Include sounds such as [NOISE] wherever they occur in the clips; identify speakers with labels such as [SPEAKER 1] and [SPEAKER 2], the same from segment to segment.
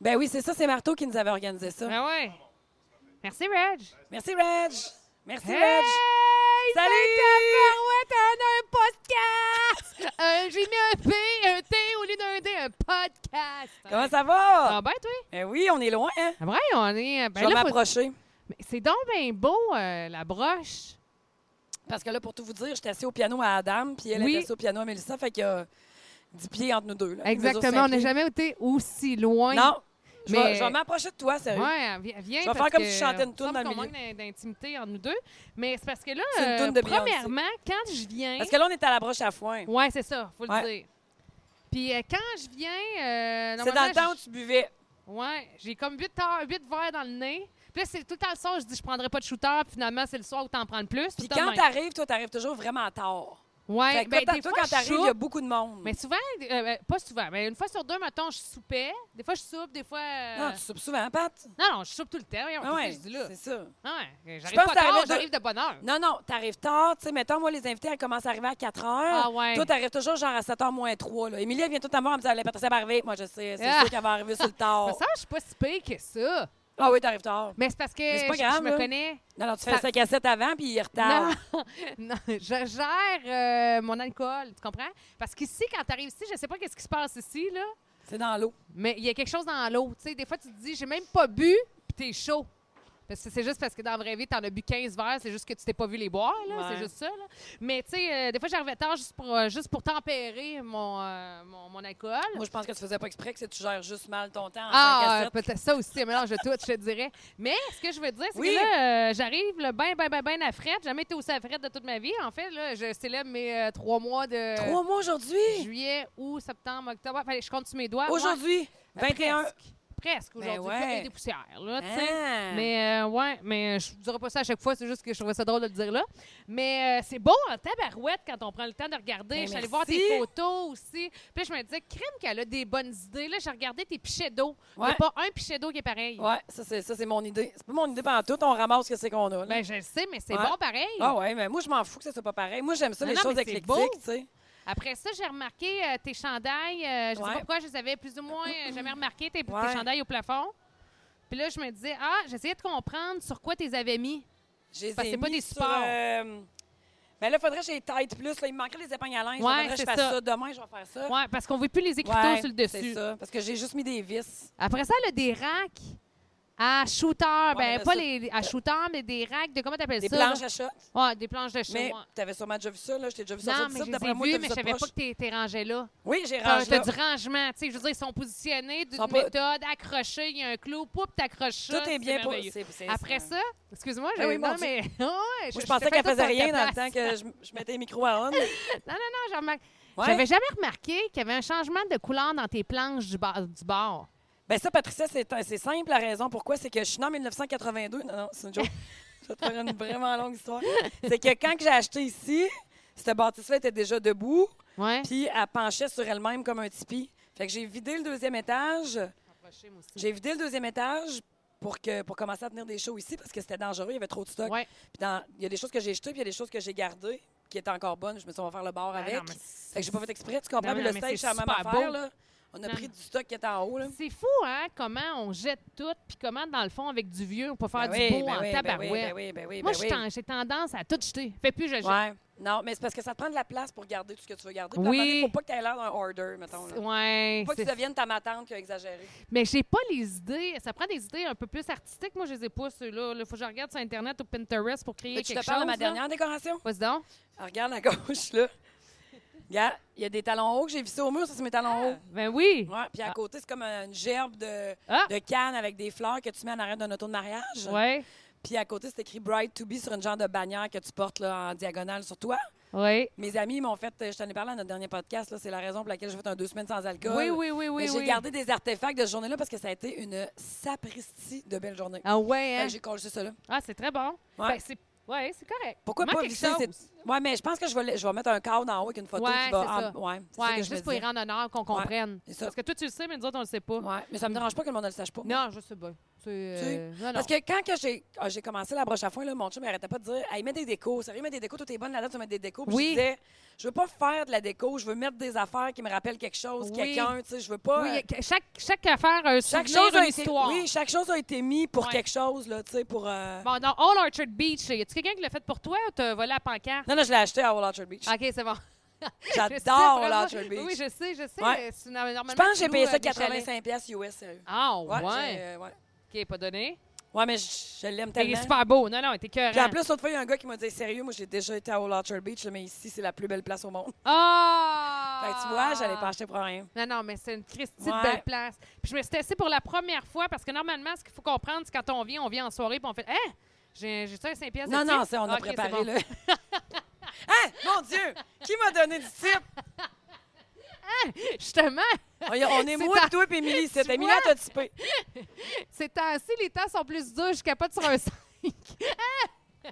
[SPEAKER 1] Ben oui, c'est ça, c'est Marteau qui nous avait organisé ça.
[SPEAKER 2] Ben ouais. Merci, Reg.
[SPEAKER 1] Merci, Reg. Merci,
[SPEAKER 2] Hey!
[SPEAKER 1] Reg. Salut!
[SPEAKER 2] Ouais, t'en as
[SPEAKER 1] [LAUGHS]
[SPEAKER 2] un podcast! Euh, J'ai mis un P, un T au lieu d'un D, un podcast.
[SPEAKER 1] Comment ça va?
[SPEAKER 2] Ah ben toi?
[SPEAKER 1] Ben oui, on est loin, hein?
[SPEAKER 2] Ah vrai, on est...
[SPEAKER 1] Je
[SPEAKER 2] Ben,
[SPEAKER 1] vais
[SPEAKER 2] là, faut-
[SPEAKER 1] m'approcher.
[SPEAKER 2] Mais C'est donc bien beau, euh, la broche.
[SPEAKER 1] Parce que là, pour tout vous dire, j'étais assis au piano à Adam, puis elle
[SPEAKER 2] Oui.
[SPEAKER 1] était assise au piano à Mélissa, fait qu'il y a 10 pieds entre nous deux. là. Il
[SPEAKER 2] Exactement,
[SPEAKER 1] mesure
[SPEAKER 2] on n'a
[SPEAKER 1] cinq
[SPEAKER 2] jamais été aussi loin.
[SPEAKER 1] pieds. Non! Je vais-
[SPEAKER 2] Mais-
[SPEAKER 1] Je vais m'approcher de toi, sérieux.
[SPEAKER 2] Ouais, vi-
[SPEAKER 1] Je
[SPEAKER 2] viens.
[SPEAKER 1] vais
[SPEAKER 2] parce
[SPEAKER 1] faire comme
[SPEAKER 2] que
[SPEAKER 1] si je chantais une
[SPEAKER 2] on
[SPEAKER 1] toune
[SPEAKER 2] semble
[SPEAKER 1] dans le
[SPEAKER 2] qu'on
[SPEAKER 1] milieu.
[SPEAKER 2] manque d'in- d'intimité entre nous deux. Mais c'est parce que là,
[SPEAKER 1] C'est une
[SPEAKER 2] euh,
[SPEAKER 1] toune de Beyoncé.
[SPEAKER 2] premièrement, quand je viens.
[SPEAKER 1] Parce que là, on est à la broche à foin.
[SPEAKER 2] Ouais, c'est ça, faut le
[SPEAKER 1] Ouais.
[SPEAKER 2] dire. Puis euh, quand je viens. euh,
[SPEAKER 1] C'est dans le temps
[SPEAKER 2] normalement,
[SPEAKER 1] où tu buvais.
[SPEAKER 2] je- Ouais, j'ai comme 8, heures, huit verres dans le nez. Puis là, c'est tout le temps le soir, je dis je prendrai pas de shooter, puis finalement, c'est le soir où t'en prends le plus.
[SPEAKER 1] Puis
[SPEAKER 2] tout le
[SPEAKER 1] quand
[SPEAKER 2] même.
[SPEAKER 1] t'arrives, toi, t'arrives toujours vraiment tard.
[SPEAKER 2] Ouais,
[SPEAKER 1] Fait que
[SPEAKER 2] ben,
[SPEAKER 1] toi,
[SPEAKER 2] des
[SPEAKER 1] toi,
[SPEAKER 2] fois,
[SPEAKER 1] quand
[SPEAKER 2] je
[SPEAKER 1] t'arrives, il y a
[SPEAKER 2] soupe.
[SPEAKER 1] beaucoup de monde.
[SPEAKER 2] Mais souvent, euh, euh, pas souvent, mais une fois sur deux, mettons, je soupais. Des fois, je soupe, des fois. euh,
[SPEAKER 1] Non, tu soupes souvent, Pat.
[SPEAKER 2] Non, non, je soupe tout le temps. Voyons,
[SPEAKER 1] Ah
[SPEAKER 2] qu'est-ce
[SPEAKER 1] ouais,
[SPEAKER 2] que je dis là.
[SPEAKER 1] c'est ça.
[SPEAKER 2] Ah ouais,
[SPEAKER 1] Je
[SPEAKER 2] J'arrive
[SPEAKER 1] pense
[SPEAKER 2] pas
[SPEAKER 1] que t'arrives
[SPEAKER 2] tard,
[SPEAKER 1] de-
[SPEAKER 2] j'arrive de bonne heure.
[SPEAKER 1] Non, non, t'arrives tard. Tu sais, mettons, moi, les invités, elles commencent à arriver à 4 heures.
[SPEAKER 2] Ah ouais.
[SPEAKER 1] Toi, t'arrives toujours genre à 7 h moins 3. Là. Émilie, elle vient tout à moi en me disant, la Patricia va arriver. Moi, je sais, c'est
[SPEAKER 2] Ah.
[SPEAKER 1] sûr qu'elle va arriver
[SPEAKER 2] [LAUGHS]
[SPEAKER 1] sur le tard.
[SPEAKER 2] Mais Ça, je suis pas si pire que ça.
[SPEAKER 1] ah oui, t'arrives tard.
[SPEAKER 2] Mais c'est parce que
[SPEAKER 1] c'est pas
[SPEAKER 2] je,
[SPEAKER 1] grave,
[SPEAKER 2] je me
[SPEAKER 1] là.
[SPEAKER 2] connais.
[SPEAKER 1] Non, non, tu fais
[SPEAKER 2] Ça-
[SPEAKER 1] le 5 à 7 avant, puis il retarde.
[SPEAKER 2] Non, [LAUGHS] non, je gère euh, mon alcool, tu comprends? Parce qu'ici, quand t'arrives ici, je sais pas qu'est-ce qui se passe ici, là,
[SPEAKER 1] C'est dans l'eau.
[SPEAKER 2] mais il y a quelque chose dans l'eau. Tu sais, des fois, tu te dis, j'ai même pas bu, puis t'es chaud. Parce que c'est juste parce que dans la vraie vie, t'en as bu 15 verres, c'est juste que tu t'es pas vu les boire, là,
[SPEAKER 1] Ouais.
[SPEAKER 2] c'est juste ça. Là. Mais tu sais, euh, des fois, j'arrivais tard juste pour, euh, juste pour tempérer mon, euh, mon, mon alcool.
[SPEAKER 1] Moi, je pense que tu faisais pas exprès, que c'est que tu gères juste mal ton temps en 5 à
[SPEAKER 2] Ah,
[SPEAKER 1] 7.
[SPEAKER 2] euh, peut-être ça aussi, un mélange de tout, je te dirais. Mais ce que je veux dire, c'est
[SPEAKER 1] Oui.
[SPEAKER 2] que là, euh, j'arrive là, ben, ben, ben, ben à frette. Jamais été aussi à frette de toute ma vie. En fait, là, je célèbre mes euh, trois mois de
[SPEAKER 1] Trois mois aujourd'hui.
[SPEAKER 2] juillet, août, septembre, octobre. Fallait que je compte sur mes doigts. Moi,
[SPEAKER 1] Aujourd'hui, 21.
[SPEAKER 2] Presque, presque
[SPEAKER 1] Ben
[SPEAKER 2] aujourd'hui.
[SPEAKER 1] ouais.
[SPEAKER 2] Fait des poussières, là, tu sais.
[SPEAKER 1] Ah.
[SPEAKER 2] Mais euh, ouais, mais je dirais pas ça à chaque fois, c'est juste que je trouvais ça drôle de le dire là. Mais euh, c'est beau en tabarouette quand on prend le temps de regarder.
[SPEAKER 1] Ben,
[SPEAKER 2] Je suis
[SPEAKER 1] merci.
[SPEAKER 2] allée voir tes photos aussi. Puis là, je me disais, crème qu'elle a des bonnes idées. Là, j'ai regardé tes pichets d'eau. Il n'y
[SPEAKER 1] Ouais.
[SPEAKER 2] a pas un pichet d'eau qui est pareil.
[SPEAKER 1] Ouais, ça, c'est ça, c'est mon idée. C'est pas mon idée pendant tout, on ramasse ce que c'est qu'on a. là.
[SPEAKER 2] Ben, je le sais, mais c'est
[SPEAKER 1] Ouais.
[SPEAKER 2] bon pareil.
[SPEAKER 1] ah ouais, mais moi, je m'en fous que ça soit pas pareil. Moi, j'aime ça,
[SPEAKER 2] Non,
[SPEAKER 1] les
[SPEAKER 2] non,
[SPEAKER 1] choses
[SPEAKER 2] mais c'est
[SPEAKER 1] éclectiques,
[SPEAKER 2] beau.
[SPEAKER 1] tu sais.
[SPEAKER 2] Après ça, j'ai remarqué euh, tes chandails. euh, je sais
[SPEAKER 1] Ouais.
[SPEAKER 2] pas pourquoi, je les avais plus ou moins euh, jamais remarqué tes, tes
[SPEAKER 1] Ouais.
[SPEAKER 2] chandails au plafond. Puis là, je me disais, ah, j'essayais de comprendre sur quoi tu les avais mis.
[SPEAKER 1] J'ai
[SPEAKER 2] Parce que c'est pas des supports.
[SPEAKER 1] ben là, faudrait que j'ai tight plus. Là. Il me manquerait les épingles à linge.
[SPEAKER 2] Ouais,
[SPEAKER 1] faudrait que je
[SPEAKER 2] c'est
[SPEAKER 1] fasse ça.
[SPEAKER 2] ça.
[SPEAKER 1] Demain, je vais faire ça.
[SPEAKER 2] Ouais, parce qu'on ne voit plus les écriteaux
[SPEAKER 1] Ouais,
[SPEAKER 2] sur le dessus.
[SPEAKER 1] C'est ça. Parce que j'ai juste mis des vis.
[SPEAKER 2] Après ça, elle a des racks à shooter.
[SPEAKER 1] mais
[SPEAKER 2] ben,
[SPEAKER 1] là,
[SPEAKER 2] pas
[SPEAKER 1] ça-
[SPEAKER 2] les à shooter, mais des racks de comment t'appelles
[SPEAKER 1] Des
[SPEAKER 2] ça?
[SPEAKER 1] planches
[SPEAKER 2] là?
[SPEAKER 1] à shot.
[SPEAKER 2] Ouais, des planches de
[SPEAKER 1] Mais
[SPEAKER 2] chez moi.
[SPEAKER 1] t'avais sûrement déjà vu ça. là. Je t'ai déjà vu sortir
[SPEAKER 2] Non,
[SPEAKER 1] de
[SPEAKER 2] mais
[SPEAKER 1] ça.
[SPEAKER 2] je les ai
[SPEAKER 1] D'après moi, t'as
[SPEAKER 2] vus,
[SPEAKER 1] vu
[SPEAKER 2] mais
[SPEAKER 1] ça
[SPEAKER 2] je
[SPEAKER 1] de
[SPEAKER 2] savais pas
[SPEAKER 1] proche.
[SPEAKER 2] que t'es t'es rangé là.
[SPEAKER 1] Oui, j'ai
[SPEAKER 2] T'as
[SPEAKER 1] rangé
[SPEAKER 2] t'as
[SPEAKER 1] là.
[SPEAKER 2] du rangement, tu sais. Je veux dire, ils sont positionnés d'une
[SPEAKER 1] Sont pas-
[SPEAKER 2] méthode, accrochés, il y a un clou, poup, t'accroches ça,
[SPEAKER 1] Tout est bien pour...
[SPEAKER 2] merveilleux.
[SPEAKER 1] c'est- c'est-
[SPEAKER 2] Après
[SPEAKER 1] c'est-
[SPEAKER 2] ça, excuse-moi,
[SPEAKER 1] Ah
[SPEAKER 2] j'ai
[SPEAKER 1] oui, mon
[SPEAKER 2] non,
[SPEAKER 1] Dieu.
[SPEAKER 2] mais. [LAUGHS] Ouais,
[SPEAKER 1] Moi, je
[SPEAKER 2] je
[SPEAKER 1] pensais
[SPEAKER 2] te fais
[SPEAKER 1] qu'elle
[SPEAKER 2] tout
[SPEAKER 1] faisait
[SPEAKER 2] sur ta
[SPEAKER 1] rien dans le temps
[SPEAKER 2] place.
[SPEAKER 1] que je, je mettais les micros à
[SPEAKER 2] [LAUGHS]
[SPEAKER 1] on. Ouais.
[SPEAKER 2] Non, non, non, j'ai remarqué- J'avais jamais remarqué qu'il y avait un changement de couleur dans tes planches du bord. Du bord.
[SPEAKER 1] Ben ça, Patricia, c'est c'est simple. La raison pourquoi, c'est que je suis née en 1982. Non, non, c'est une joke. [LAUGHS] je vais te faire une vraiment longue histoire. C'est que quand que j'ai acheté ici, cette bâtisse-là était déjà debout,
[SPEAKER 2] Ouais.
[SPEAKER 1] puis elle penchait sur elle-même comme un tipi. Fait que j'ai vidé le deuxième étage. J'ai vidé le deuxième étage pour, que, pour commencer à tenir des shows ici parce que c'était dangereux, il y avait trop de stock.
[SPEAKER 2] Ouais.
[SPEAKER 1] Puis dans- il y a des choses que j'ai jetées, puis il y a des choses que j'ai gardées qui étaient encore bonnes. Je me suis dit, on va faire le bar
[SPEAKER 2] Ah,
[SPEAKER 1] avec.
[SPEAKER 2] non, mais
[SPEAKER 1] Fait que j'ai pas fait exprès, tu comprends?
[SPEAKER 2] Non,
[SPEAKER 1] Puis
[SPEAKER 2] non,
[SPEAKER 1] le
[SPEAKER 2] mais
[SPEAKER 1] stage, c'est
[SPEAKER 2] c'est
[SPEAKER 1] la même
[SPEAKER 2] super
[SPEAKER 1] affaire,
[SPEAKER 2] beau.
[SPEAKER 1] là. On a
[SPEAKER 2] Non,
[SPEAKER 1] pris
[SPEAKER 2] non.
[SPEAKER 1] du stock qui était en haut, là.
[SPEAKER 2] C'est fou, hein, comment on jette tout, puis comment, dans le fond, avec du vieux, on peut faire
[SPEAKER 1] Ben
[SPEAKER 2] du
[SPEAKER 1] oui,
[SPEAKER 2] beau
[SPEAKER 1] ben
[SPEAKER 2] en
[SPEAKER 1] oui, ben
[SPEAKER 2] tabarouette.
[SPEAKER 1] oui, ben oui, ben oui,
[SPEAKER 2] Moi,
[SPEAKER 1] ben
[SPEAKER 2] je
[SPEAKER 1] oui.
[SPEAKER 2] ten- j'ai tendance à tout jeter. Fais plus, je jette.
[SPEAKER 1] Ouais. Non, mais c'est parce que ça te prend de la place pour garder tout ce que tu veux garder. Puis
[SPEAKER 2] Oui.
[SPEAKER 1] à un moment donné, faut pas que tu aies l'air d'un order, mettons. Là.
[SPEAKER 2] Ouais,
[SPEAKER 1] Faut pas que
[SPEAKER 2] c'est-
[SPEAKER 1] tu deviennes ta matante qui a exagéré.
[SPEAKER 2] mais j'ai pas les idées. Ça prend des idées un peu plus artistiques. Moi, je les ai pas, ceux-là. Il faut que je regarde sur Internet ou Pinterest pour créer
[SPEAKER 1] Veux-tu que Je
[SPEAKER 2] quelque
[SPEAKER 1] te parle
[SPEAKER 2] chose.
[SPEAKER 1] de ma
[SPEAKER 2] là?
[SPEAKER 1] dernière décoration.
[SPEAKER 2] Vas-y donc.
[SPEAKER 1] Ah, regarde à gauche, là. Regarde, il y a des talons hauts que j'ai vissés au mur. Ça, c'est mes talons
[SPEAKER 2] Ben oui.
[SPEAKER 1] hauts. Ouais, puis à
[SPEAKER 2] Ah.
[SPEAKER 1] côté, c'est comme une gerbe de,
[SPEAKER 2] Ah.
[SPEAKER 1] de canne avec des fleurs que tu mets en arrière d'un auto de mariage.
[SPEAKER 2] Ouais.
[SPEAKER 1] Puis à côté, c'est écrit Bride to be sur une genre de bannière que tu portes là, en diagonale sur toi.
[SPEAKER 2] Ouais.
[SPEAKER 1] Mes amis m'ont fait, euh, je t'en ai parlé à notre dernier podcast, là, c'est la raison pour laquelle j'ai fait un deux semaines sans alcool.
[SPEAKER 2] Oui, oui, oui, oui.
[SPEAKER 1] Mais Ben, j'ai
[SPEAKER 2] oui.
[SPEAKER 1] gardé des artefacts de ce journée-là parce que ça a été une sapristi de belle journée.
[SPEAKER 2] Ah ouais,
[SPEAKER 1] Fait
[SPEAKER 2] hein?
[SPEAKER 1] que Ben, J'ai collé ça là.
[SPEAKER 2] Ah, c'est très bon.
[SPEAKER 1] Ouais.
[SPEAKER 2] Ben, c'est... Ouais, c'est correct.
[SPEAKER 1] Pourquoi
[SPEAKER 2] Il manque
[SPEAKER 1] pas
[SPEAKER 2] quelque
[SPEAKER 1] visser
[SPEAKER 2] chose.
[SPEAKER 1] cette- Ouais, mais je pense que je vais, la- je vais mettre un cadre en haut avec une photo
[SPEAKER 2] Ouais,
[SPEAKER 1] qui va.
[SPEAKER 2] c'est
[SPEAKER 1] en-
[SPEAKER 2] ça.
[SPEAKER 1] Ouais, c'est ça
[SPEAKER 2] Ouais,
[SPEAKER 1] que je me
[SPEAKER 2] juste pour y
[SPEAKER 1] disais.
[SPEAKER 2] rendre honneur, qu'on comprenne.
[SPEAKER 1] c'est ça.
[SPEAKER 2] Parce que toi, tu le sais, mais nous autres, on le sait pas.
[SPEAKER 1] Ouais, mais ça me dérange pas que le monde ne le sache pas.
[SPEAKER 2] Non, je sais pas. Tu
[SPEAKER 1] Tu sais,
[SPEAKER 2] euh, non, non.
[SPEAKER 1] Parce que quand que j'ai ah, j'ai commencé la broche à foin, là, mon chum n'arrêtait pas de dire Hey, mets des décos, sérieux, mets des décos, toi, t'es bonne là-dedans, tu mets des décos. Puis
[SPEAKER 2] Oui.
[SPEAKER 1] je disais Je veux pas faire de la déco, je veux mettre des affaires qui me rappellent quelque chose,
[SPEAKER 2] Oui.
[SPEAKER 1] quelqu'un, tu sais, je veux pas. euh,
[SPEAKER 2] Oui, que- chaque, chaque affaire a un
[SPEAKER 1] chaque
[SPEAKER 2] souvenir,
[SPEAKER 1] chose
[SPEAKER 2] une
[SPEAKER 1] a été,
[SPEAKER 2] histoire.
[SPEAKER 1] Oui, chaque chose a été mise pour
[SPEAKER 2] Ouais.
[SPEAKER 1] quelque chose, là, tu sais, pour. euh,
[SPEAKER 2] Bon, dans All Orchard Beach, y a-tu quelqu'un qui l'a fait pour toi ou t'as volé la pancarte?
[SPEAKER 1] Non, non, je l'ai acheté à Wall Orchard Beach.
[SPEAKER 2] OK, Ah, [LAUGHS] c'est bon. Je
[SPEAKER 1] [LAUGHS]
[SPEAKER 2] sais,
[SPEAKER 1] J'adore
[SPEAKER 2] vraiment.
[SPEAKER 1] Wall Orchard Beach.
[SPEAKER 2] Oui, je sais, je sais.
[SPEAKER 1] Ouais.
[SPEAKER 2] mais c'est normal-
[SPEAKER 1] Je
[SPEAKER 2] normalement,
[SPEAKER 1] pense que
[SPEAKER 2] tu
[SPEAKER 1] j'ai
[SPEAKER 2] loues,
[SPEAKER 1] payé
[SPEAKER 2] euh,
[SPEAKER 1] ça
[SPEAKER 2] des chalets.
[SPEAKER 1] 85$ piastres US, sérieux.
[SPEAKER 2] Ah,
[SPEAKER 1] Ouais,
[SPEAKER 2] ouais.
[SPEAKER 1] j'ai, euh, ouais.
[SPEAKER 2] OK, pas donné.
[SPEAKER 1] Ouais, mais je, je l'aime
[SPEAKER 2] T'es
[SPEAKER 1] tellement.
[SPEAKER 2] super hein. beau. Non, non, t'es cœur.
[SPEAKER 1] Puis en plus, l'autre fois, il y a un gars qui m'a dit Sérieux, moi, j'ai déjà été à Wall Orchard Beach, là, mais ici, c'est la plus belle place au monde.
[SPEAKER 2] Ah!
[SPEAKER 1] Fait que tu vois, j'allais pas acheter pour rien.
[SPEAKER 2] Non, non, mais c'est une Christie
[SPEAKER 1] Ouais.
[SPEAKER 2] de belle place. Puis je me suis testée pour la première fois parce que normalement, ce qu'il faut comprendre, c'est quand on vient, on vient en soirée puis on fait Hein? J'ai j'ai-tu un 5 piastres
[SPEAKER 1] Non,
[SPEAKER 2] de
[SPEAKER 1] non,
[SPEAKER 2] type?
[SPEAKER 1] c'est on a
[SPEAKER 2] Ah, OK, c'est
[SPEAKER 1] préparé,
[SPEAKER 2] bon.
[SPEAKER 1] là. [LAUGHS] hein? Mon Dieu! Qui m'a donné du
[SPEAKER 2] [LAUGHS]
[SPEAKER 1] type?
[SPEAKER 2] Justement, [LAUGHS]
[SPEAKER 1] On, y- on est,
[SPEAKER 2] C'est
[SPEAKER 1] moi,
[SPEAKER 2] ta-
[SPEAKER 1] toi, puis Émilie. C'est
[SPEAKER 2] Tu
[SPEAKER 1] Émilie, elle t'a typé.
[SPEAKER 2] ces temps-ci, les temps sont plus durs. Je capote sur un [LAUGHS] 5.
[SPEAKER 1] Mon
[SPEAKER 2] [LAUGHS]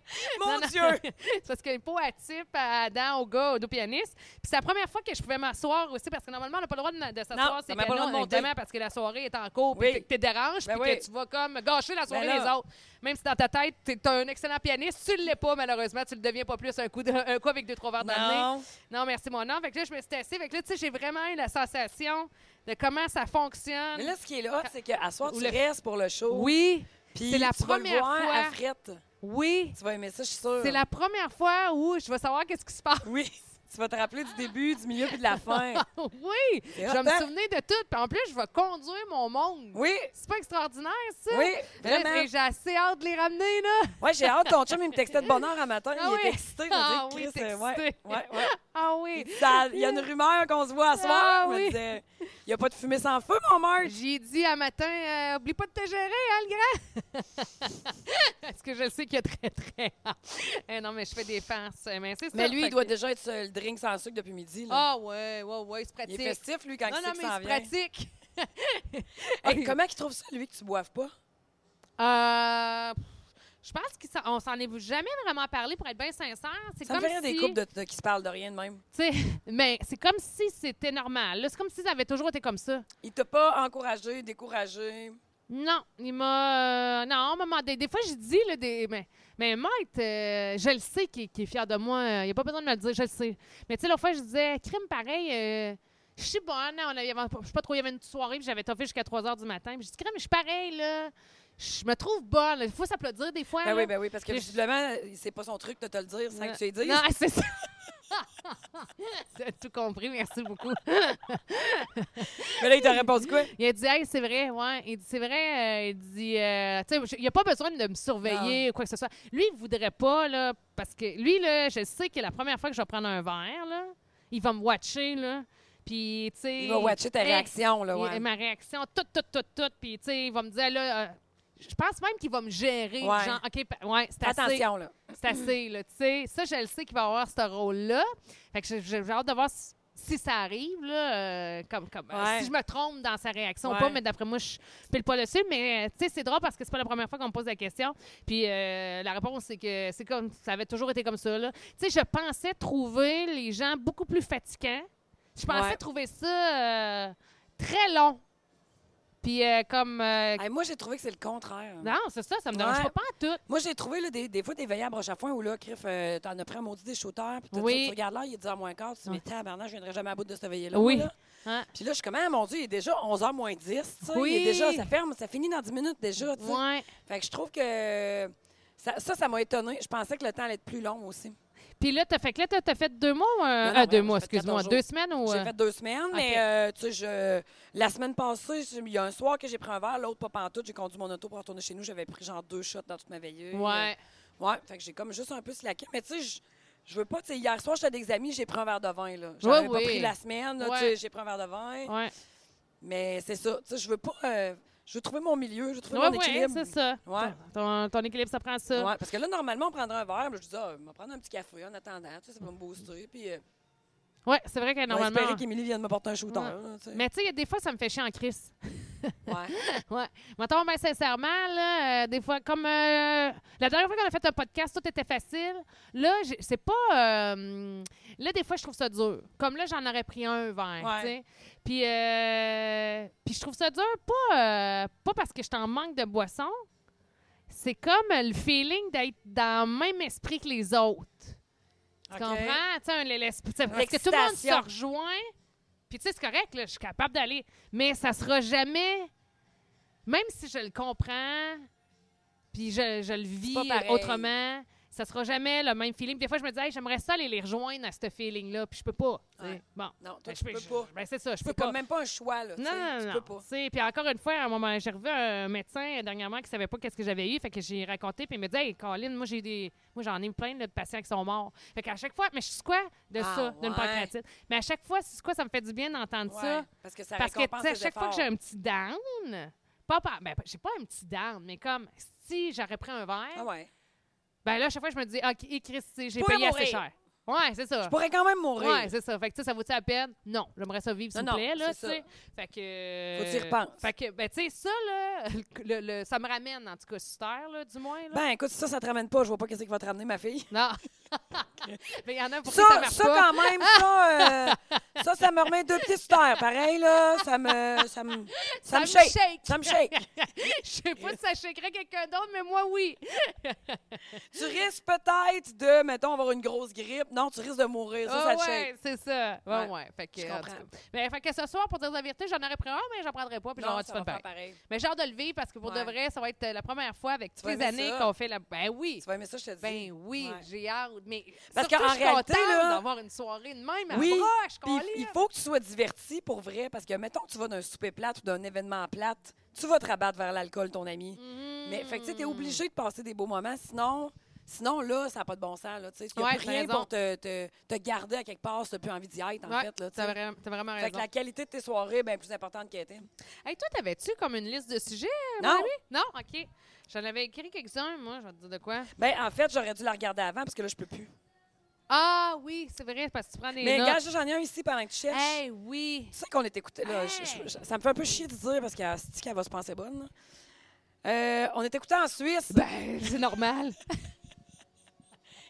[SPEAKER 2] Non, non.
[SPEAKER 1] Dieu!
[SPEAKER 2] [LAUGHS] c'est parce qu'il faut à type, à Adam, au gars, au dos pianiste. Puis c'est la première fois que je pouvais m'asseoir aussi parce que normalement, on n'a pas le droit de, de
[SPEAKER 1] Non,
[SPEAKER 2] s'asseoir. C'est
[SPEAKER 1] on n'a pas le droit de monter.
[SPEAKER 2] évidemment, parce que la soirée est en cours puis
[SPEAKER 1] Oui.
[SPEAKER 2] que tu déranges
[SPEAKER 1] Ben
[SPEAKER 2] puis
[SPEAKER 1] oui.
[SPEAKER 2] que tu vas comme gâcher la soirée
[SPEAKER 1] Ben
[SPEAKER 2] des
[SPEAKER 1] là.
[SPEAKER 2] autres. Même si dans ta tête, tu un excellent pianiste, tu ne l'es pas malheureusement. Tu ne le deviens pas plus un coup, de- un coup avec deux, trois verres dans le nez.
[SPEAKER 1] Non.
[SPEAKER 2] Non, merci mon nom. Fait que là, je me suis testée. Fait que là, tu sais, j'ai vraiment eu la sensation de comment ça fonctionne.
[SPEAKER 1] Mais là, ce qui est là, c'est qu'à soir,
[SPEAKER 2] Ou
[SPEAKER 1] tu
[SPEAKER 2] le-
[SPEAKER 1] restes pour le show.
[SPEAKER 2] oui,
[SPEAKER 1] Puis
[SPEAKER 2] c'est la
[SPEAKER 1] tu vas le
[SPEAKER 2] première
[SPEAKER 1] voir
[SPEAKER 2] fois.
[SPEAKER 1] à frette.
[SPEAKER 2] oui.
[SPEAKER 1] Tu vas aimer ça, je suis sûre.
[SPEAKER 2] C'est la première fois où je vais savoir qu'est-ce qui se passe.
[SPEAKER 1] Oui. [LAUGHS] Tu vas te rappeler du début, du milieu, puis de la
[SPEAKER 2] [LAUGHS]
[SPEAKER 1] fin.
[SPEAKER 2] oui, je
[SPEAKER 1] C'est
[SPEAKER 2] vais me
[SPEAKER 1] hot, hein?
[SPEAKER 2] souvenir de tout. Puis en plus, je vais conduire mon monde.
[SPEAKER 1] Oui,
[SPEAKER 2] C'est pas extraordinaire, ça?
[SPEAKER 1] oui,
[SPEAKER 2] Là,
[SPEAKER 1] vraiment.
[SPEAKER 2] mais J'ai assez hâte de les ramener, là.
[SPEAKER 1] Ouais, j'ai hâte. Ton chum, il me textait de bonne heure à matin.
[SPEAKER 2] Ah
[SPEAKER 1] il
[SPEAKER 2] oui.
[SPEAKER 1] était excité. Il
[SPEAKER 2] Ah
[SPEAKER 1] m'a dit,
[SPEAKER 2] oui,
[SPEAKER 1] Chris,
[SPEAKER 2] t'es
[SPEAKER 1] euh, ouais,
[SPEAKER 2] excité.
[SPEAKER 1] ouais, ouais.
[SPEAKER 2] Ah
[SPEAKER 1] Il
[SPEAKER 2] oui.
[SPEAKER 1] dit, Ça- Il y a une rumeur qu'on se voit à soir.
[SPEAKER 2] Ah
[SPEAKER 1] il me
[SPEAKER 2] oui.
[SPEAKER 1] disait, il n'y a pas de fumée sans feu, mon merch.
[SPEAKER 2] J'ai dit à matin, euh, oublie pas de te gérer, hein, le grand? [LAUGHS] Parce que je sais qu'il y a très, très hâte. Eh non, mais je fais des farces. Eh, Mais, c'est ça.
[SPEAKER 1] Mais lui,
[SPEAKER 2] Fait
[SPEAKER 1] il doit
[SPEAKER 2] que-
[SPEAKER 1] déjà être sur le drink sans sucre depuis midi. là.
[SPEAKER 2] Ah, ouais, ouais, ouais, il se
[SPEAKER 1] il
[SPEAKER 2] pratique.
[SPEAKER 1] est festif, lui, quand
[SPEAKER 2] non,
[SPEAKER 1] il
[SPEAKER 2] non,
[SPEAKER 1] sait que
[SPEAKER 2] mais
[SPEAKER 1] ça en
[SPEAKER 2] il se
[SPEAKER 1] vient.
[SPEAKER 2] pratique.
[SPEAKER 1] Hey, comment il trouve ça, lui, que tu boives pas?
[SPEAKER 2] Euh, je pense qu'on s'en est jamais vraiment parlé, pour être bien sincère. C'est
[SPEAKER 1] Ça me
[SPEAKER 2] comme
[SPEAKER 1] fait rien
[SPEAKER 2] si-
[SPEAKER 1] des couples de, de- qui se parlent de rien de même.
[SPEAKER 2] Tu sais, [LAUGHS] mais c'est comme si c'était normal. là. C'est comme si ça avait toujours été comme ça.
[SPEAKER 1] Il t'a pas encouragé, découragé.
[SPEAKER 2] Non, il m'a. euh, non, maman, des, des fois, je dis, là, des. Mais, mais Mike, euh, je le sais qu'il qu'il est fier de moi. euh, Il n'y a pas besoin de me le dire, je le sais. Mais tu sais, l'autre fois, je disais, crime pareil, euh, je suis bonne. hein, On avait, je sais pas trop, il y avait une soirée, puis j'avais toffé jusqu'à 3 h du matin. Puis je dis, crime, je suis pareil, là. Je me trouve bonne. Il faut s'applaudir des fois.
[SPEAKER 1] Ben
[SPEAKER 2] là.
[SPEAKER 1] oui, ben oui, parce que
[SPEAKER 2] J'ai-
[SPEAKER 1] visiblement, c'est pas son truc de te le dire sans que tu aies dit.
[SPEAKER 2] Non, [LAUGHS] c'est ça. Tu as tout compris, merci beaucoup.
[SPEAKER 1] Mais là, il t'a répondu quoi?
[SPEAKER 2] Il a dit, hey, c'est vrai, ouais. Il dit, c'est vrai. euh, il dit, euh, tu sais, je- il n'a pas besoin de me surveiller ou quoi que ce soit. Lui, il voudrait pas, là, parce que lui, là, je sais que la première fois que je vais prendre un verre, là, il va me watcher, là. Puis, tu sais.
[SPEAKER 1] Il va watcher ta
[SPEAKER 2] Hey,
[SPEAKER 1] réaction, là,
[SPEAKER 2] il-
[SPEAKER 1] ouais.
[SPEAKER 2] Ma réaction, tout, tout, tout, tout. Puis, tu sais, il va me dire, là, euh, je pense même qu'il va me gérer.
[SPEAKER 1] Ouais.
[SPEAKER 2] Genre, OK, pa- ouais, c'est assez.
[SPEAKER 1] Attention, là.
[SPEAKER 2] C'est assez, là, tu sais. Ça, je le sais qu'il va avoir ce rôle-là. Fait que j'ai- j'ai j'ai hâte de voir si, si ça arrive, là, euh, comme, comme, euh,
[SPEAKER 1] Ouais.
[SPEAKER 2] si je me trompe dans sa réaction
[SPEAKER 1] Ouais.
[SPEAKER 2] ou pas, mais d'après moi, je pile pas dessus. Mais, euh, tu sais, c'est drôle parce que c'est pas la première fois qu'on me pose la question. Puis euh, la réponse, c'est que c'est comme, ça avait toujours été comme ça, là. Tu sais, je pensais trouver les gens beaucoup plus fatigants. Je pensais
[SPEAKER 1] Ouais.
[SPEAKER 2] trouver ça euh, très long. Puis euh, comme... euh,
[SPEAKER 1] Hey, moi, j'ai trouvé que c'est le contraire.
[SPEAKER 2] non, c'est ça, ça me dérange
[SPEAKER 1] Ah. Ouais.
[SPEAKER 2] pas, en tout.
[SPEAKER 1] Moi, j'ai trouvé là, des, des fois des veillées à broche à foin où là, Criff, euh, t'en as pris un maudit des shooters, puis tout
[SPEAKER 2] Oui.
[SPEAKER 1] ça, tu regardes là, il est 10h moins quart, tu te dis,
[SPEAKER 2] Ouais.
[SPEAKER 1] mais tabarnak, je viendrai jamais à bout de cette veillée-là.
[SPEAKER 2] Oui.
[SPEAKER 1] moi, là.
[SPEAKER 2] Hein?
[SPEAKER 1] Puis là, je suis comme, ah, mon Dieu, il est déjà 11h moins 10, tu sais.
[SPEAKER 2] Oui.
[SPEAKER 1] Il est déjà, ça ferme, ça finit dans 10 minutes déjà, tu sais.
[SPEAKER 2] Ouais.
[SPEAKER 1] Fait que je trouve que ça, ça, ça m'a étonnée. Je pensais que le temps allait être plus long aussi.
[SPEAKER 2] Puis là, t'as fait que là, t'as- t'as fait deux mois, ou un-
[SPEAKER 1] Non, non,
[SPEAKER 2] ah, deux
[SPEAKER 1] voyons,
[SPEAKER 2] mois,
[SPEAKER 1] j'ai fait 14
[SPEAKER 2] excuse-moi,
[SPEAKER 1] jours.
[SPEAKER 2] deux semaines ou
[SPEAKER 1] J'ai
[SPEAKER 2] euh,
[SPEAKER 1] fait deux semaines, mais
[SPEAKER 2] OK.
[SPEAKER 1] euh, tu sais, je- la semaine passée, je- il y a un soir que j'ai pris un verre, l'autre pas pantoute, j'ai conduit mon auto pour retourner chez nous, j'avais pris genre deux shots dans toute ma veilleuse.
[SPEAKER 2] ouais,
[SPEAKER 1] Ouais, fait que j'ai comme juste un peu slacké. Mais tu sais, je- je veux pas. tu sais, hier soir, j'étais avec des amis, j'ai pris un verre de vin. là. J'en
[SPEAKER 2] Ouais,
[SPEAKER 1] avais pas
[SPEAKER 2] oui.
[SPEAKER 1] pris la semaine, là, tu
[SPEAKER 2] Ouais.
[SPEAKER 1] sais, j'ai pris un verre de vin.
[SPEAKER 2] ouais,
[SPEAKER 1] Mais c'est ça. Tu sais, je veux pas. euh, je veux trouver mon milieu, je veux trouver
[SPEAKER 2] ouais,
[SPEAKER 1] mon
[SPEAKER 2] ouais,
[SPEAKER 1] équilibre.
[SPEAKER 2] c'est ça.
[SPEAKER 1] Ouais.
[SPEAKER 2] Ton, ton équilibre, ça prend ça.
[SPEAKER 1] Ouais, parce que là, normalement, on prendrait un verre. mais Je dis, ah, on va prendre un petit café en attendant. Tu sais, ça va me booster. Puis, euh,
[SPEAKER 2] Ouais, c'est vrai que
[SPEAKER 1] on va
[SPEAKER 2] normalement.
[SPEAKER 1] espérer qu'Émilie vienne me porter un shooter.
[SPEAKER 2] Ouais.
[SPEAKER 1] là, tu sais.
[SPEAKER 2] Mais [LAUGHS] tu sais, il y a des fois, ça me fait chier en crise.
[SPEAKER 1] Ouais.
[SPEAKER 2] Mettons, bien sincèrement, là, euh, des fois, comme euh, la dernière fois qu'on a fait un podcast, tout était facile. Là, j'ai- c'est pas. euh, là, des fois, je trouve ça dur. Comme là, j'en aurais pris un verre.
[SPEAKER 1] Ouais.
[SPEAKER 2] tu sais. Puis, euh, puis je trouve ça dur, pas, euh, pas parce que je t'en manque de boisson. C'est comme euh, le feeling d'être dans le même esprit que les autres. Tu
[SPEAKER 1] OK.
[SPEAKER 2] comprends? Tu sais, un- l'esprit- tu sais, parce que tout le monde
[SPEAKER 1] L'excitation.
[SPEAKER 2] se rejoint. Puis tu sais, c'est correct, là, je suis capable d'aller. Mais ça sera jamais, même si je le comprends, puis je, je le vis euh,
[SPEAKER 1] pas pareil.
[SPEAKER 2] autrement, ça sera jamais le même feeling. Des fois, je me dis, Hey, j'aimerais ça aller les rejoindre à ce feeling-là, puis je peux pas. tu sais.
[SPEAKER 1] Ouais.
[SPEAKER 2] Bon.
[SPEAKER 1] Non, toi,
[SPEAKER 2] Ben,
[SPEAKER 1] tu peux pas.
[SPEAKER 2] ben, c'est ça, je
[SPEAKER 1] Tu
[SPEAKER 2] peux
[SPEAKER 1] peux
[SPEAKER 2] pas.
[SPEAKER 1] comme même pas un choix, là. tu
[SPEAKER 2] Non,
[SPEAKER 1] sais,
[SPEAKER 2] non,
[SPEAKER 1] Tu
[SPEAKER 2] non.
[SPEAKER 1] peux pas.
[SPEAKER 2] tu sais. Puis encore une fois, à un moment, j'ai revu un médecin euh, dernièrement qui savait pas qu'est-ce que j'avais eu, fait que j'ai raconté, puis il me dit, hey, Colin, moi j'ai des, moi j'en ai plein là, de patients qui sont morts. Fait qu'à chaque fois, mais je suis quoi de
[SPEAKER 1] Ah,
[SPEAKER 2] ça, d'une
[SPEAKER 1] ouais.
[SPEAKER 2] pancréatite. Mais à chaque fois, c'est quoi, ça me fait du bien d'entendre ça,
[SPEAKER 1] Ouais, parce que ça
[SPEAKER 2] parce que tu
[SPEAKER 1] récompense
[SPEAKER 2] sais, à
[SPEAKER 1] les
[SPEAKER 2] chaque fois que j'ai
[SPEAKER 1] efforts.
[SPEAKER 2] un petit down, pas par, ben, j'ai pas un petit down, mais comme si j'aurais pris un verre,
[SPEAKER 1] Ah ouais.
[SPEAKER 2] ben là à chaque fois je me dis, ah, Christ, j'ai
[SPEAKER 1] pourrais
[SPEAKER 2] payé assez
[SPEAKER 1] mourir.
[SPEAKER 2] cher. Ouais, c'est ça.
[SPEAKER 1] Je pourrais quand même mourir.
[SPEAKER 2] Ouais, c'est ça. Fait que tu sais, ça vaut-tu la peine? Non, j'aimerais ça vivre, s'il
[SPEAKER 1] Non,
[SPEAKER 2] vous
[SPEAKER 1] non,
[SPEAKER 2] plaît, là, tu
[SPEAKER 1] c'est
[SPEAKER 2] sais. Fait que... euh,
[SPEAKER 1] Faut que tu y repenses.
[SPEAKER 2] Fait que, ben, tu sais, ça, là, le- le- ça me ramène, en tout cas, sur terre, là, du moins, là.
[SPEAKER 1] ben, écoute, ça, ça te ramène pas. Je vois pas qu'est-ce qui va te ramener, ma fille.
[SPEAKER 2] Non. [LAUGHS] Mais il y en a pour
[SPEAKER 1] Ben, Ça,
[SPEAKER 2] qui ça marche
[SPEAKER 1] ça
[SPEAKER 2] pas.
[SPEAKER 1] quand même, ça, euh, ça, ça me remet deux petits stars. Pareil, là, ça me, ça me, ça me shake. Ça me shake.
[SPEAKER 2] Je sais pas si ça shakerait quelqu'un d'autre, mais moi, oui.
[SPEAKER 1] tu risques peut-être de, mettons, avoir une grosse grippe. Non, tu risques de mourir. Ça,
[SPEAKER 2] Ah
[SPEAKER 1] ça te
[SPEAKER 2] ouais,
[SPEAKER 1] shake.
[SPEAKER 2] c'est ça. Ouais, ouais.
[SPEAKER 1] Ouais.
[SPEAKER 2] Fait que,
[SPEAKER 1] Je
[SPEAKER 2] en tout
[SPEAKER 1] comprends.
[SPEAKER 2] cas. Ben, fait que ce soir, pour dire la vérité, j'en aurais pris un, mais j'en prendrais pas, puis j'en
[SPEAKER 1] Non,
[SPEAKER 2] aurais
[SPEAKER 1] ça
[SPEAKER 2] du fun
[SPEAKER 1] va faire
[SPEAKER 2] pareil.
[SPEAKER 1] pareil.
[SPEAKER 2] Mais j'ai hâte de le vivre, parce que pour de
[SPEAKER 1] Ouais.
[SPEAKER 2] vrai, ça va être euh, la première fois avec toutes
[SPEAKER 1] vas
[SPEAKER 2] les
[SPEAKER 1] aimer
[SPEAKER 2] années
[SPEAKER 1] ça.
[SPEAKER 2] qu'on fait la... Ben oui.
[SPEAKER 1] Tu vas aimer ça, je te dis.
[SPEAKER 2] Ben oui,
[SPEAKER 1] Ouais.
[SPEAKER 2] j'ai hâte. Mais
[SPEAKER 1] Parce
[SPEAKER 2] surtout,
[SPEAKER 1] qu'en
[SPEAKER 2] je suis
[SPEAKER 1] réalité,
[SPEAKER 2] contente
[SPEAKER 1] là-
[SPEAKER 2] d'avoir une soirée de même à
[SPEAKER 1] Oui,
[SPEAKER 2] broche,
[SPEAKER 1] Puis, il faut que tu sois diverti pour vrai, parce que, mettons, que tu vas d'un souper plate ou d'un événement plate, tu vas te rabattre vers l'alcool, ton ami.
[SPEAKER 2] Mmh.
[SPEAKER 1] Mais, fait que, tu sais, t'es
[SPEAKER 2] Mm.
[SPEAKER 1] obligé de passer des beaux moments, sinon... Sinon, là, ça n'a pas de bon sens. Là, tu sais. il n'y a
[SPEAKER 2] Ouais,
[SPEAKER 1] plus
[SPEAKER 2] t'as
[SPEAKER 1] rien
[SPEAKER 2] raison.
[SPEAKER 1] pour te, te, te garder à quelque part si tu n'as plus envie d'y être, en
[SPEAKER 2] Ouais,
[SPEAKER 1] fait. Là, tu
[SPEAKER 2] T'as
[SPEAKER 1] sais.
[SPEAKER 2] vraiment, t'as vraiment
[SPEAKER 1] Fait que
[SPEAKER 2] raison.
[SPEAKER 1] la qualité de tes soirées est bien plus importante qu'elle était.
[SPEAKER 2] Hey, toi, t'avais-tu comme une liste de sujets? mon
[SPEAKER 1] Non.
[SPEAKER 2] ami? Non? OK. J'en avais écrit quelques-uns, moi, je vais te dire de quoi.
[SPEAKER 1] Ben, en fait, j'aurais dû la regarder avant parce que là, je peux plus.
[SPEAKER 2] Ah oui, c'est vrai, parce que tu prends des
[SPEAKER 1] Mais
[SPEAKER 2] notes.
[SPEAKER 1] gars, j'en ai un ici pendant que tu cherches.
[SPEAKER 2] Hey, oui.
[SPEAKER 1] Tu sais qu'on est écouté. Là,
[SPEAKER 2] Hey!
[SPEAKER 1] je- je- je- ça me fait un peu chier de dire parce qu'elle se dit qu'elle va se penser bonne. là. Euh, on est écouté en Suisse,
[SPEAKER 2] Ben, c'est normal.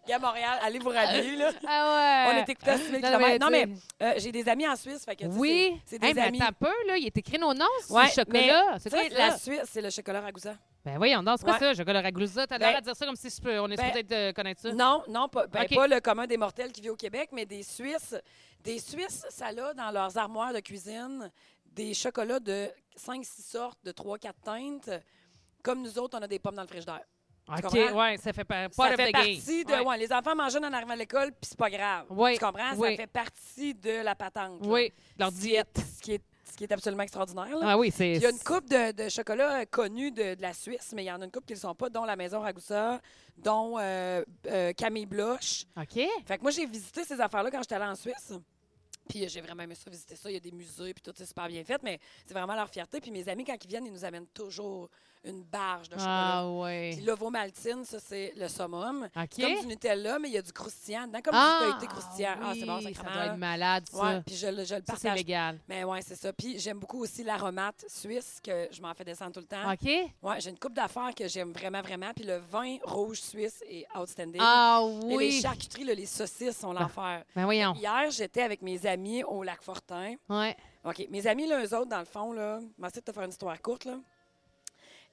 [SPEAKER 1] gars Montréal, allez vous rhabiller. Là.
[SPEAKER 2] ah
[SPEAKER 1] On
[SPEAKER 2] ouais.
[SPEAKER 1] est écouté à 6 000
[SPEAKER 2] Non, mais
[SPEAKER 1] km. Non, mais
[SPEAKER 2] tu sais-
[SPEAKER 1] euh, j'ai des amis en Suisse. Fait que, tu sais,
[SPEAKER 2] Oui.
[SPEAKER 1] c'est- C'est
[SPEAKER 2] Hey,
[SPEAKER 1] des
[SPEAKER 2] mais
[SPEAKER 1] amis.
[SPEAKER 2] attends un peu, là, il est écrit nos noms sur
[SPEAKER 1] Ouais,
[SPEAKER 2] le chocolat.
[SPEAKER 1] mais,
[SPEAKER 2] C'est
[SPEAKER 1] tu
[SPEAKER 2] quoi
[SPEAKER 1] sais,
[SPEAKER 2] ça?
[SPEAKER 1] la Suisse, c'est le chocolat ragoût.
[SPEAKER 2] Ben voyons, donc, c'est quoi
[SPEAKER 1] Ouais.
[SPEAKER 2] ça? Chocolat ragouza. T'as l'air
[SPEAKER 1] Ben-
[SPEAKER 2] à dire ça comme si on est
[SPEAKER 1] Ben-
[SPEAKER 2] supposé de connaître ça.
[SPEAKER 1] Non, non, pas, ben,
[SPEAKER 2] OK.
[SPEAKER 1] pas le commun des mortels qui vit au Québec, mais des Suisses. Des Suisses, ça l'a dans leurs armoires de cuisine des chocolats de 5-6 sortes, de 3-4 teintes. Comme nous autres, on a des pommes dans le frigidaire. Tu
[SPEAKER 2] OK,
[SPEAKER 1] comprends?
[SPEAKER 2] ouais, ça fait pas part
[SPEAKER 1] ça
[SPEAKER 2] of
[SPEAKER 1] fait
[SPEAKER 2] the game.
[SPEAKER 1] partie de.
[SPEAKER 2] Ouais.
[SPEAKER 1] ouais, les enfants mangent en arrivant à l'école, puis c'est pas grave.
[SPEAKER 2] Oui,
[SPEAKER 1] Tu comprends?
[SPEAKER 2] oui.
[SPEAKER 1] Ça fait partie de la patente. là.
[SPEAKER 2] Oui, leur
[SPEAKER 1] Ce qui
[SPEAKER 2] diète.
[SPEAKER 1] est- Ce qui est, ce qui est absolument extraordinaire. là.
[SPEAKER 2] Ah oui, c'est.
[SPEAKER 1] Il y a une coupe de, de chocolats euh, connus de, de la Suisse, mais il y en a une coupe qui ne le sont pas, dont la Maison Ragoussa, dont euh, euh, Camille Bloch.
[SPEAKER 2] OK.
[SPEAKER 1] Fait que moi, j'ai visité ces affaires-là quand j'étais allée en Suisse. Puis euh, j'ai vraiment aimé ça, visiter ça. Il y a des musées, puis tout, c'est super bien fait, mais c'est vraiment leur fierté. Puis mes amis, quand ils viennent, ils nous amènent toujours une barge de chocolat.
[SPEAKER 2] Ah
[SPEAKER 1] Puis
[SPEAKER 2] oui.
[SPEAKER 1] l'ovo maltine, ça, c'est le summum.
[SPEAKER 2] OK.
[SPEAKER 1] C'est comme du Nutella, mais il y a du croustillant dedans, comme du feuilleté croustillant. ah, c'est bon,
[SPEAKER 2] oui,
[SPEAKER 1] ça
[SPEAKER 2] Ça doit être malade, ça.
[SPEAKER 1] Ouais, puis je, le- je le
[SPEAKER 2] ça, c'est
[SPEAKER 1] partage.
[SPEAKER 2] légal.
[SPEAKER 1] mais ouais, c'est ça. Puis j'aime beaucoup aussi l'aromate suisse, que je m'en fais descendre tout le temps.
[SPEAKER 2] OK?
[SPEAKER 1] Ouais, j'ai une coupe d'affaires que j'aime vraiment, vraiment. Puis le vin rouge suisse est outstanding.
[SPEAKER 2] Ah
[SPEAKER 1] Et les
[SPEAKER 2] oui.
[SPEAKER 1] charcuteries, là, les saucisses sont l'enfer.
[SPEAKER 2] Ben voyons.
[SPEAKER 1] Hier, j'étais avec mes amis au lac Fortin.
[SPEAKER 2] Ouais.
[SPEAKER 1] OK. Mes amis, l'un eux autres, dans le fond, là, je vais essayer de te faire une histoire courte. Là.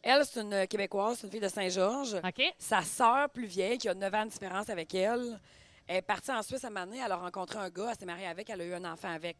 [SPEAKER 1] Elle, c'est une Québécoise, c'est une fille de Saint-Georges.
[SPEAKER 2] OK?
[SPEAKER 1] Sa sœur plus vieille, qui a 9 ans de différence avec elle, est partie en Suisse à un moment donné. Elle a rencontré un gars, elle s'est mariée avec, elle a eu un enfant avec.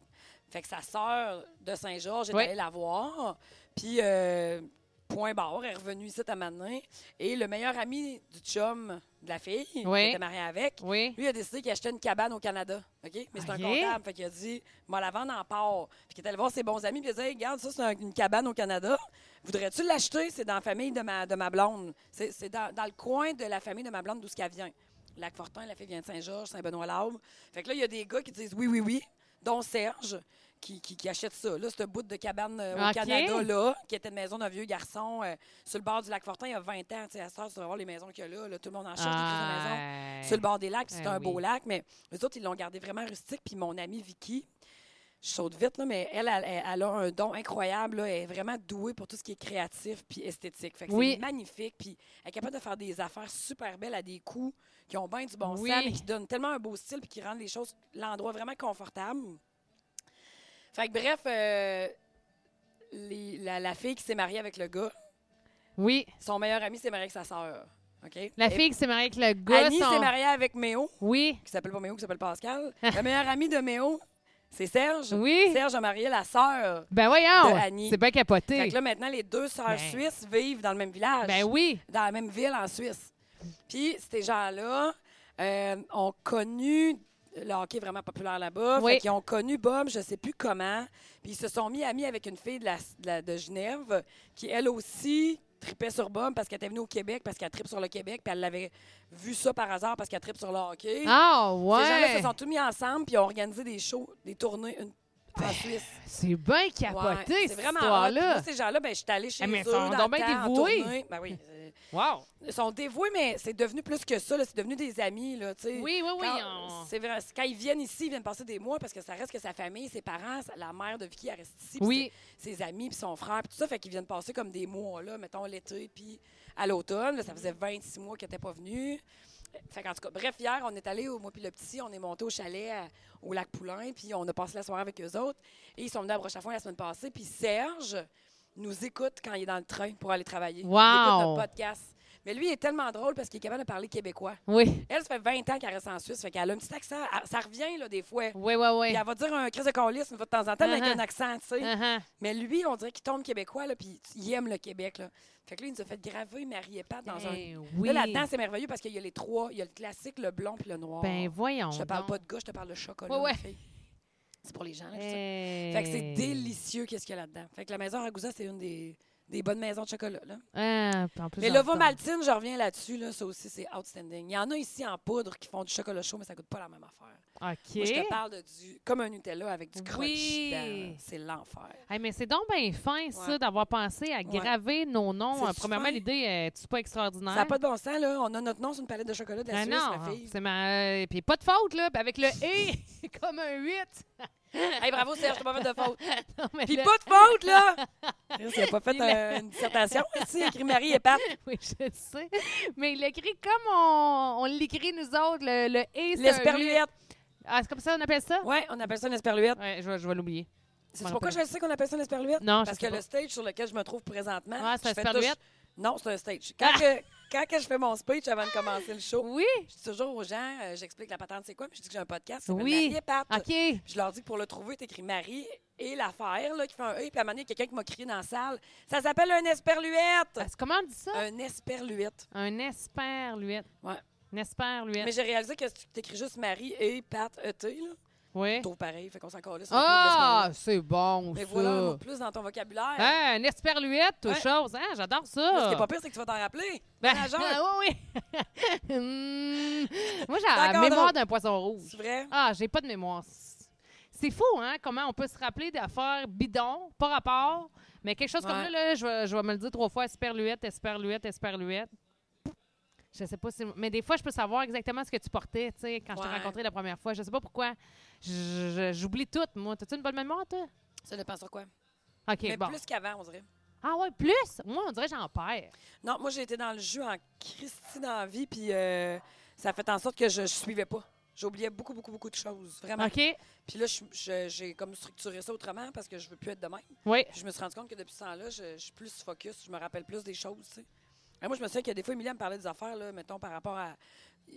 [SPEAKER 1] Fait que sa sœur de Saint-Georges est
[SPEAKER 2] Oui.
[SPEAKER 1] allée la voir. Puis, euh, point barre, elle est revenue ici à un moment donné. Et le meilleur ami du chum de la fille,
[SPEAKER 2] Oui.
[SPEAKER 1] qui était mariée avec,
[SPEAKER 2] Oui.
[SPEAKER 1] lui il a décidé qu'il achetait une cabane au Canada. OK? Mais c'est
[SPEAKER 2] Ok.
[SPEAKER 1] un comptable. Fait qu'il a dit, moi, la vendre en part. Puis qu'il est allé voir ses bons amis. Puis il a dit, Hey, regarde, ça, c'est un- une cabane au Canada. Voudrais-tu l'acheter? C'est dans la famille de ma, de ma blonde. C'est c'est dans, dans le coin de la famille de ma blonde d'où ce qu'elle vient. Lac Fortin, la fille vient de Saint-Georges, Saint-Benoît-Labre. Fait que là, il y a des gars qui disent oui, oui, oui, dont Serge, qui, qui, qui achète ça. Là, c'est un bout de cabane euh, au
[SPEAKER 2] Ok.
[SPEAKER 1] Canada, là, qui était une maison d'un vieux garçon euh, sur le bord du lac Fortin il y a 20 ans. Tu sais, à ce tu vas voir les maisons qu'il y a là, là, Tout le monde en cherche des crises de maisons
[SPEAKER 2] Ah.
[SPEAKER 1] sur le bord des lacs, puis c'est
[SPEAKER 2] Ah
[SPEAKER 1] un beau
[SPEAKER 2] oui.
[SPEAKER 1] lac, mais les autres, ils l'ont gardé vraiment rustique. Puis mon amie Vicky, je saute vite, là, mais elle, elle, elle- elle a un don incroyable. là. Elle est vraiment douée pour tout ce qui est créatif puis esthétique. Fait que
[SPEAKER 2] Oui.
[SPEAKER 1] c'est magnifique. Puis elle est capable de faire des affaires super belles à des coûts qui ont bien du bon
[SPEAKER 2] Oui.
[SPEAKER 1] sens, mais qui donnent tellement un beau style puis qui rendent les choses, l'endroit vraiment confortable. Fait que bref, euh, les- la, la fille qui s'est mariée avec le gars,
[SPEAKER 2] Oui.
[SPEAKER 1] son meilleur ami s'est marié avec sa sœur. OK?
[SPEAKER 2] La
[SPEAKER 1] Et
[SPEAKER 2] fille qui s'est mariée avec le gars.
[SPEAKER 1] Annie
[SPEAKER 2] son-
[SPEAKER 1] s'est mariée avec Méo,
[SPEAKER 2] Oui.
[SPEAKER 1] qui s'appelle pas Méo, qui s'appelle
[SPEAKER 2] [LAUGHS]
[SPEAKER 1] Pascal. le meilleur ami de Méo, c'est Serge.
[SPEAKER 2] Ah. Oui.
[SPEAKER 1] Serge a marié la sœur.
[SPEAKER 2] Ben voyons.
[SPEAKER 1] de Annie.
[SPEAKER 2] C'est bien
[SPEAKER 1] Fait
[SPEAKER 2] capoté.
[SPEAKER 1] que là, maintenant, les deux sœurs
[SPEAKER 2] Ben.
[SPEAKER 1] suisses vivent dans le même village,
[SPEAKER 2] Ben oui.
[SPEAKER 1] dans la même ville en Suisse. Puis, ces gens-là euh, ont connu le hockey est vraiment populaire là-bas.
[SPEAKER 2] Oui.
[SPEAKER 1] Ils ont connu Bob, je sais plus comment. Puis, ils se sont mis amis avec une fille de, la- de la- de Genève qui, elle aussi, tripait sur Bob parce qu'elle était venue au Québec, parce qu'elle tripe sur le Québec, puis elle l'avait vu ça par hasard parce qu'elle tripe sur le hockey.
[SPEAKER 2] Ah,
[SPEAKER 1] Ces gens-là
[SPEAKER 2] ouais.
[SPEAKER 1] se sont tous mis ensemble puis ils ont organisé des shows, des tournées une- en Suisse.
[SPEAKER 2] Ben, C'est bien
[SPEAKER 1] Ouais,
[SPEAKER 2] capoté,
[SPEAKER 1] c'est
[SPEAKER 2] cette
[SPEAKER 1] vraiment hot. Puis
[SPEAKER 2] histoire-là.
[SPEAKER 1] Moi, ces gens-là, ben, je suis allée chez
[SPEAKER 2] Ah, mais
[SPEAKER 1] eux
[SPEAKER 2] ils sont
[SPEAKER 1] dans
[SPEAKER 2] donc
[SPEAKER 1] le
[SPEAKER 2] bien
[SPEAKER 1] temps, en
[SPEAKER 2] dévoués.
[SPEAKER 1] tournée. Ben oui, euh,
[SPEAKER 2] Wow.
[SPEAKER 1] ils sont dévoués, mais c'est devenu plus que ça. là. C'est devenu des amis, là, tu sais.
[SPEAKER 2] Oui, oui, oui.
[SPEAKER 1] Quand,
[SPEAKER 2] on-
[SPEAKER 1] c'est vrai, c'est- quand ils viennent ici, ils viennent passer des mois parce que ça reste que sa famille, ses parents, sa- la mère de Vicky, elle reste ici. puis
[SPEAKER 2] Oui.
[SPEAKER 1] Ses, ses amis, puis son frère, puis tout ça. Fait qu'ils viennent passer comme des mois, là, mettons l'été, puis à l'automne. là, ça faisait 26 mois qu'ils n'étaient pas venus. Fait qu'en tout cas, bref, hier, on est allé au moi puis le petit, on est monté au chalet à- au lac Poulain, puis on a passé la soirée avec eux autres. Et ils sont venus à Brochafond la semaine passée, puis Serge nous écoute quand il est dans le train pour aller travailler.
[SPEAKER 2] Wow!
[SPEAKER 1] Il écoute notre podcast. Mais lui, il est tellement drôle parce qu'il est capable de parler québécois.
[SPEAKER 2] Oui.
[SPEAKER 1] Elle, ça fait 20 ans qu'elle reste en Suisse, fait qu'elle a un petit accent. Elle- Ça revient, là, des fois.
[SPEAKER 2] Oui, oui, oui.
[SPEAKER 1] Puis elle va dire un crise de colis une fois de temps en temps, mais avec
[SPEAKER 2] Uh-huh.
[SPEAKER 1] un accent, tu sais.
[SPEAKER 2] Uh-huh.
[SPEAKER 1] Mais lui, on dirait qu'il tombe québécois, là, puis il aime le Québec, là. Fait que là, il nous a fait graver marie pas dans un
[SPEAKER 2] Ben oui.
[SPEAKER 1] Là, là-dedans, c'est merveilleux parce qu'il y a les trois. Il y a le classique, le blond puis le noir.
[SPEAKER 2] Ben voyons.
[SPEAKER 1] je te parle
[SPEAKER 2] donc.
[SPEAKER 1] pas de gars, je te parle de chocolat.
[SPEAKER 2] Ouais, Eh. ouais.
[SPEAKER 1] ma fille. C'est pour les gens. là, je sais.
[SPEAKER 2] Hey.
[SPEAKER 1] Fait que c'est délicieux qu'est-ce qu'il y a là-dedans. Fait que la maison Ragusa, c'est une des, des bonnes maisons de chocolat. Là.
[SPEAKER 2] Ah, puis en plus,
[SPEAKER 1] Mais
[SPEAKER 2] j'en
[SPEAKER 1] l'ova
[SPEAKER 2] sens.
[SPEAKER 1] maltine, je reviens là-dessus. Là, ça aussi, c'est outstanding. Il y en a ici en poudre qui font du chocolat chaud, mais ça coûte pas la même affaire.
[SPEAKER 2] OK.
[SPEAKER 1] Moi, je te parle de du comme un Nutella avec du crunch
[SPEAKER 2] Oui.
[SPEAKER 1] dedans. là. C'est l'enfer.
[SPEAKER 2] Hey, mais c'est donc bien fin, ça,
[SPEAKER 1] Ouais.
[SPEAKER 2] d'avoir pensé à
[SPEAKER 1] Ouais.
[SPEAKER 2] graver nos noms.
[SPEAKER 1] C'est
[SPEAKER 2] Euh, premièrement,
[SPEAKER 1] fin.
[SPEAKER 2] l'idée, euh, c'est pas extraordinaire.
[SPEAKER 1] Ça n'a pas de bon sens, là. On a notre nom sur une palette de chocolat de la
[SPEAKER 2] Ah
[SPEAKER 1] Suisse,
[SPEAKER 2] non,
[SPEAKER 1] ma
[SPEAKER 2] [LAUGHS]
[SPEAKER 1] fille.
[SPEAKER 2] c'est ma... euh, Puis pas de faute, là. puis avec le « et », [LAUGHS] comme un 8.
[SPEAKER 1] Hey, bravo, Serge, t'as pas fait de faute.
[SPEAKER 2] Non, [LAUGHS] mais
[SPEAKER 1] Puis
[SPEAKER 2] là-
[SPEAKER 1] pas de faute, [LAUGHS] là! Il n'a pas fait
[SPEAKER 2] Il a-
[SPEAKER 1] un- une dissertation ici, écrit Marie et Pat.
[SPEAKER 2] Oui, je sais. Mais il l'écrit comme on, on l'écrit, nous autres, le, le et », c'est un huit.
[SPEAKER 1] L'esperluette.
[SPEAKER 2] Ah, c'est comme ça qu'on appelle ça?
[SPEAKER 1] Oui, on appelle ça une esperluette.
[SPEAKER 2] Ouais, je vais, je vais l'oublier.
[SPEAKER 1] C'est pourquoi je sais qu'on appelle ça une esperluette?
[SPEAKER 2] Non, je
[SPEAKER 1] Parce
[SPEAKER 2] sais
[SPEAKER 1] que
[SPEAKER 2] pas.
[SPEAKER 1] le stage sur lequel je me trouve présentement.
[SPEAKER 2] Ouais, c'est
[SPEAKER 1] je
[SPEAKER 2] un
[SPEAKER 1] fais
[SPEAKER 2] esperluette. Ah!
[SPEAKER 1] tous- Non, c'est un stage. Quand, que- quand que je fais mon speech avant de commencer le show,
[SPEAKER 2] Oui?
[SPEAKER 1] je dis toujours aux gens, euh, j'explique la patente c'est quoi, puis je dis que j'ai un podcast, c'est
[SPEAKER 2] Oui.
[SPEAKER 1] Marie et Pat.
[SPEAKER 2] OK.
[SPEAKER 1] Puis je leur dis que pour le trouver, t'écris Marie et l'affaire, là, qui fait un E, puis à un moment donné, il y a quelqu'un qui m'a crié dans la salle. Ça s'appelle un esperluette!
[SPEAKER 2] Parce- Ah, comment on dit ça?
[SPEAKER 1] Un esperluette.
[SPEAKER 2] Un esperluette.
[SPEAKER 1] Ouais.
[SPEAKER 2] Un esperluette.
[SPEAKER 1] Mais j'ai réalisé que si tu écris juste Marie et Pat E.T., là,
[SPEAKER 2] Oui.
[SPEAKER 1] tu trouves pareil, fait qu'on s'en calisse.
[SPEAKER 2] Ah, c'est bon,
[SPEAKER 1] Mais
[SPEAKER 2] ça.
[SPEAKER 1] voilà un mot de plus dans ton vocabulaire.
[SPEAKER 2] Hein, un esperluette, toute
[SPEAKER 1] Ouais.
[SPEAKER 2] chose. Hein, j'adore
[SPEAKER 1] Là, Ce qui
[SPEAKER 2] ça.
[SPEAKER 1] est pas pire, c'est que tu vas t'en rappeler.
[SPEAKER 2] Ben,
[SPEAKER 1] nageur.
[SPEAKER 2] ah, [LAUGHS] oui, oui. Hum, Moi, j'ai la
[SPEAKER 1] D'accord,
[SPEAKER 2] mémoire
[SPEAKER 1] donc.
[SPEAKER 2] d'un poisson rouge.
[SPEAKER 1] C'est vrai?
[SPEAKER 2] Ah, j'ai pas de mémoire. C'est fou, hein, comment on peut se rappeler d'affaires bidons, pas rapport, mais quelque chose comme
[SPEAKER 1] Ouais.
[SPEAKER 2] là, là, je, vais, je vais me le dire trois fois, esperluette, esperluette, esperluette. Je sais pas si... Mais des fois, je peux savoir exactement ce que tu portais, tu sais, quand je t'ai
[SPEAKER 1] Ouais.
[SPEAKER 2] rencontré la première fois. Je sais pas pourquoi. Je- je- J'oublie tout, moi. T'as-tu une bonne mémoire, toi?
[SPEAKER 1] Ça dépend sur quoi.
[SPEAKER 2] OK,
[SPEAKER 1] Mais
[SPEAKER 2] bon.
[SPEAKER 1] plus qu'avant, on dirait.
[SPEAKER 2] Ah ouais, plus? Moi, on dirait que j'en perds.
[SPEAKER 1] Non, moi, j'ai été dans le jus en Christie dans la vie, puis euh, ça a fait en sorte que je, je suivais pas. J'oubliais beaucoup, beaucoup, beaucoup de choses. Vraiment.
[SPEAKER 2] OK?
[SPEAKER 1] Puis là, je- je- j'ai comme structuré ça autrement parce que je veux plus être de même.
[SPEAKER 2] Oui.
[SPEAKER 1] Puis je me suis rendu compte que depuis ce temps-là, je, je suis plus focus, je me rappelle plus des choses. tu sais. Et moi, je me souviens que des fois, Emilia me parlait des affaires, là, mettons, par rapport à, euh,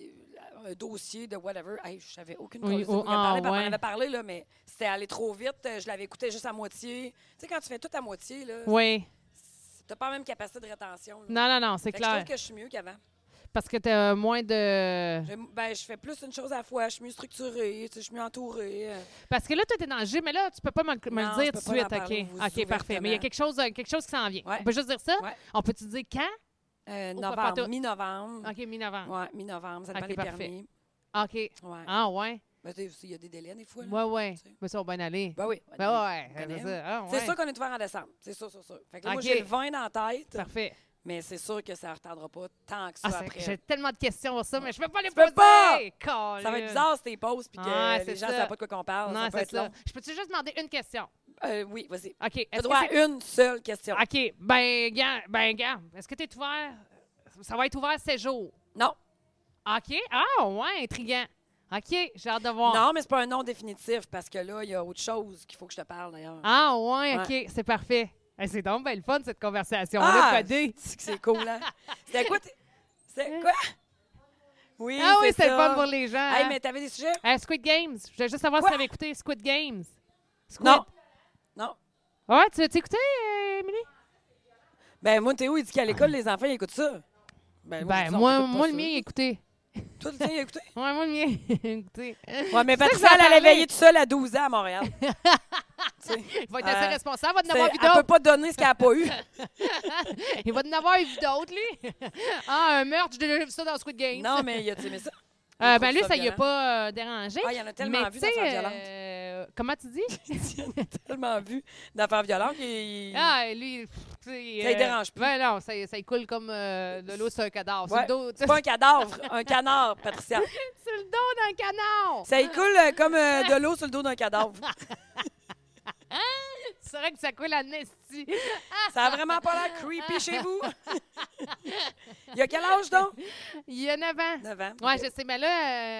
[SPEAKER 1] à un dossier de whatever. Hey, je savais aucune chose.
[SPEAKER 2] Oui, oh, ah,
[SPEAKER 1] on
[SPEAKER 2] ouais.
[SPEAKER 1] avait parlé, là, mais c'était allé trop vite. euh, Je l'avais écouté juste à moitié. Tu sais, quand tu fais tout à moitié, là,
[SPEAKER 2] Oui.
[SPEAKER 1] t'as pas la même capacité de rétention. là.
[SPEAKER 2] Non, non, non, c'est
[SPEAKER 1] Fait que je
[SPEAKER 2] clair.
[SPEAKER 1] trouve que je suis mieux qu'avant.
[SPEAKER 2] Parce que t'as moins de...
[SPEAKER 1] Je, ben, je fais plus une chose à la fois. Je suis mieux structurée, tu sais, je suis mieux entourée. euh.
[SPEAKER 2] Parce que là, toi, t'es dans le gym, mais là, tu peux pas me, le- me
[SPEAKER 1] Non,
[SPEAKER 2] le
[SPEAKER 1] je
[SPEAKER 2] dire
[SPEAKER 1] peux
[SPEAKER 2] tout
[SPEAKER 1] pas
[SPEAKER 2] de suite.
[SPEAKER 1] en parler,
[SPEAKER 2] OK,
[SPEAKER 1] vous
[SPEAKER 2] OK, parfait. Mais il y
[SPEAKER 1] ouvertement.
[SPEAKER 2] a quelque chose, euh, quelque chose qui s'en vient.
[SPEAKER 1] Ouais.
[SPEAKER 2] On peut juste dire ça?
[SPEAKER 1] Ouais.
[SPEAKER 2] On peut-tu dire quand?
[SPEAKER 1] Euh,
[SPEAKER 2] Au papa, toi.
[SPEAKER 1] novembre, mi-novembre.
[SPEAKER 2] OK, mi-novembre.
[SPEAKER 1] Ouais, mi-novembre, ça dépend
[SPEAKER 2] Ok,
[SPEAKER 1] des
[SPEAKER 2] parfait.
[SPEAKER 1] permis.
[SPEAKER 2] OK.
[SPEAKER 1] Mm. Ouais.
[SPEAKER 2] Ah, ouais.
[SPEAKER 1] Ben, tu sais, il y a des délais des fois. là.
[SPEAKER 2] Ouais, ouais.
[SPEAKER 1] Tu sais.
[SPEAKER 2] Mais ça va bien aller.
[SPEAKER 1] Ben oui.
[SPEAKER 2] Ben ouais.
[SPEAKER 1] connaît.
[SPEAKER 2] c'est ça. Ah,
[SPEAKER 1] C'est
[SPEAKER 2] ouais.
[SPEAKER 1] sûr qu'on est ouvert en décembre. C'est sûr, sûr, sûr. Fait que là,
[SPEAKER 2] OK.
[SPEAKER 1] moi, j'ai le 20 dans la tête,
[SPEAKER 2] Parfait.
[SPEAKER 1] Mais c'est sûr que ça ne retardera pas tant que ça
[SPEAKER 2] Ah, c'est-
[SPEAKER 1] après.
[SPEAKER 2] J'ai tellement de questions sur ça, mais je ne peux pas les
[SPEAKER 1] Tu peux
[SPEAKER 2] poser!
[SPEAKER 1] pas!
[SPEAKER 2] Colin.
[SPEAKER 1] Ça va être bizarre si t'es pauses puis que
[SPEAKER 2] Ah,
[SPEAKER 1] les
[SPEAKER 2] c'est
[SPEAKER 1] gens ne
[SPEAKER 2] ça.
[SPEAKER 1] savent pas de quoi qu'on parle.
[SPEAKER 2] Non,
[SPEAKER 1] ça peut
[SPEAKER 2] c'est
[SPEAKER 1] être
[SPEAKER 2] ça.
[SPEAKER 1] long.
[SPEAKER 2] Je peux-tu juste demander une question?
[SPEAKER 1] Euh, oui, vas-y.
[SPEAKER 2] OK.
[SPEAKER 1] T'as
[SPEAKER 2] Est-ce
[SPEAKER 1] droit
[SPEAKER 2] que
[SPEAKER 1] à une seule question.
[SPEAKER 2] c'est- OK. Ben, gars, ben, gars, est-ce que tu es ouvert? Ça va être ouvert 7 jours.
[SPEAKER 1] Non.
[SPEAKER 2] OK. Ah, ouais, intriguant. OK, j'ai hâte de voir.
[SPEAKER 1] Non, mais c'est pas un nom définitif parce que là, il y a autre chose qu'il faut que je te parle d'ailleurs.
[SPEAKER 2] Ah, ouais, OK,
[SPEAKER 1] Ouais.
[SPEAKER 2] c'est parfait. Eh, c'est donc ben le fun, cette conversation-là,
[SPEAKER 1] Ah,
[SPEAKER 2] Codé.
[SPEAKER 1] c'est que c'est cool, hein? C'était quoi? t- C'est quoi? Oui,
[SPEAKER 2] Ah oui,
[SPEAKER 1] c'est
[SPEAKER 2] c'est le fun
[SPEAKER 1] ça.
[SPEAKER 2] pour les gens.
[SPEAKER 1] Hey,
[SPEAKER 2] hein.
[SPEAKER 1] mais t'avais des sujets?
[SPEAKER 2] Euh, Squid Games. Je voulais juste savoir
[SPEAKER 1] Quoi?
[SPEAKER 2] si t'avais écouté Squid Games. Squid.
[SPEAKER 1] Non. Non.
[SPEAKER 2] Ouais, tu l'as-tu écouté, euh, Émilie?
[SPEAKER 1] Ben, moi, Théo, il dit qu'à l'école, les enfants, ils écoutent ça. Ben, je
[SPEAKER 2] Ah. Ben,
[SPEAKER 1] dis, on
[SPEAKER 2] moi,
[SPEAKER 1] t'écoute pas
[SPEAKER 2] moi
[SPEAKER 1] ça.
[SPEAKER 2] le mien, il a écouté.
[SPEAKER 1] Toi, tu t'es écouté?
[SPEAKER 2] Ouais, moi, le mien, [LAUGHS] il a écouté.
[SPEAKER 1] Ouais, mais
[SPEAKER 2] C'est ça que
[SPEAKER 1] Patricia,
[SPEAKER 2] je vais
[SPEAKER 1] elle a
[SPEAKER 2] parler.
[SPEAKER 1] réveillé tout seul à 12 ans à
[SPEAKER 2] [LAUGHS]
[SPEAKER 1] Montréal. Tu sais,
[SPEAKER 2] Il va être assez
[SPEAKER 1] Euh,
[SPEAKER 2] responsable, il va en avoir
[SPEAKER 1] c'est-
[SPEAKER 2] vu
[SPEAKER 1] elle peut
[SPEAKER 2] d'autres.
[SPEAKER 1] pas donner ce qu'elle a pas
[SPEAKER 2] [LAUGHS]
[SPEAKER 1] eu.
[SPEAKER 2] Il va en avoir vu d'autres, lui. [LAUGHS] ah, un meurtre, j'ai déjà vu ça dans Squid Games.
[SPEAKER 1] Non, mais il a aimé ça.
[SPEAKER 2] Euh,
[SPEAKER 1] Il
[SPEAKER 2] ben,
[SPEAKER 1] trouve
[SPEAKER 2] lui,
[SPEAKER 1] ça
[SPEAKER 2] ça y a
[SPEAKER 1] violent.
[SPEAKER 2] pas euh, dérangé.
[SPEAKER 1] Ah, il y en a tellement
[SPEAKER 2] Mais
[SPEAKER 1] vu
[SPEAKER 2] tu sais,
[SPEAKER 1] d'affaires violentes.
[SPEAKER 2] euh, comment tu
[SPEAKER 1] [LAUGHS]
[SPEAKER 2] dis?
[SPEAKER 1] tellement vu d'affaires violentes. qu'il-
[SPEAKER 2] ah, lui, pff, tu sais,
[SPEAKER 1] Ça y dérange plus.
[SPEAKER 2] Ben non, ça, y- ça y coule comme euh, de l'eau sur un cadavre.
[SPEAKER 1] Ouais.
[SPEAKER 2] C'est le dos,
[SPEAKER 1] C'est pas un cadavre, un canard, Patricia.
[SPEAKER 2] c'est le dos d'un canard.
[SPEAKER 1] Ça y coule euh, comme euh, de l'eau sur le dos d'un cadavre.
[SPEAKER 2] C'est vrai que ça coule à Nestie.
[SPEAKER 1] Ça a vraiment pas l'air creepy chez vous. [LAUGHS] Il y a quel âge, donc?
[SPEAKER 2] Il y a 9 ans.
[SPEAKER 1] 9 ans.
[SPEAKER 2] Oui,
[SPEAKER 1] Ok.
[SPEAKER 2] je sais, mais là,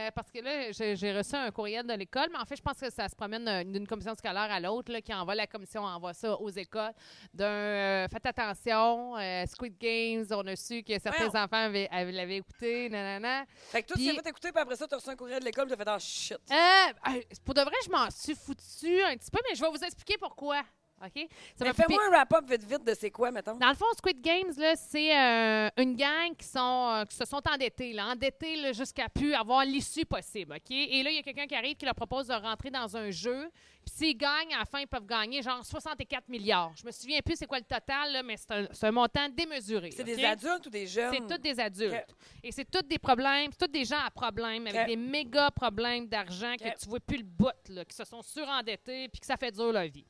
[SPEAKER 2] euh, parce que là, j'ai j'ai reçu un courriel de l'école, mais en fait, je pense que ça se promène euh, d'une commission scolaire à l'autre, là, qui envoie la commission, envoie ça aux écoles. D'un euh, faites attention, euh, Squid Games, on a su que certains
[SPEAKER 1] Voyons.
[SPEAKER 2] enfants avaient- avaient- l'avaient écouté, nanana.
[SPEAKER 1] Fait que toi, tu
[SPEAKER 2] Puis-
[SPEAKER 1] t'es fait écouter, puis après ça, t'as reçu un courrier de l'école, t'as fait « Ah, shit!
[SPEAKER 2] Euh, euh, pour de vrai, je m'en suis foutu un petit peu, mais je vais vous expliquer pourquoi. OK? » Ça
[SPEAKER 1] Mais
[SPEAKER 2] m'a piqué-
[SPEAKER 1] fais-moi un wrap-up vite-vite de c'est quoi, mettons.
[SPEAKER 2] Dans le fond, Squid Games, là, c'est euh, une gang qui, sont, euh, qui se sont endettés, là, endettés là, jusqu'à plus avoir l'issue possible. ok Et là, il y a quelqu'un qui arrive qui leur propose de rentrer dans un jeu. Puis s'ils gagnent, à la fin, ils peuvent gagner genre 64 milliards. Je me souviens plus c'est quoi le total, là, mais c'est un, c'est un montant démesuré.
[SPEAKER 1] C'est
[SPEAKER 2] ok?
[SPEAKER 1] des adultes ou des jeunes?
[SPEAKER 2] C'est tous des adultes.
[SPEAKER 1] Ok.
[SPEAKER 2] Et c'est tous des problèmes, c'est tous des gens à problème, avec
[SPEAKER 1] Ok.
[SPEAKER 2] des méga problèmes d'argent
[SPEAKER 1] Ok.
[SPEAKER 2] que tu vois plus le bout, là, qui se sont surendettés puis que ça fait dur leur vie.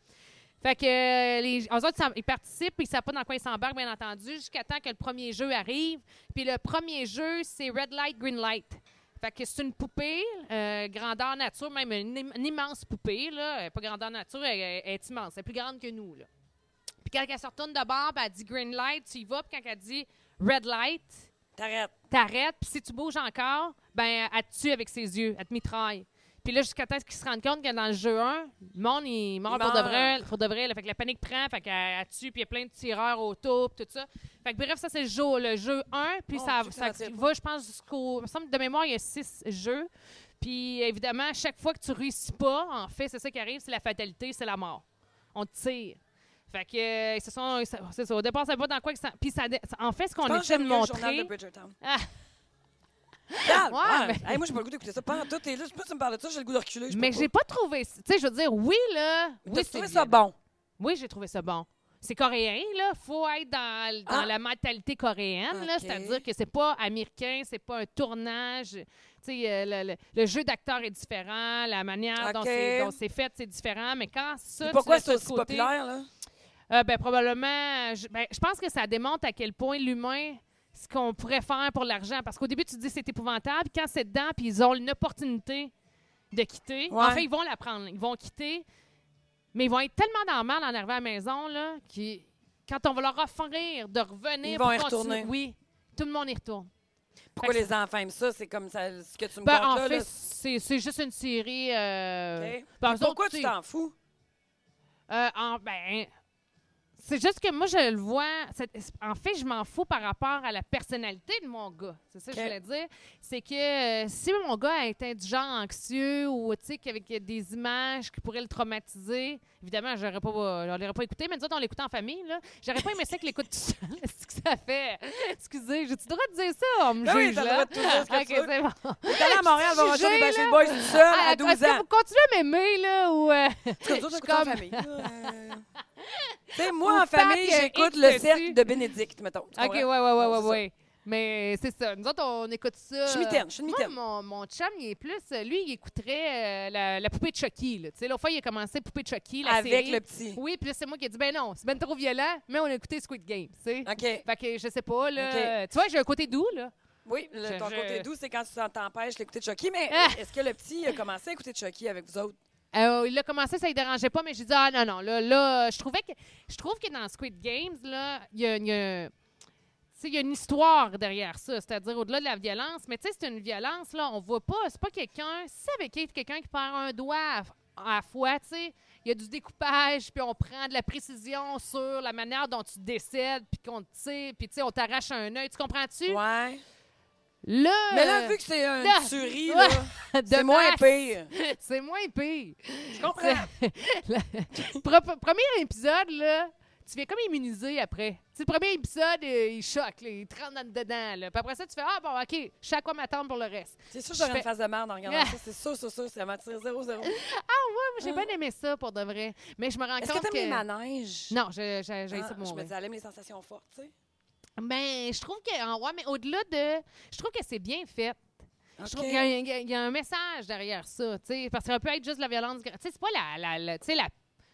[SPEAKER 2] Fait que euh, les eux autres, ils participent, puis ils savent pas dans quoi ils s'embarquent, bien entendu, jusqu'à temps que le premier jeu arrive. Puis le premier jeu, c'est Red Light, Green Light. Fait que c'est une poupée, euh, grandeur nature, même une, im- une immense poupée, là. Elle est Pas grandeur nature, elle, elle- elle est immense. Elle est plus grande que nous, là. Puis quand elle se retourne de bord, ben, elle dit green light, tu y vas. Puis quand elle dit red light,
[SPEAKER 1] T'arrêtes.
[SPEAKER 2] t'arrêtes. Puis si tu bouges encore, ben, elle te tue avec ses yeux, elle te mitraille. Puis là, jusqu'à temps qu'ils se rendent compte que dans le jeu 1, le monde, il meurt
[SPEAKER 1] Il
[SPEAKER 2] pour de
[SPEAKER 1] meurt.
[SPEAKER 2] vrai. Pour de vrai là. fait que la panique prend, fait qu'elle elle tue, puis il y a plein de tireurs autour, puis tout ça. Fait que bref, ça, c'est le jeu, le jeu 1. Puis
[SPEAKER 1] Mon
[SPEAKER 2] ça,
[SPEAKER 1] Dieu,
[SPEAKER 2] ça
[SPEAKER 1] comment Oh, c'est
[SPEAKER 2] va, je pense, jusqu'au... il me semble, de mémoire, il y a six jeux. Puis évidemment, chaque fois que tu réussis pas, en fait, c'est ça qui arrive, c'est la fatalité, c'est la mort. On te tire. Fait que, euh, ils se sont, ils se- c'est ça, au départ, ça va dans quoi que ça. Puis ça, en fait, ce qu'on
[SPEAKER 1] Je pense que
[SPEAKER 2] essaie de
[SPEAKER 1] j'aime mieux le journal
[SPEAKER 2] montrer.
[SPEAKER 1] de Bridgertown.
[SPEAKER 2] [LAUGHS] Ah.
[SPEAKER 1] Calme,
[SPEAKER 2] Ouais,
[SPEAKER 1] ouais.
[SPEAKER 2] mais-
[SPEAKER 1] Hey, moi, j'ai pas le goût d'écouter ça. Pendant tout, t'es là, je sais pas si tu me parles de ça, j'ai le goût de reculer. je
[SPEAKER 2] Mais
[SPEAKER 1] peux
[SPEAKER 2] j'ai pas trouvé. ça- Tu sais, je veux dire, oui, là.
[SPEAKER 1] pas.
[SPEAKER 2] Oui,
[SPEAKER 1] T'as
[SPEAKER 2] c'est
[SPEAKER 1] trouvé ça
[SPEAKER 2] violent.
[SPEAKER 1] bon.
[SPEAKER 2] Oui, j'ai trouvé ça bon. C'est coréen, là. Faut être dans, l- dans
[SPEAKER 1] Ah.
[SPEAKER 2] la mentalité coréenne, là.
[SPEAKER 1] Ok.
[SPEAKER 2] C'est-à-dire que c'est pas américain, c'est pas un tournage. Tu sais, euh, le, le- le jeu d'acteur est différent, la manière dont
[SPEAKER 1] Ok.
[SPEAKER 2] c'est dont c'est fait, c'est différent. Mais quand ça.
[SPEAKER 1] Et
[SPEAKER 2] tu
[SPEAKER 1] pourquoi
[SPEAKER 2] laisses
[SPEAKER 1] c'est
[SPEAKER 2] ça de
[SPEAKER 1] aussi
[SPEAKER 2] côté-
[SPEAKER 1] populaire, là?
[SPEAKER 2] Euh, ben, probablement. Je, ben, je pense que ça démontre à quel point l'humain, ce qu'on pourrait faire pour l'argent. Parce qu'au début, tu te dis c'est épouvantable. Quand c'est dedans, puis ils ont une opportunité de quitter.
[SPEAKER 1] Ouais.
[SPEAKER 2] En fait, ils vont la prendre. Ils vont quitter. Mais ils vont être tellement dans le mal en arrivant à la maison, là, qui quand on va leur offrir de revenir.
[SPEAKER 1] Ils vont
[SPEAKER 2] pour
[SPEAKER 1] y
[SPEAKER 2] continuer-
[SPEAKER 1] retourner.
[SPEAKER 2] Oui. Tout le monde y retourne.
[SPEAKER 1] Pourquoi
[SPEAKER 2] Fait que
[SPEAKER 1] les enfants aiment ça? C'est comme ça, ce que tu me
[SPEAKER 2] Ben,
[SPEAKER 1] contes
[SPEAKER 2] en
[SPEAKER 1] là.
[SPEAKER 2] fait,
[SPEAKER 1] là,
[SPEAKER 2] c'est c'est juste une série. euh,
[SPEAKER 1] Ok.
[SPEAKER 2] ben, eux
[SPEAKER 1] Pourquoi
[SPEAKER 2] autres,
[SPEAKER 1] tu
[SPEAKER 2] sais-
[SPEAKER 1] t'en fous?
[SPEAKER 2] Euh, en- ben, c'est juste que moi, je le vois. c'est- En fait, je m'en fous par rapport à la personnalité de mon gars. C'est ça que je
[SPEAKER 1] Ok.
[SPEAKER 2] voulais dire. C'est que euh, si mon gars est indigent, anxieux ou tu sais, qu'avec des images qui pourraient le traumatiser, évidemment, je l'aurais pas, on l'aurait pas écouté, mais nous autres, on l'écoute en famille. là. J'aurais pas aimé ça qu'il l'écoute tout seul. [LAUGHS] C'est ce que ça fait. Excusez, j'ai-tu le droit de dire ça? On me
[SPEAKER 1] Ben oui,
[SPEAKER 2] juge,
[SPEAKER 1] t'as le
[SPEAKER 2] là.
[SPEAKER 1] droit de tout dire ce que
[SPEAKER 2] [LAUGHS] Ok,
[SPEAKER 1] tu veux.
[SPEAKER 2] c'est bon.
[SPEAKER 1] T'es allé à Montréal voir un show des
[SPEAKER 2] jugée,
[SPEAKER 1] Backstreet
[SPEAKER 2] là.
[SPEAKER 1] Boys tout seul
[SPEAKER 2] Ah,
[SPEAKER 1] à 12
[SPEAKER 2] Est-ce que
[SPEAKER 1] ans.
[SPEAKER 2] vous continuez à m'aimer, là? Ou, euh,
[SPEAKER 1] Parce que nous autres, on écoute ça en
[SPEAKER 2] [LAUGHS]
[SPEAKER 1] famille. Euh, Tu sais, moi,
[SPEAKER 2] Ou
[SPEAKER 1] en famille,
[SPEAKER 2] Pat, euh,
[SPEAKER 1] j'écoute
[SPEAKER 2] X
[SPEAKER 1] le
[SPEAKER 2] dessus.
[SPEAKER 1] cercle de Bénédicte, mettons. Tu
[SPEAKER 2] OK, ouais,
[SPEAKER 1] comprends?
[SPEAKER 2] ouais, ouais,
[SPEAKER 1] Non,
[SPEAKER 2] ouais,
[SPEAKER 1] c'est ça.
[SPEAKER 2] ouais. Mais euh, c'est ça. Nous autres, on écoute ça.
[SPEAKER 1] Je suis mitaine, je suis une
[SPEAKER 2] Moi,
[SPEAKER 1] mitaine.
[SPEAKER 2] mon, mon chum, il est plus. euh, Lui, il écouterait euh, la, la poupée de Chucky. Là. Tu sais, l'autre fois, il a commencé Poupée de Chucky, la
[SPEAKER 1] Avec
[SPEAKER 2] série.
[SPEAKER 1] le petit.
[SPEAKER 2] Oui, puis là, c'est moi qui ai dit, ben non, c'est ben trop violent, mais on a écouté Squid Game, tu sais.
[SPEAKER 1] OK.
[SPEAKER 2] Fait que je sais pas, là.
[SPEAKER 1] OK.
[SPEAKER 2] euh, Tu vois, j'ai un côté doux, là.
[SPEAKER 1] Oui, le-
[SPEAKER 2] Je-
[SPEAKER 1] ton
[SPEAKER 2] je-
[SPEAKER 1] côté doux, c'est quand tu t'en- t'empêches d'écouter Chucky. Mais
[SPEAKER 2] Ah!
[SPEAKER 1] est-ce que le petit a commencé à écouter Chucky avec vous autres?
[SPEAKER 2] Euh, il a commencé, ça ne dérangeait pas, mais j'ai dit, ah non, non, là, là, je trouvais que, je trouve que dans Squid Games, là, il y a, il y a- tu sais, il y a une histoire derrière ça, c'est-à-dire au-delà de la violence, mais tu sais, c'est une violence, là, on voit pas, c'est pas quelqu'un, si ça avait été quelqu'un qui perd un doigt à, à la fois, tu sais, il y a du découpage, puis on prend de la précision sur la manière dont tu décèdes, puis qu'on, te tire, puis tu sais, on t'arrache un œil, tu comprends-tu?
[SPEAKER 1] Ouais.
[SPEAKER 2] Là,
[SPEAKER 1] Mais là, vu que c'est une
[SPEAKER 2] ah!
[SPEAKER 1] tuerie,
[SPEAKER 2] Ouais.
[SPEAKER 1] là,
[SPEAKER 2] de
[SPEAKER 1] c'est moins
[SPEAKER 2] masse,
[SPEAKER 1] pire.
[SPEAKER 2] [LAUGHS] c'est moins pire.
[SPEAKER 1] Je comprends.
[SPEAKER 2] C'est- Le [LAUGHS] pro- premier épisode, là, tu viens comme immunisé après. Tu sais, le premier épisode, euh, il choque, là, il te rentre dans- dedans. Là. Puis après ça, tu fais Ah, bon, OK, je sais à quoi m'attendre pour le reste.
[SPEAKER 1] C'est sûr que j'aurais
[SPEAKER 2] Je
[SPEAKER 1] une face de merde en regardant
[SPEAKER 2] Ah!
[SPEAKER 1] ça. C'est sûr, c'est sûr. Ça m'attire 0-0.
[SPEAKER 2] Moi,
[SPEAKER 1] Ah.
[SPEAKER 2] j'ai bien aimé ça pour de vrai. Mais je me rends
[SPEAKER 1] Est-ce que
[SPEAKER 2] compte
[SPEAKER 1] t'aimes les
[SPEAKER 2] que.
[SPEAKER 1] manèges?
[SPEAKER 2] Non, j'ai j'ai
[SPEAKER 1] Hein?
[SPEAKER 2] ça
[SPEAKER 1] je
[SPEAKER 2] pour
[SPEAKER 1] me
[SPEAKER 2] moi.
[SPEAKER 1] dis, elle aime les sensations fortes, tu sais.
[SPEAKER 2] Mais je trouve que, en- ouais, mais au-delà de. Je trouve que c'est bien fait. Je
[SPEAKER 1] Ok.
[SPEAKER 2] trouve qu'il y a- il y, a- il y a un message derrière ça, tu sais, parce que ça peut être juste la violence. gra- Tu sais, c'est pas la, la, la- tu sais, la-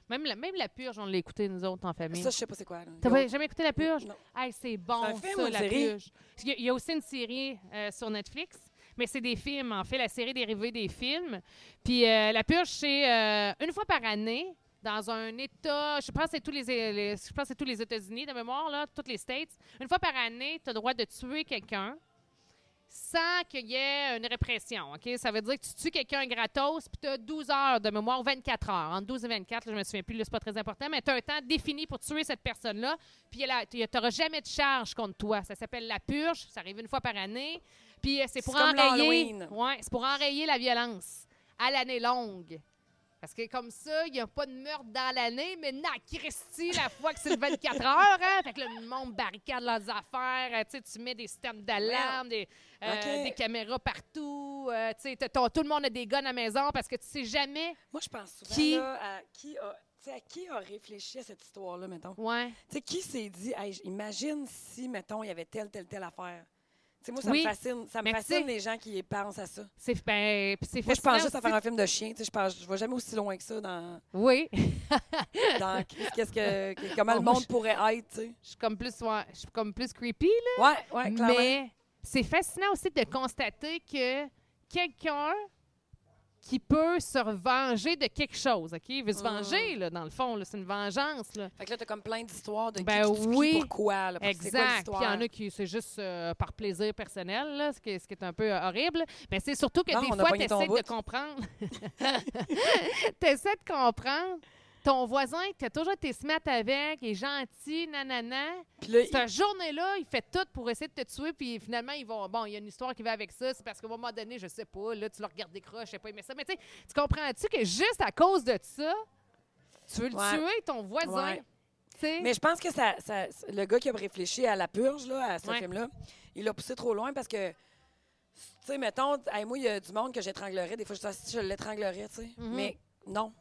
[SPEAKER 2] même la, même la purge, on l'a écouté nous autres en famille.
[SPEAKER 1] Ça, je sais pas c'est quoi. là.
[SPEAKER 2] T'as
[SPEAKER 1] Yo.
[SPEAKER 2] pas- jamais écouté la purge?
[SPEAKER 1] Non.
[SPEAKER 2] Hey, c'est bon,
[SPEAKER 1] C'est un film
[SPEAKER 2] ça,
[SPEAKER 1] ou une
[SPEAKER 2] la
[SPEAKER 1] série?
[SPEAKER 2] purge. Il y a- il y, a aussi une série euh, sur Netflix, mais c'est des films, en fait, la série dérivée des films. Puis euh, la purge, c'est euh, une fois par année, dans un État, je pense que c'est tous les, les- je pense que c'est tous les États-Unis de mémoire, là, toutes les States. Une fois par année, tu as le droit de tuer quelqu'un sans qu'il y ait une répression. OK? Ça veut dire que tu tues quelqu'un gratos, puis tu as 12 heures de mémoire, 24 heures. Entre 12 et 24, là, je me souviens plus, là, c'est pas très important, mais tu as un temps défini pour tuer cette personne-là, puis tu n'auras jamais de charge contre toi. Ça s'appelle la purge, ça arrive une fois par année, puis euh, c'est pour
[SPEAKER 1] C'est comme
[SPEAKER 2] enrayer...
[SPEAKER 1] l'Halloween.
[SPEAKER 2] Ouais, c'est pour enrayer la violence à l'année longue. Parce que comme ça, il n'y a pas de meurtre dans l'année, mais na Christy, la fois que c'est le
[SPEAKER 1] [LAUGHS]
[SPEAKER 2] 24 heures, hein? Fait que là, le monde barricade leurs affaires. euh, tu sais, tu mets des systèmes d'alarme, des, euh,
[SPEAKER 1] OK.
[SPEAKER 2] des caméras partout. euh, tu sais, t'as- ton- tout le monde a des guns à la maison parce que tu sais jamais.
[SPEAKER 1] Moi, je pense souvent
[SPEAKER 2] Qui-
[SPEAKER 1] là, à, qui a, tu sais, à qui a réfléchi à cette histoire-là, mettons.
[SPEAKER 2] Ouais.
[SPEAKER 1] Tu sais, qui s'est dit, Hey, j- imagine si, mettons, il y avait telle, telle, telle affaire. Tu sais, moi, ça
[SPEAKER 2] Oui.
[SPEAKER 1] me fascine. Ça me
[SPEAKER 2] Mais tu sais-
[SPEAKER 1] fascine les gens qui pensent à ça.
[SPEAKER 2] C'est ben, pis c'est
[SPEAKER 1] Moi, je pense juste
[SPEAKER 2] fascinant
[SPEAKER 1] à faire
[SPEAKER 2] aussi.
[SPEAKER 1] un film de chien. Tu sais, je pense, je vais jamais aussi loin que ça dans,
[SPEAKER 2] Oui. [LAUGHS]
[SPEAKER 1] dans qu'est-ce que, que- comment
[SPEAKER 2] Bon,
[SPEAKER 1] le
[SPEAKER 2] moi,
[SPEAKER 1] monde
[SPEAKER 2] je-
[SPEAKER 1] pourrait être. tu sais.
[SPEAKER 2] Je suis comme plus, ouais, je suis comme plus creepy, là.
[SPEAKER 1] Ouais, ouais, clairement.
[SPEAKER 2] Mais c'est fascinant aussi de constater que quelqu'un qui peut se venger de quelque chose, OK? Il veut se
[SPEAKER 1] Mm.
[SPEAKER 2] venger, là, dans le fond. là. C'est une vengeance, là.
[SPEAKER 1] Fait que là, t'as comme plein d'histoires de qui,
[SPEAKER 2] Ben
[SPEAKER 1] qui, qui,
[SPEAKER 2] oui.
[SPEAKER 1] pourquoi. Là, parce que c'est quoi
[SPEAKER 2] Exact. Puis il y en
[SPEAKER 1] l'histoire?
[SPEAKER 2] a qui, c'est juste euh, par plaisir personnel, là, ce, qui, est- ce qui est un peu euh, horrible. Mais c'est surtout que
[SPEAKER 1] Non,
[SPEAKER 2] des
[SPEAKER 1] on a
[SPEAKER 2] fois, tu
[SPEAKER 1] pogné ton
[SPEAKER 2] essaies
[SPEAKER 1] bout.
[SPEAKER 2] de comprendre. [LAUGHS] tu essaies de comprendre ton voisin que tu as toujours été smart avec, il est gentil, nanana.
[SPEAKER 1] Puis là,
[SPEAKER 2] Cette journée-là, il fait tout pour essayer de te tuer, puis finalement, ils vont. Bon, il y a une histoire qui va avec ça, c'est parce qu'à un moment donné, je sais pas, là, tu le regardes des croches, je sais pas, mais ça. Mais tu sais, tu comprends-tu que juste à cause de ça, tu veux le
[SPEAKER 1] Ouais.
[SPEAKER 2] tuer, ton voisin?
[SPEAKER 1] Ouais.
[SPEAKER 2] Tu sais?
[SPEAKER 1] Mais je pense que ça, ça- le gars qui a réfléchi à la purge, là, à ce
[SPEAKER 2] Ouais.
[SPEAKER 1] film-là, il l'a poussé trop loin parce que, tu sais, mettons, hey, moi, il y a du monde que j'étranglerais. Des fois, je dis, Ah, si, je l'étranglerais, tu sais.
[SPEAKER 2] Mhm.
[SPEAKER 1] Mais non.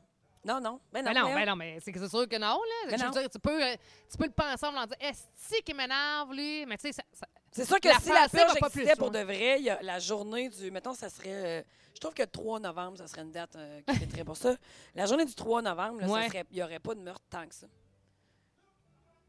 [SPEAKER 1] Non, non. Ben non,
[SPEAKER 2] Ben non,
[SPEAKER 1] voyons.
[SPEAKER 2] ben non, mais c'est que c'est sûr que non, là.
[SPEAKER 1] Ben
[SPEAKER 2] je veux
[SPEAKER 1] non.
[SPEAKER 2] dire, tu peux, euh, tu peux le penser en voulant dire, est-ce qu'il m'énerve, lui? Mais tu sais, ça, ça-
[SPEAKER 1] C'est sûr que
[SPEAKER 2] La
[SPEAKER 1] si la
[SPEAKER 2] pensée va
[SPEAKER 1] purge
[SPEAKER 2] pas
[SPEAKER 1] existait
[SPEAKER 2] plus
[SPEAKER 1] pour
[SPEAKER 2] loin.
[SPEAKER 1] de vrai, il y a la journée du. Mettons, ça serait. euh, je trouve que le 3 novembre, ça serait une date euh, qui fêterait pour ça. La journée du 3 novembre, là, ça
[SPEAKER 2] Ouais.
[SPEAKER 1] serait- il n'y aurait pas de meurtre tant que ça.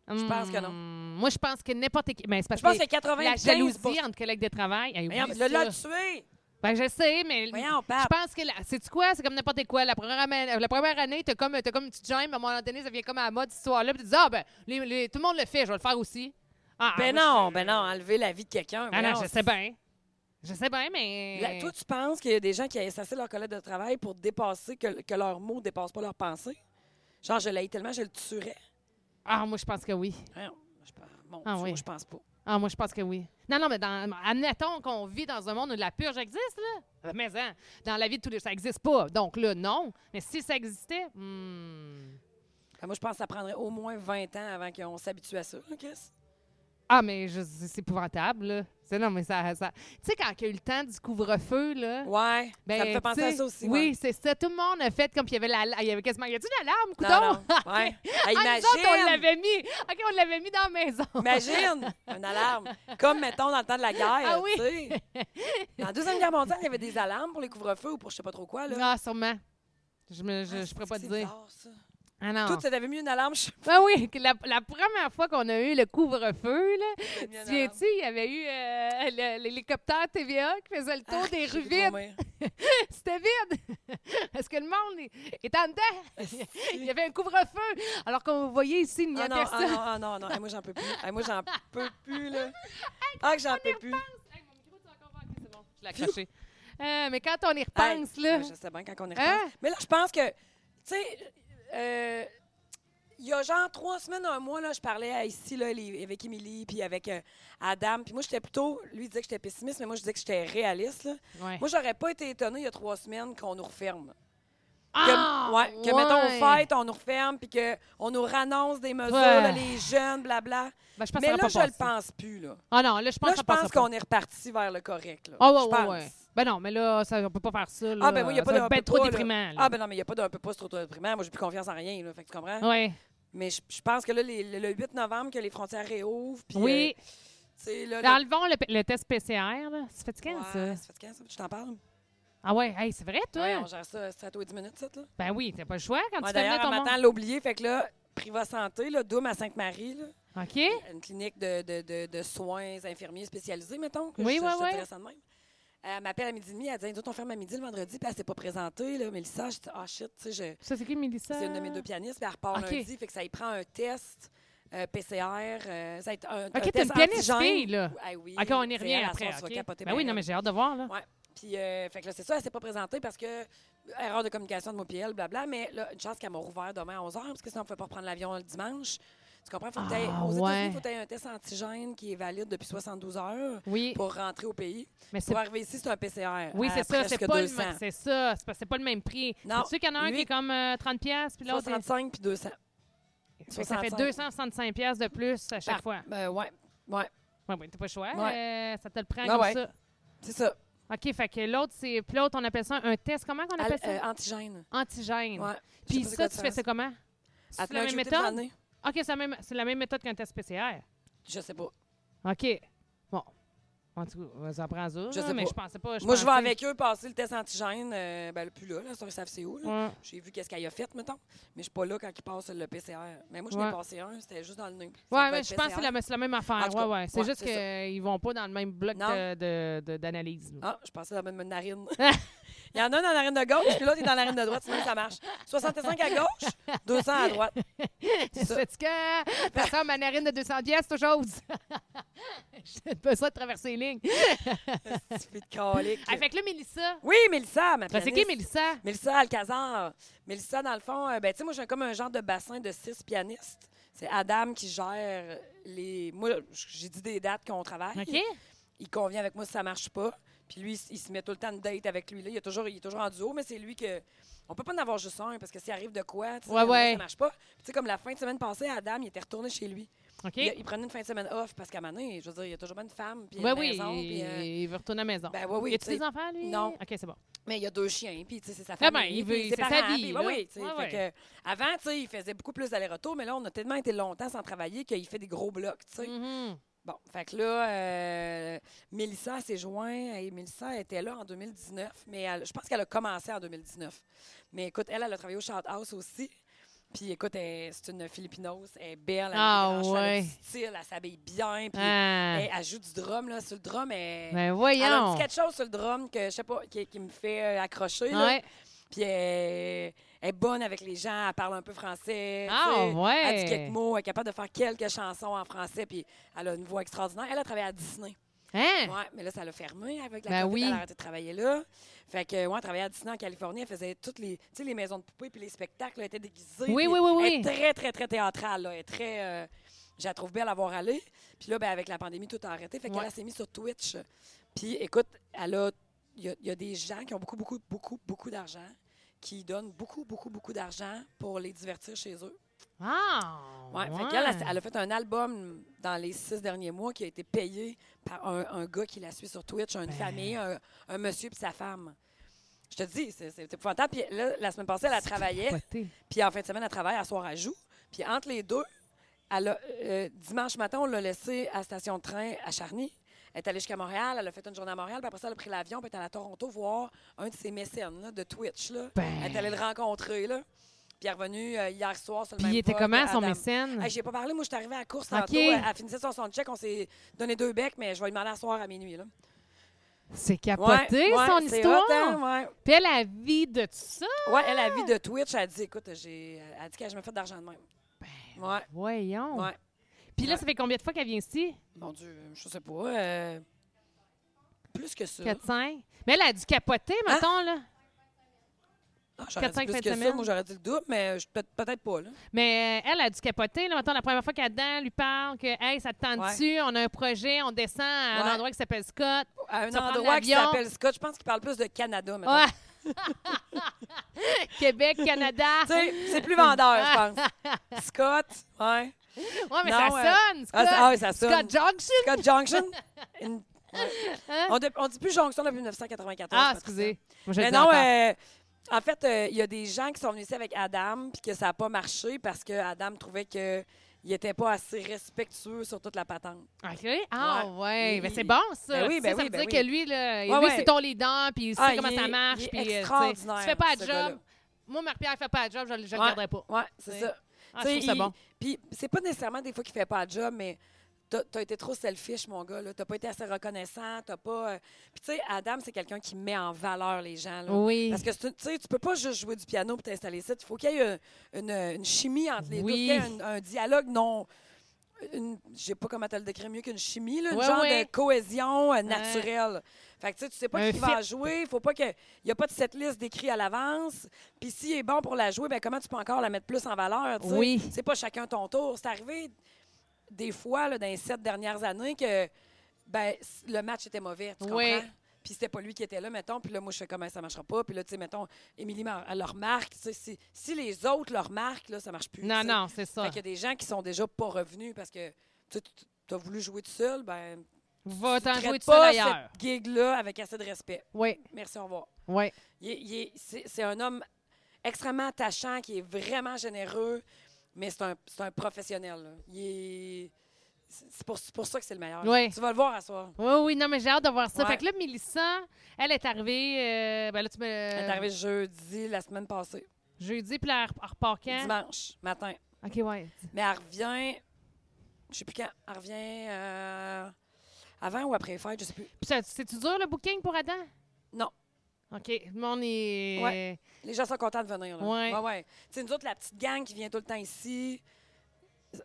[SPEAKER 1] Je pense que non.
[SPEAKER 2] Hmm, Moi, je pense que n'importe qui. Mais c'est parce
[SPEAKER 1] Je pense
[SPEAKER 2] que
[SPEAKER 1] qu'il y a 80
[SPEAKER 2] la jalousie entre collègues de travail. hey, oublie
[SPEAKER 1] Le
[SPEAKER 2] ça.
[SPEAKER 1] l'a tué.
[SPEAKER 2] Ben, je sais, mais.
[SPEAKER 1] Voyons,
[SPEAKER 2] Je
[SPEAKER 1] pape.
[SPEAKER 2] pense que, c'est tu quoi? C'est comme n'importe quoi. La première, année- la première année, t'as comme, t'as comme une petite gemme, à un moment donné, ça vient comme à la mode, cette histoire-là, puis tu dis, ah, ben, les- les- tout le monde le fait, je vais le faire aussi. Ah,
[SPEAKER 1] Ben
[SPEAKER 2] moi,
[SPEAKER 1] non,
[SPEAKER 2] je-
[SPEAKER 1] ben non, enlever la vie de quelqu'un.
[SPEAKER 2] Ah, non,
[SPEAKER 1] voyons,
[SPEAKER 2] je sais bien. Je sais bien, mais.
[SPEAKER 1] Là, toi, tu penses qu'il y a des gens qui assassinaient leur collègue de travail pour dépasser que, que leurs mots ne dépassent pas leurs pensées? Genre, je l'ai tellement, je le tuerais.
[SPEAKER 2] Ah, moi, je pense que oui.
[SPEAKER 1] Hein, je pense- mon
[SPEAKER 2] Ah
[SPEAKER 1] Dieu,
[SPEAKER 2] oui.
[SPEAKER 1] je pense pas.
[SPEAKER 2] Ah, moi, je pense que oui. Non, non, mais dans, admettons qu'on vit dans un monde où la purge existe, là. Mais hein, dans la vie de tous les ça n'existe pas. Donc là, non. Mais si ça existait, hmm,
[SPEAKER 1] Ben, moi, je pense que ça prendrait au moins 20 ans avant qu'on s'habitue à ça, hein, Chris.
[SPEAKER 2] Ah, mais je- c'est épouvantable, là. C'est- Non, mais ça. ça... Tu sais, quand il y a eu le temps du couvre-feu, là.
[SPEAKER 1] Ouais.
[SPEAKER 2] ben,
[SPEAKER 1] ça me fait penser
[SPEAKER 2] tu
[SPEAKER 1] à
[SPEAKER 2] sais,
[SPEAKER 1] ça aussi. ouais.
[SPEAKER 2] Oui, c'est ça. Tout le monde a fait comme puis il y avait la. Il y avait quasiment. Y a-tu une alarme,
[SPEAKER 1] Non,
[SPEAKER 2] coudon? [LAUGHS]
[SPEAKER 1] non. Ouais. Ah,
[SPEAKER 2] Ah, nous
[SPEAKER 1] imagine.
[SPEAKER 2] autres, on l'avait mis. OK, on l'avait mis dans la maison.
[SPEAKER 1] Imagine une alarme. Comme, mettons, dans le temps de la guerre.
[SPEAKER 2] Ah oui.
[SPEAKER 1] tu sais. Dans la Deuxième Guerre mondiale, il y avait des alarmes pour les couvre-feux ou pour je sais pas trop quoi.
[SPEAKER 2] [LAUGHS]
[SPEAKER 1] Là. Ah,
[SPEAKER 2] Ah, sûrement. Je ne je, je pourrais pas te
[SPEAKER 1] C'est
[SPEAKER 2] dire.
[SPEAKER 1] bizarre, ça.
[SPEAKER 2] Ah non.
[SPEAKER 1] Toi, tu avais mis une alarme. Je...
[SPEAKER 2] Ben oui, que la, la première fois qu'on a eu le couvre-feu, là,
[SPEAKER 1] J'ai mis
[SPEAKER 2] tu
[SPEAKER 1] une
[SPEAKER 2] sais,
[SPEAKER 1] alarme.
[SPEAKER 2] il y avait eu euh, le- l'hélicoptère TVA qui faisait le tour
[SPEAKER 1] Ah,
[SPEAKER 2] des
[SPEAKER 1] j'ai
[SPEAKER 2] rues
[SPEAKER 1] vu
[SPEAKER 2] vides.
[SPEAKER 1] tomber.
[SPEAKER 2] C'était vide. [LAUGHS] Est-ce que le monde est- est
[SPEAKER 1] [LAUGHS]
[SPEAKER 2] en dedans? il y avait un couvre-feu. Alors qu'on voyait ici, il n'y a
[SPEAKER 1] Ah non, ah
[SPEAKER 2] personne.
[SPEAKER 1] non, ah non, non. Ah, moi, j'en peux plus. Ah, moi, j'en peux plus,
[SPEAKER 2] [LAUGHS]
[SPEAKER 1] là. Ah, que j'en peux plus.
[SPEAKER 2] Hey, mon micro, tu l'as encore manqué, c'est bon. Je l'ai accroché. [LAUGHS] Euh, mais quand on y repense,
[SPEAKER 1] Hey,
[SPEAKER 2] là.
[SPEAKER 1] ouais, Je sais bien quand on y repense.
[SPEAKER 2] Hein?
[SPEAKER 1] Mais là, je pense que, tu sais, euh, il y a genre trois semaines, un mois, là, je parlais à ici là, les- avec Émilie, puis avec euh, Adam. Puis moi, j'étais plutôt, lui il disait que j'étais pessimiste, mais moi, je disais que j'étais réaliste. là.
[SPEAKER 2] Ouais.
[SPEAKER 1] Moi, j'aurais pas été étonnée il y a trois semaines qu'on nous referme. Que,
[SPEAKER 2] Ah!
[SPEAKER 1] ouais, que mettons,
[SPEAKER 2] Ouais.
[SPEAKER 1] on fête, on nous referme, puis qu'on nous renonce des mesures,
[SPEAKER 2] Ouais.
[SPEAKER 1] là, les jeunes, blabla.
[SPEAKER 2] Ben, je pense que ça
[SPEAKER 1] mais
[SPEAKER 2] va
[SPEAKER 1] là,
[SPEAKER 2] pas
[SPEAKER 1] je le
[SPEAKER 2] passer.
[SPEAKER 1] pense plus, là.
[SPEAKER 2] Ah non, là, je pense
[SPEAKER 1] Là,
[SPEAKER 2] que
[SPEAKER 1] je
[SPEAKER 2] ça passera
[SPEAKER 1] pense
[SPEAKER 2] pas.
[SPEAKER 1] qu'on est reparti vers le correct, là.
[SPEAKER 2] Ah,
[SPEAKER 1] Je
[SPEAKER 2] ouais, ouais,
[SPEAKER 1] pense.
[SPEAKER 2] ouais. Ben non, mais là, ça, on peut pas faire ça. Là.
[SPEAKER 1] Ah, ben oui, il n'y a pas
[SPEAKER 2] Ça
[SPEAKER 1] d'un
[SPEAKER 2] va
[SPEAKER 1] peu
[SPEAKER 2] être trop
[SPEAKER 1] pas, là.
[SPEAKER 2] déprimant. Là.
[SPEAKER 1] Ah, ben non, mais il n'y a pas d'un peu pas, c'est trop, trop déprimant. Moi, j'ai plus confiance en rien, là. Fait que tu comprends?
[SPEAKER 2] Ouais.
[SPEAKER 1] Mais je, je pense que là, les- le, le 8 novembre, que les frontières réouvrent. Puis,
[SPEAKER 2] Oui.
[SPEAKER 1] euh, tu sais, là. le-
[SPEAKER 2] Enlevons le, le test PCR, là. C'est fatigant,
[SPEAKER 1] Ouais,
[SPEAKER 2] ça.
[SPEAKER 1] ça fait quand, ça? Tu t'en parles?
[SPEAKER 2] Ah ouais, hey, c'est vrai, toi?
[SPEAKER 1] Ouais, on gère ça. C'est à toi 10 minutes, ça, là.
[SPEAKER 2] Ben oui, t'as pas le choix quand
[SPEAKER 1] Ouais,
[SPEAKER 2] tu fais venir
[SPEAKER 1] D'ailleurs,
[SPEAKER 2] ton
[SPEAKER 1] en
[SPEAKER 2] monde.
[SPEAKER 1] m'attendant, l'oublier. Fait que là, Priva Santé, là, Doom à Sainte-Marie, là,
[SPEAKER 2] OK?
[SPEAKER 1] une clinique de, de, de, de soins infirmiers spécialisés, mettons. que
[SPEAKER 2] Oui,
[SPEAKER 1] je,
[SPEAKER 2] ouais,
[SPEAKER 1] je te
[SPEAKER 2] ouais.
[SPEAKER 1] dirais ça de même. Elle m'appelle à midi et demi. Elle dit, nous autres, on ferme à midi le vendredi. Puis elle s'est pas présentée, là. Mélissa, je dis, ah, shit, tu sais, je.
[SPEAKER 2] Ça, c'est qui, Mélissa?
[SPEAKER 1] C'est une de mes deux pianistes. Puis elle repart
[SPEAKER 2] OK.
[SPEAKER 1] lundi. Fait que ça y prend un test euh, PCR. euh, ça va être un, un
[SPEAKER 2] OK, t'es
[SPEAKER 1] test
[SPEAKER 2] une pianiste
[SPEAKER 1] antigène.
[SPEAKER 2] fille, là.
[SPEAKER 1] Ah oui.
[SPEAKER 2] OK, on
[SPEAKER 1] c'est
[SPEAKER 2] y
[SPEAKER 1] elle,
[SPEAKER 2] revient
[SPEAKER 1] à
[SPEAKER 2] après.
[SPEAKER 1] soir, tu vas
[SPEAKER 2] OK?
[SPEAKER 1] capoter
[SPEAKER 2] Ben
[SPEAKER 1] bien
[SPEAKER 2] oui, non,
[SPEAKER 1] raide.
[SPEAKER 2] mais j'ai hâte de voir, là.
[SPEAKER 1] Ouais. Puis, euh, fait que là, c'est ça, elle s'est pas présentée parce que euh, erreur de communication de moi puis elle, blablabla. Mais là, une chance qu'elle m'a rouvert demain à 11h parce que sinon, on ne peut pas reprendre l'avion le dimanche. Tu comprends? Faut que t'aies-
[SPEAKER 2] Ah,
[SPEAKER 1] aux États-Unis,
[SPEAKER 2] ouais.
[SPEAKER 1] il faut que tu aies un test antigène qui est valide depuis 72 heures
[SPEAKER 2] Oui,
[SPEAKER 1] pour rentrer au pays.
[SPEAKER 2] mais c'est
[SPEAKER 1] Pour arriver ici, c'est un PCR.
[SPEAKER 2] oui,
[SPEAKER 1] à
[SPEAKER 2] c'est ça, c'est
[SPEAKER 1] presque
[SPEAKER 2] pas, le
[SPEAKER 1] 200.
[SPEAKER 2] même- c'est ça, c'est pas- c'est pas le même prix.
[SPEAKER 1] Non,
[SPEAKER 2] Tu sais qu'il y en a un
[SPEAKER 1] lui-
[SPEAKER 2] qui est comme euh, 30 pièces puis l'autre est-
[SPEAKER 1] 65 puis 200.
[SPEAKER 2] Fait que ça fait
[SPEAKER 1] 65.
[SPEAKER 2] 265 pièces de plus à chaque
[SPEAKER 1] Par-
[SPEAKER 2] fois.
[SPEAKER 1] Ben, ouais, ouais,
[SPEAKER 2] Ouais, ouais, t'as pas le choix,
[SPEAKER 1] Ouais.
[SPEAKER 2] euh, ça te le prend
[SPEAKER 1] Ah
[SPEAKER 2] comme
[SPEAKER 1] ouais.
[SPEAKER 2] ça.
[SPEAKER 1] c'est ça.
[SPEAKER 2] OK, fait que l'autre c'est puis l'autre on appelle ça un test comment qu'on
[SPEAKER 1] Al-
[SPEAKER 2] appelle
[SPEAKER 1] euh,
[SPEAKER 2] ça
[SPEAKER 1] antigène.
[SPEAKER 2] Antigène.
[SPEAKER 1] Ouais. Je sais
[SPEAKER 2] Puis
[SPEAKER 1] pas c'est
[SPEAKER 2] ça
[SPEAKER 1] quoi
[SPEAKER 2] tu fais ça
[SPEAKER 1] différence.
[SPEAKER 2] comment
[SPEAKER 1] Elle
[SPEAKER 2] C'est
[SPEAKER 1] te met
[SPEAKER 2] la
[SPEAKER 1] un
[SPEAKER 2] même
[SPEAKER 1] shooter devant
[SPEAKER 2] méthode
[SPEAKER 1] le nez?
[SPEAKER 2] OK, c'est la même c'est la même méthode qu'un test PCR.
[SPEAKER 1] Je sais pas.
[SPEAKER 2] OK. Bon. En tout cas, ça prend ça.
[SPEAKER 1] Je
[SPEAKER 2] là,
[SPEAKER 1] sais
[SPEAKER 2] mais
[SPEAKER 1] pas.
[SPEAKER 2] je pensais pas.
[SPEAKER 1] Moi, je vais
[SPEAKER 2] pensais-
[SPEAKER 1] avec eux passer le test antigène. euh, ben, plus là, là, ça, ils savent c'est où. là.
[SPEAKER 2] Ouais.
[SPEAKER 1] J'ai vu qu'est-ce qu'elle a fait, mettons. Mais je suis pas là quand ils passent le PCR. Mais moi, je
[SPEAKER 2] Ouais.
[SPEAKER 1] n'ai passé un, c'était juste dans le nez. Ça
[SPEAKER 2] Ouais,
[SPEAKER 1] peut
[SPEAKER 2] mais
[SPEAKER 1] être
[SPEAKER 2] je pense que c'est
[SPEAKER 1] PCR.
[SPEAKER 2] la, mais c'est la même affaire.
[SPEAKER 1] En tout
[SPEAKER 2] ouais,
[SPEAKER 1] cas,
[SPEAKER 2] ouais. C'est
[SPEAKER 1] ouais,
[SPEAKER 2] juste
[SPEAKER 1] c'est
[SPEAKER 2] qu'ils vont pas dans le même bloc
[SPEAKER 1] Non.
[SPEAKER 2] de- de- de- d'analyse. là.
[SPEAKER 1] Ah, je pensais dans la même
[SPEAKER 2] [LAUGHS]
[SPEAKER 1] narine. Il y en a un dans la narine de gauche, puis l'autre est dans la narine de droite, sinon ça marche. 65 à gauche, 200 à droite. [LAUGHS] Ah,
[SPEAKER 2] [LAUGHS]
[SPEAKER 1] C'est ça.
[SPEAKER 2] C'est que ça ressemble à une narine de 200 pièces, toute [LAUGHS] chose. J'ai besoin de traverser les lignes.
[SPEAKER 1] Petit peu de colique.
[SPEAKER 2] Ah, fait que là, Mélissa.
[SPEAKER 1] Oui, Mélissa, ma
[SPEAKER 2] Ben, c'est
[SPEAKER 1] pianiste.
[SPEAKER 2] qui,
[SPEAKER 1] [LAUGHS]
[SPEAKER 2] Mélissa?
[SPEAKER 1] Mélissa Alcazar. Mélissa, dans le fond, euh, ben, tu sais, moi, j'ai comme un genre de bassin de six pianistes. C'est Adam qui gère les. Moi, j'ai dit des dates qu'on travaille.
[SPEAKER 2] OK?
[SPEAKER 1] Il convient avec moi si ça marche pas. Puis lui, il s- il se met tout le temps de date avec lui. Là. Il, est toujours, il est toujours en duo, mais c'est lui que. On peut pas en avoir juste un, parce que s'il arrive de quoi, tu sais, il
[SPEAKER 2] Ouais,
[SPEAKER 1] y en a,
[SPEAKER 2] ouais.
[SPEAKER 1] ça marche pas. Puis Tu sais, comme la fin de semaine passée, Adam, il était retourné chez lui.
[SPEAKER 2] OK?
[SPEAKER 1] Il, il prenait une fin de semaine off, parce qu'à Mané, je veux dire, il y a toujours une femme, puis
[SPEAKER 2] Ouais,
[SPEAKER 1] une
[SPEAKER 2] oui,
[SPEAKER 1] maison, puis,
[SPEAKER 2] il,
[SPEAKER 1] euh,
[SPEAKER 2] il veut retourner à la maison.
[SPEAKER 1] ben, ouais, oui,
[SPEAKER 2] y a-tu
[SPEAKER 1] tu sais.
[SPEAKER 2] des enfants, lui?
[SPEAKER 1] Non.
[SPEAKER 2] OK, c'est bon.
[SPEAKER 1] Mais il y a deux chiens, puis tu sais, c'est sa
[SPEAKER 2] Ah
[SPEAKER 1] famille.
[SPEAKER 2] ben, il veut-
[SPEAKER 1] puis
[SPEAKER 2] c'est sa
[SPEAKER 1] parents,
[SPEAKER 2] vie,
[SPEAKER 1] puis
[SPEAKER 2] là.
[SPEAKER 1] ouais, ouais, tu sais,
[SPEAKER 2] Ouais,
[SPEAKER 1] fait
[SPEAKER 2] ouais.
[SPEAKER 1] que, avant, tu sais, il faisait beaucoup plus d'aller-retour, mais là, on a tellement été longtemps sans travailler qu'il fait des gros blocs, tu sais.
[SPEAKER 2] Mhm.
[SPEAKER 1] Bon, fait que là, euh, Mélissa s'est joint. Et Mélissa était là en 2019, mais elle- je pense qu'elle a commencé en 2019. Mais écoute, elle, elle a travaillé au Shot House aussi. Puis écoute, elle- c'est une Philippinos, elle est belle, elle
[SPEAKER 2] Ah,
[SPEAKER 1] a des grands cheveux, elle a
[SPEAKER 2] ouais.
[SPEAKER 1] du style, elle s'habille bien, puis
[SPEAKER 2] Ah.
[SPEAKER 1] elle, elle joue du drum, là, sur le drum, elle...
[SPEAKER 2] Ben,
[SPEAKER 1] elle a un
[SPEAKER 2] voyons.
[SPEAKER 1] petit quelque chose sur le drum que je sais pas qui, qui me fait euh, accrocher là.
[SPEAKER 2] Ouais.
[SPEAKER 1] Puis elle, elle est bonne avec les gens, elle parle un peu français.
[SPEAKER 2] Ah,
[SPEAKER 1] tu sais.
[SPEAKER 2] ouais.
[SPEAKER 1] Elle dit quelques mots, elle est capable de faire quelques chansons en français, puis elle a une voix extraordinaire. Elle a travaillé à Disney.
[SPEAKER 2] Hein?
[SPEAKER 1] Ouais, mais là, ça l'a fermé avec la
[SPEAKER 2] Ben
[SPEAKER 1] COVID,
[SPEAKER 2] oui.
[SPEAKER 1] elle a arrêté de travailler là. Fait que, ouais, elle travaillait à Disney en Californie, elle faisait toutes les, tu sais, les maisons de poupées, puis les spectacles, elle était déguisée.
[SPEAKER 2] Oui,
[SPEAKER 1] puis
[SPEAKER 2] oui, oui, oui.
[SPEAKER 1] Elle est très, très, très théâtrale, là. Elle est très. euh, je la trouve belle à voir aller. Puis là, ben, avec la pandémie, tout a arrêté. Fait
[SPEAKER 2] Ouais.
[SPEAKER 1] qu'elle elle s'est mise sur Twitch. Puis écoute, elle a. Il y a- il y, a des gens qui ont beaucoup, beaucoup, beaucoup, beaucoup d'argent, qui donnent beaucoup, beaucoup, beaucoup d'argent pour les divertir chez eux.
[SPEAKER 2] Ah!
[SPEAKER 1] Ouais, fait qu'elle, elle, elle a fait un album dans les six derniers mois qui a été payé par un, un gars qui la suit sur Twitch, une
[SPEAKER 2] Ben.
[SPEAKER 1] famille, un, un monsieur et sa femme. Je te dis, c'est c'est épouvantable. Puis là, la semaine passée, elle a Ben, travaillé,
[SPEAKER 2] Capoté.
[SPEAKER 1] puis en fin de semaine, elle travaille, à soir, elle joue. Puis entre les deux, elle a, euh, dimanche matin, on l'a laissée à la station de train à Charny. Elle est allée jusqu'à Montréal, elle a fait une journée à Montréal, puis après ça, elle a pris l'avion, puis elle est allée à Toronto voir un de ses mécènes là, de Twitch. Là.
[SPEAKER 2] Ben.
[SPEAKER 1] Elle est allée le rencontrer, là. Puis elle est revenue euh, hier soir sur le
[SPEAKER 2] Puis il
[SPEAKER 1] même
[SPEAKER 2] était
[SPEAKER 1] pod,
[SPEAKER 2] comment, son
[SPEAKER 1] Adam.
[SPEAKER 2] mécène?
[SPEAKER 1] Hey, j'ai pas parlé, moi, je suis arrivée à la course
[SPEAKER 2] Ok.
[SPEAKER 1] tantôt. Elle, elle finissait son soundcheck, on s'est donné deux becs, mais je vais lui demander à soir à minuit, là.
[SPEAKER 2] C'est
[SPEAKER 1] Ouais,
[SPEAKER 2] capoté,
[SPEAKER 1] ouais,
[SPEAKER 2] son
[SPEAKER 1] c'est
[SPEAKER 2] histoire.
[SPEAKER 1] hot, hein,
[SPEAKER 2] Puis elle a vie de tout ça.
[SPEAKER 1] ouais. Ouais, elle a vie de Twitch, elle dit, écoute, j'ai... Elle a dit qu'elle me fait d'argent de même. Ouais,
[SPEAKER 2] Ben, Voyons.
[SPEAKER 1] ouais.
[SPEAKER 2] Puis là,
[SPEAKER 1] Ouais.
[SPEAKER 2] ça fait combien de fois qu'elle vient ici?
[SPEAKER 1] Mon Dieu, je sais pas. euh, plus que ça.
[SPEAKER 2] 4-5? Mais elle a dû capoter,
[SPEAKER 1] Euh. Hein?
[SPEAKER 2] mettons, là.
[SPEAKER 1] Ah, j'aurais
[SPEAKER 2] quatre, cinq
[SPEAKER 1] dit plus
[SPEAKER 2] fins de
[SPEAKER 1] que ça.
[SPEAKER 2] semaine.
[SPEAKER 1] Moi, j'aurais dit le double, mais je- peut- peut-être pas, là.
[SPEAKER 2] Mais euh, elle a dû capoter, là, mettons, la première fois qu'elle est dedans, elle lui parle que, hey, ça te tente dessus, on a un projet, on descend à un
[SPEAKER 1] Ouais.
[SPEAKER 2] endroit qui s'appelle Scott.
[SPEAKER 1] À un
[SPEAKER 2] Ça prend
[SPEAKER 1] endroit qui
[SPEAKER 2] l'avion.
[SPEAKER 1] s'appelle Scott, je pense qu'il parle plus de Canada, maintenant.
[SPEAKER 2] Ah! [LAUGHS] Québec, Canada.
[SPEAKER 1] Tu sais, c'est plus vendeur, je
[SPEAKER 2] [LAUGHS]
[SPEAKER 1] pense. Scott, ouais.
[SPEAKER 2] Ouais, mais
[SPEAKER 1] non,
[SPEAKER 2] ça
[SPEAKER 1] euh,
[SPEAKER 2] sonne, Scott.
[SPEAKER 1] Ah, ça- ah oui, ça sonne.
[SPEAKER 2] Scott Junction.
[SPEAKER 1] Scott
[SPEAKER 2] [LAUGHS]
[SPEAKER 1] Junction. Une- ouais. on, ne dit plus Junction depuis 1994.
[SPEAKER 2] Ah,
[SPEAKER 1] Patricia.
[SPEAKER 2] excusez. Moi, je
[SPEAKER 1] Mais
[SPEAKER 2] le dis
[SPEAKER 1] non,
[SPEAKER 2] encore.
[SPEAKER 1] euh, en fait, euh, il y a des gens qui sont venus ici avec Adam puis que ça n'a pas marché parce que Adam trouvait que il n'était pas assez respectueux sur toute la patente.
[SPEAKER 2] OK. Ah, ouais.
[SPEAKER 1] Ouais. Il-
[SPEAKER 2] Mais c'est bon, ça.
[SPEAKER 1] Ben oui,
[SPEAKER 2] Tu sais,
[SPEAKER 1] ben
[SPEAKER 2] ça
[SPEAKER 1] oui,
[SPEAKER 2] veut
[SPEAKER 1] ben
[SPEAKER 2] dire
[SPEAKER 1] oui.
[SPEAKER 2] que lui, là,
[SPEAKER 1] Ouais,
[SPEAKER 2] lui,
[SPEAKER 1] ouais.
[SPEAKER 2] c'est ton leader, puis il sait
[SPEAKER 1] Ah,
[SPEAKER 2] comment
[SPEAKER 1] il
[SPEAKER 2] ça
[SPEAKER 1] est-
[SPEAKER 2] marche.
[SPEAKER 1] il est
[SPEAKER 2] puis, euh, tu sais,
[SPEAKER 1] extraordinaire,
[SPEAKER 2] tu fais pas
[SPEAKER 1] ce
[SPEAKER 2] la job.
[SPEAKER 1] gars-là.
[SPEAKER 2] Moi, Marie-Pierre, elle fait pas la job, je, je le
[SPEAKER 1] Ouais.
[SPEAKER 2] garderai pas.
[SPEAKER 1] Ouais, c'est
[SPEAKER 2] Ouais.
[SPEAKER 1] ça.
[SPEAKER 2] Ah, je
[SPEAKER 1] Tu sais,
[SPEAKER 2] trouve ça
[SPEAKER 1] il-
[SPEAKER 2] bon.
[SPEAKER 1] Puis c'est pas nécessairement des fois qu'il fait pas de job, mais t'as as été trop selfish, mon gars. là. T'as pas été assez reconnaissant. T'as pas. euh, Puis tu sais, Adam, c'est quelqu'un qui met en valeur les gens. là.
[SPEAKER 2] Oui.
[SPEAKER 1] Parce que c'est une- tu sais, tu peux pas juste jouer du piano pour t'installer ici. Il faut qu'il y ait une, une- une chimie entre les deux.
[SPEAKER 2] Oui.
[SPEAKER 1] Il faut qu'il y ait un, un dialogue non. une- Je sais pas comment te le décrire mieux qu'une chimie, là, une
[SPEAKER 2] Ouais,
[SPEAKER 1] genre
[SPEAKER 2] ouais.
[SPEAKER 1] de cohésion euh, naturelle. Fait que tu sais, tu sais pas
[SPEAKER 2] Un
[SPEAKER 1] qui va
[SPEAKER 2] fit.
[SPEAKER 1] jouer, faut pas que il y a pas de cette liste décrite à l'avance. Puis s'il est bon pour la jouer, ben comment tu peux encore la mettre plus en valeur, tu sais?
[SPEAKER 2] Oui.
[SPEAKER 1] C'est pas chacun ton tour, c'est arrivé des fois là, dans les sept dernières années que ben, s- le match était mauvais, tu comprends?
[SPEAKER 2] Oui.
[SPEAKER 1] Puis c'était pas lui qui était là, mettons. Puis là, moi, je fais comment ça marchera pas. Puis là, tu sais, mettons, Émilie, m'a- elle leur marque. Si, si les autres leur marquent, là, ça marche plus. tu
[SPEAKER 2] Non,
[SPEAKER 1] sais.
[SPEAKER 2] non, c'est ça.
[SPEAKER 1] Fait qu'il y a des gens qui sont déjà pas revenus parce que tu as voulu jouer tout seul, ben
[SPEAKER 2] Va t'en
[SPEAKER 1] tu
[SPEAKER 2] jouer
[SPEAKER 1] traites
[SPEAKER 2] tout seul
[SPEAKER 1] pas
[SPEAKER 2] ailleurs.
[SPEAKER 1] cette gig-là avec assez de respect.
[SPEAKER 2] Oui,
[SPEAKER 1] Merci, au revoir.
[SPEAKER 2] oui.
[SPEAKER 1] Il est- il est- c'est c'est un homme extrêmement attachant, qui est vraiment généreux, mais c'est un, c'est un professionnel. là. Il est- C'est pour, c'est pour ça que c'est le meilleur.
[SPEAKER 2] Ouais.
[SPEAKER 1] Tu vas le voir à soir.
[SPEAKER 2] Oui, oui, non, mais j'ai hâte de voir ça.
[SPEAKER 1] Ouais.
[SPEAKER 2] Fait que là, Mélissa, elle est arrivée. euh, ben là, tu me.
[SPEAKER 1] Elle est arrivée jeudi la semaine passée,
[SPEAKER 2] Jeudi, puis là, elle rep- elle repart quand?
[SPEAKER 1] dimanche matin.
[SPEAKER 2] OK, ouais.
[SPEAKER 1] Mais elle revient, je sais plus quand, elle revient euh, avant ou après les fêtes, je sais plus.
[SPEAKER 2] Puis ça, c'est-tu dur le booking pour Adam?
[SPEAKER 1] Non.
[SPEAKER 2] OK, le monde est.
[SPEAKER 1] Ouais. Les gens sont contents de venir. Là.
[SPEAKER 2] Ouais.
[SPEAKER 1] ouais. ouais. Tu sais, nous autres, la petite gang qui vient tout le temps ici,